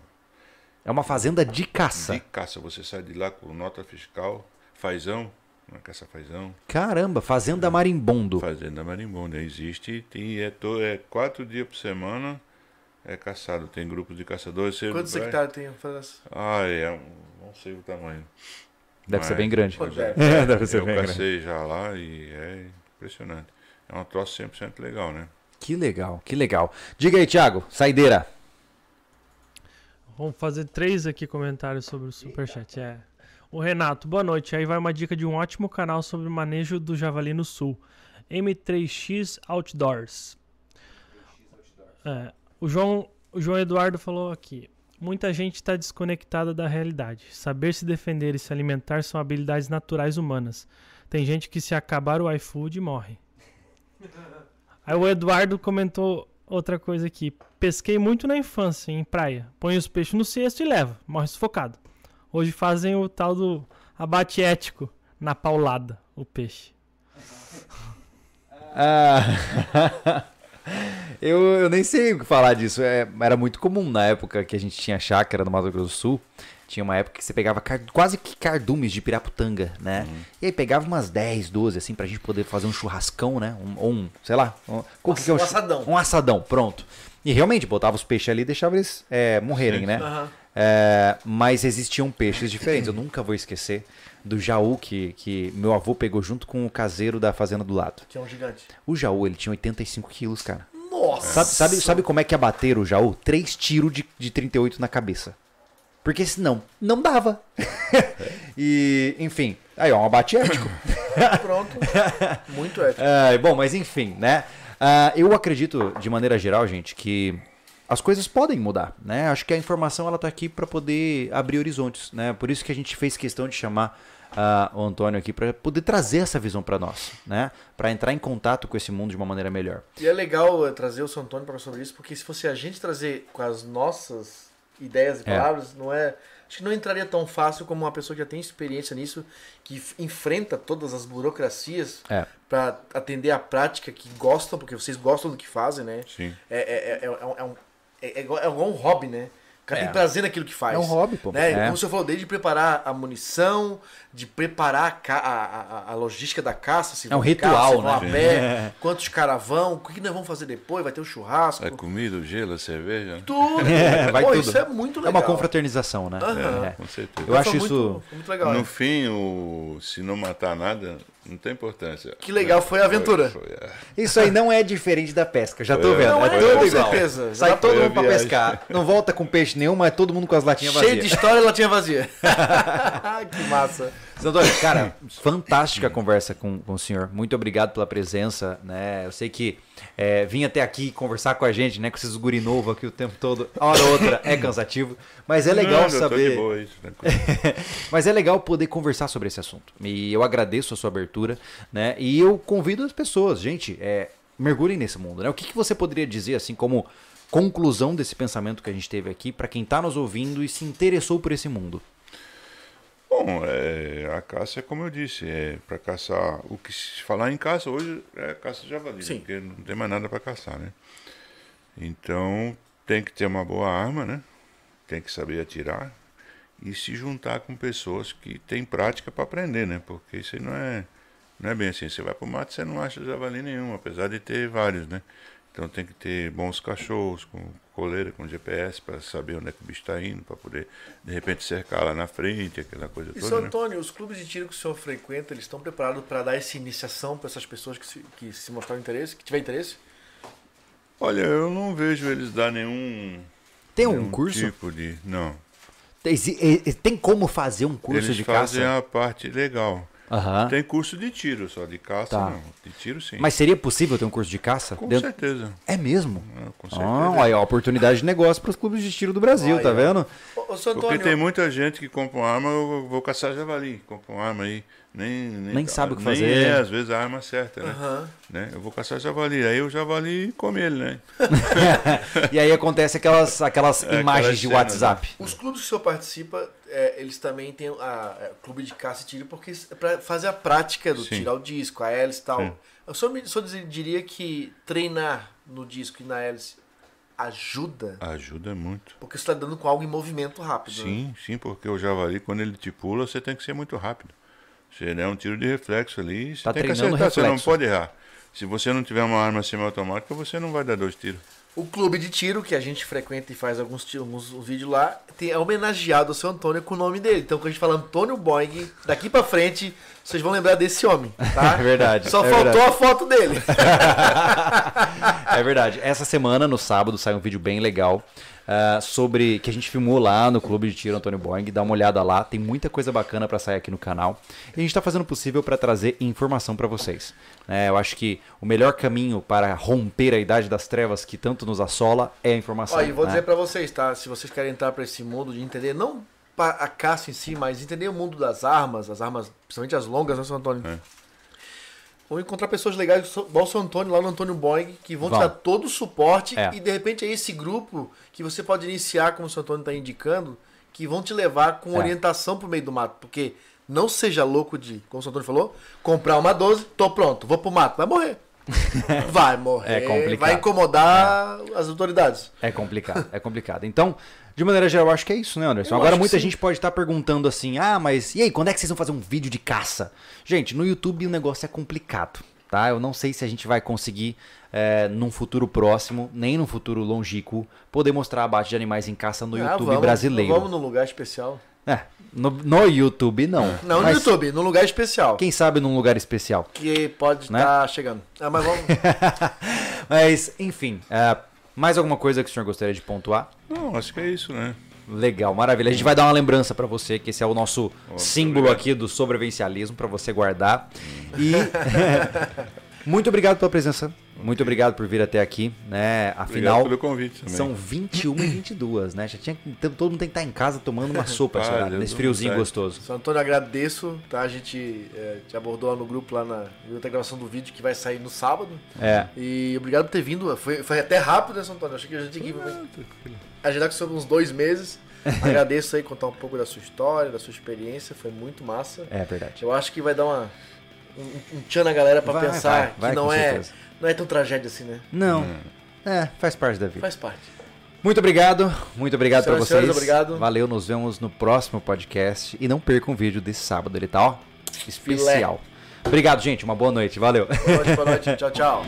Speaker 1: É uma fazenda de
Speaker 4: de
Speaker 1: caça.
Speaker 4: caça. Você sai de lá com nota fiscal, fazão, né, uma caça fazão,
Speaker 1: Caramba, fazenda marimbondo.
Speaker 4: fazenda Marimbondo. Existe e é, to, é quatro dias por semana. É caçado, tem grupos de caçadores. cervo
Speaker 2: Quantos
Speaker 4: braio.
Speaker 2: hectares tem a fazenda?
Speaker 4: Ah, é. um- Não sei o tamanho.
Speaker 1: Deve ser
Speaker 4: Mas-
Speaker 1: bem grande.
Speaker 2: Pô, deve.
Speaker 1: É, deve ser
Speaker 4: Eu
Speaker 1: bem grande.
Speaker 4: cacei já lá e é impressionante. É um troço 100% legal, né?
Speaker 1: Que legal, que legal. Diga aí, Thiago, saideira.
Speaker 3: Vamos fazer três aqui comentários sobre o Superchat. É. O Renato, boa noite. Aí vai uma dica de um ótimo canal sobre o manejo do javali no sul. M3X Outdoors. É, o, João, o João Eduardo falou aqui. Muita gente está desconectada da realidade. Saber se defender e se alimentar são habilidades naturais humanas. Tem gente que se acabar o iFood morre. Aí o Eduardo comentou outra coisa aqui. Pesquei muito na infância, em praia. Põe os peixes no cesto e leva. Morre sufocado. Hoje fazem o tal do abate ético. Na paulada, o peixe.
Speaker 1: Ah, eu, eu nem sei o que falar disso. É, era muito comum na época que a gente tinha chácara no Mato Grosso do Sul. Tinha uma época que você pegava car- quase que cardumes de piraputanga, né?
Speaker 2: Uhum.
Speaker 1: E aí pegava umas 10, 12, assim, pra gente poder fazer um churrascão, né? Um, ou um, sei lá. Um, qual que
Speaker 2: Um
Speaker 1: que é o chu-
Speaker 2: assadão.
Speaker 1: Um assadão, pronto. E realmente botava os peixes ali e deixava eles é, morrerem, né?
Speaker 2: Aham.
Speaker 1: É, mas existiam peixes diferentes. Eu nunca vou esquecer do jaú que, que meu avô pegou junto com o caseiro da fazenda do lado.
Speaker 2: Que é um gigante.
Speaker 1: O Jaú, ele tinha 85 quilos, cara.
Speaker 2: Nossa!
Speaker 1: Sabe, sabe, sabe como é que abateram o Jaú? Três tiros de, de 38 na cabeça. Porque senão, não dava. e, enfim. Aí, ó, um abate ético.
Speaker 4: É.
Speaker 2: Pronto. Muito ético.
Speaker 1: É, bom, mas enfim, né? Ah, eu acredito, de maneira geral, gente, que as coisas podem mudar, né? Acho que a informação ela tá aqui para poder abrir horizontes, né? Por isso que a gente fez questão de chamar ah, o Antônio aqui para poder trazer essa visão para nós, né? Para entrar em contato com esse mundo de uma maneira melhor.
Speaker 2: E é legal eh, trazer o São Antônio para falar sobre isso, porque se fosse a gente trazer com as nossas ideias e
Speaker 1: É.
Speaker 2: palavras, não é. Acho que não entraria tão fácil como uma pessoa que já tem experiência nisso, que f- enfrenta todas as burocracias
Speaker 1: É.
Speaker 2: para atender a prática que gostam, porque vocês gostam do que fazem, né?
Speaker 4: Sim.
Speaker 2: É, é, é, é, um- é um, é, é igual, é igual um hobby, né? O cara
Speaker 1: É.
Speaker 2: tem prazer naquilo que faz.
Speaker 1: É um hobby, pô.
Speaker 2: Né?
Speaker 1: É.
Speaker 2: Como o senhor falou, desde preparar a munição, de preparar a, ca- a, a- a logística da caça. Se
Speaker 1: É um
Speaker 2: vão de
Speaker 1: ritual,
Speaker 2: caça, se vão
Speaker 1: né?
Speaker 2: a pé, quantos caravão, o que nós vamos fazer depois? Vai ter o churrasco.
Speaker 4: É comida, gelo, cerveja. né?
Speaker 2: Tudo.
Speaker 1: É, vai
Speaker 2: Pô,
Speaker 1: tudo.
Speaker 2: Isso é muito
Speaker 1: É
Speaker 2: legal.
Speaker 1: uma confraternização, né?
Speaker 2: Aham.
Speaker 1: É.
Speaker 4: Com certeza.
Speaker 1: Eu acho
Speaker 2: Foi
Speaker 1: isso-
Speaker 2: muito- foi muito legal.
Speaker 4: No
Speaker 2: né?
Speaker 4: fim, o... se não matar nada, não tem importância.
Speaker 2: Que legal, foi a aventura.
Speaker 4: Foi, foi, é.
Speaker 1: Isso aí não é diferente da pesca, já tô
Speaker 4: É,
Speaker 1: vendo. é
Speaker 2: não é,
Speaker 1: tudo
Speaker 2: com
Speaker 1: igual.
Speaker 2: certeza. Já
Speaker 1: Sai
Speaker 2: dá
Speaker 1: todo
Speaker 4: pra
Speaker 1: mundo pra
Speaker 4: viagem.
Speaker 1: pescar. Não volta com peixe nenhum, mas todo mundo com as latinhas
Speaker 2: Cheio de
Speaker 1: vazias.
Speaker 2: história, latinha vazia. que massa.
Speaker 1: Seu Antônio, cara, fantástica
Speaker 4: Hum.
Speaker 1: conversa com, com o senhor. Muito obrigado pela presença, né? Eu sei que é, vim até aqui conversar com a gente, né? Com esses guri novo aqui o tempo todo. A hora ou outra é cansativo, mas é legal
Speaker 4: Nada, eu tô de
Speaker 1: saber...
Speaker 4: boa, isso, né? tranquilo.
Speaker 1: Mas é legal poder conversar sobre esse assunto. E eu agradeço a sua abertura, né? E eu convido as pessoas, gente, é, mergulhem nesse mundo, né? O que, que você poderia dizer, assim, como conclusão desse pensamento que a gente teve aqui, para quem tá nos ouvindo e se interessou por esse mundo?
Speaker 4: Bom, é, a caça é como eu disse, é para caçar. O que se falar em caça hoje é caça de javali,
Speaker 2: Sim.
Speaker 4: porque não tem mais nada para caçar, né? Então tem que ter uma boa arma, né? Tem que saber atirar e se juntar com pessoas que têm prática para aprender, né? Porque isso aí não é, não é bem assim. Você vai para o mato você não acha javali nenhum, apesar de ter vários, né? Então tem que ter bons cachorros, com coleira, com GPS, para saber onde é que o bicho está indo, para poder, de repente, cercar lá na frente, aquela coisa
Speaker 2: E,
Speaker 4: toda.
Speaker 2: seu
Speaker 4: né?
Speaker 2: Antônio, os clubes de tiro que o senhor frequenta, eles estão preparados para dar essa iniciação para essas pessoas que se, que se mostraram interesse, que tiver interesse?
Speaker 4: Olha, eu não vejo eles dar nenhum,
Speaker 1: Tem um
Speaker 4: nenhum
Speaker 1: curso?
Speaker 4: tipo de. Não.
Speaker 1: Tem, e- e- tem como fazer um curso
Speaker 4: eles
Speaker 1: de
Speaker 4: fazem
Speaker 1: caça?
Speaker 4: a parte legal.
Speaker 1: Aham.
Speaker 4: Tem curso de tiro, só de caça
Speaker 1: Tá.
Speaker 4: não. De tiro sim.
Speaker 1: Mas seria possível ter um curso de caça?
Speaker 4: com
Speaker 1: dentro-
Speaker 4: certeza.
Speaker 1: É mesmo?
Speaker 4: Ah, com certeza.
Speaker 1: Ah, olha, ó, oportunidade de negócio para os clubes de tiro do Brasil,
Speaker 2: Olha.
Speaker 1: tá vendo?
Speaker 2: Ô, ô seu
Speaker 4: Porque
Speaker 2: Antônio,
Speaker 4: tem muita gente que compra uma arma, eu vou caçar javali, compra uma arma aí, nem nem,
Speaker 1: Nem sabe o que
Speaker 4: nem
Speaker 1: fazer.
Speaker 4: é, às vezes a arma certa, né?
Speaker 2: Aham.
Speaker 4: Né? Eu vou caçar javali, aí o javali come ele, né?
Speaker 1: e aí acontece aquelas, aquelas
Speaker 4: aquelas
Speaker 1: imagens de
Speaker 4: cenas, né?
Speaker 1: WhatsApp.
Speaker 2: os clubes que o senhor participa, é, eles também têm a, é, clube de caça e tiro, porque é para fazer a prática do
Speaker 4: Sim.
Speaker 2: tirar o disco, a hélice e tal.
Speaker 4: Sim.
Speaker 2: O senhor, me- o senhor dizer- diria que treinar no disco e na hélice ajuda?
Speaker 4: Ajuda muito.
Speaker 2: Porque você está dando com algo em movimento rápido. né?
Speaker 4: Sim, sim, porque o javali, quando ele te pula, você tem que ser muito rápido. Você é um tiro de reflexo ali, você
Speaker 1: Tá
Speaker 4: tem que
Speaker 1: treinando
Speaker 4: acertar, você não
Speaker 1: reflexo.
Speaker 4: pode errar. Se você não tiver uma arma semiautomática, você não vai dar dois tiros.
Speaker 2: O clube de tiro, que a gente frequenta e faz alguns, ti- alguns vídeos lá, tem, é homenageado o seu Antônio com o nome dele. Então, quando a gente fala Antônio Boing, daqui pra frente, vocês vão lembrar desse homem, tá?
Speaker 1: É verdade,
Speaker 2: Só
Speaker 1: é
Speaker 2: faltou
Speaker 1: verdade.
Speaker 2: a foto dele.
Speaker 1: É verdade. Essa semana, no sábado, sai um vídeo bem legal ah, sobre que a gente filmou lá no Clube de Tiro Antônio Boing. Dá uma olhada lá, tem muita coisa bacana pra sair aqui no canal. E a gente tá fazendo o possível pra trazer informação pra vocês. né? eu acho que o melhor caminho para romper a idade das trevas que tanto nos assola é a informação.
Speaker 2: Ó, e vou
Speaker 1: né?
Speaker 2: dizer pra vocês, tá? Se vocês querem entrar pra esse mundo de entender, não pa- a caça em si, mas entender o mundo das armas, as armas, principalmente as longas, né, seu Antônio?
Speaker 4: É.
Speaker 2: Vão encontrar pessoas legais, so- igual o seu Antônio, lá no Antônio Boing, que vão,
Speaker 1: Vão.
Speaker 2: te dar todo o suporte
Speaker 1: É.
Speaker 2: e de repente é esse grupo que você pode iniciar, como o seu Antônio tá indicando, que vão te levar com
Speaker 1: É.
Speaker 2: orientação pro meio do mato, porque não seja louco de, como o seu Antônio falou, comprar uma 12, tô pronto, vou pro mato, vai morrer. Vai morrer,
Speaker 1: É
Speaker 2: vai
Speaker 1: complicado.
Speaker 2: incomodar as autoridades.
Speaker 1: É complicado, é complicado. Então, de maneira geral, eu acho que é isso, né, Anderson?
Speaker 2: Eu
Speaker 1: Agora
Speaker 2: acho que
Speaker 1: muita
Speaker 2: sim.
Speaker 1: gente pode estar perguntando assim: ah, mas e aí, quando é que vocês vão fazer um vídeo de caça? Gente, no YouTube o negócio é complicado, tá? Eu não sei se a gente vai conseguir, é, num futuro próximo, nem num futuro longínquo, poder mostrar abate de animais em caça no
Speaker 2: Ah,
Speaker 1: YouTube
Speaker 2: vamos,
Speaker 1: brasileiro.
Speaker 2: Vamos num lugar especial.
Speaker 1: É, no, no YouTube não.
Speaker 2: Não
Speaker 1: mas
Speaker 2: no YouTube, num lugar especial.
Speaker 1: Quem sabe num lugar especial.
Speaker 2: Que pode estar
Speaker 1: Né?
Speaker 2: chegando. Ah, mas vamos.
Speaker 1: Mas, enfim, é, mais alguma coisa que o senhor gostaria de pontuar?
Speaker 4: Não, acho que é isso, né?
Speaker 1: Legal, maravilha. A gente vai dar uma lembrança pra você, que esse é o nosso símbolo aqui do sobrevivencialismo pra você guardar.
Speaker 4: Hum.
Speaker 1: E muito obrigado pela presença. Muito obrigado por vir até aqui, né?
Speaker 4: Obrigado
Speaker 1: Afinal,
Speaker 4: pelo convite também.
Speaker 1: são 21 e 22, né? Já tinha que- então, todo mundo tem que estar em casa tomando uma sopa esse
Speaker 4: Rapaz,
Speaker 1: horário,
Speaker 4: eu
Speaker 1: nesse
Speaker 4: tô
Speaker 1: friozinho
Speaker 4: com
Speaker 1: gostoso.
Speaker 2: Seu Antônio, agradeço. Tá? A gente é, te abordou lá no grupo, lá na outra gravação do vídeo que vai sair no sábado.
Speaker 1: É.
Speaker 2: E obrigado por ter vindo. Foi, foi até rápido, né, São Antônio? Achei que a gente tinha que agendar tá com o senhor uns dois meses. Agradeço aí, contar um pouco da sua história, da sua experiência. Foi muito massa.
Speaker 1: É verdade.
Speaker 2: Eu acho que vai dar uma, um, um tchan na galera pra
Speaker 1: Vai,
Speaker 2: pensar
Speaker 1: vai, vai,
Speaker 2: que
Speaker 1: com
Speaker 2: não é,
Speaker 1: certeza.
Speaker 2: não é tão tragédia assim, né?
Speaker 1: Não. É, faz parte da vida.
Speaker 2: Faz parte.
Speaker 1: Muito obrigado, muito obrigado pra
Speaker 2: Senhoras e
Speaker 1: vocês.
Speaker 2: senhores, obrigado.
Speaker 1: Valeu, nos vemos no próximo podcast. E não percam o vídeo desse sábado, ele tá, ó, especial. Obrigado, gente. Uma boa noite. Valeu.
Speaker 2: Boa noite, boa noite. Tchau, tchau.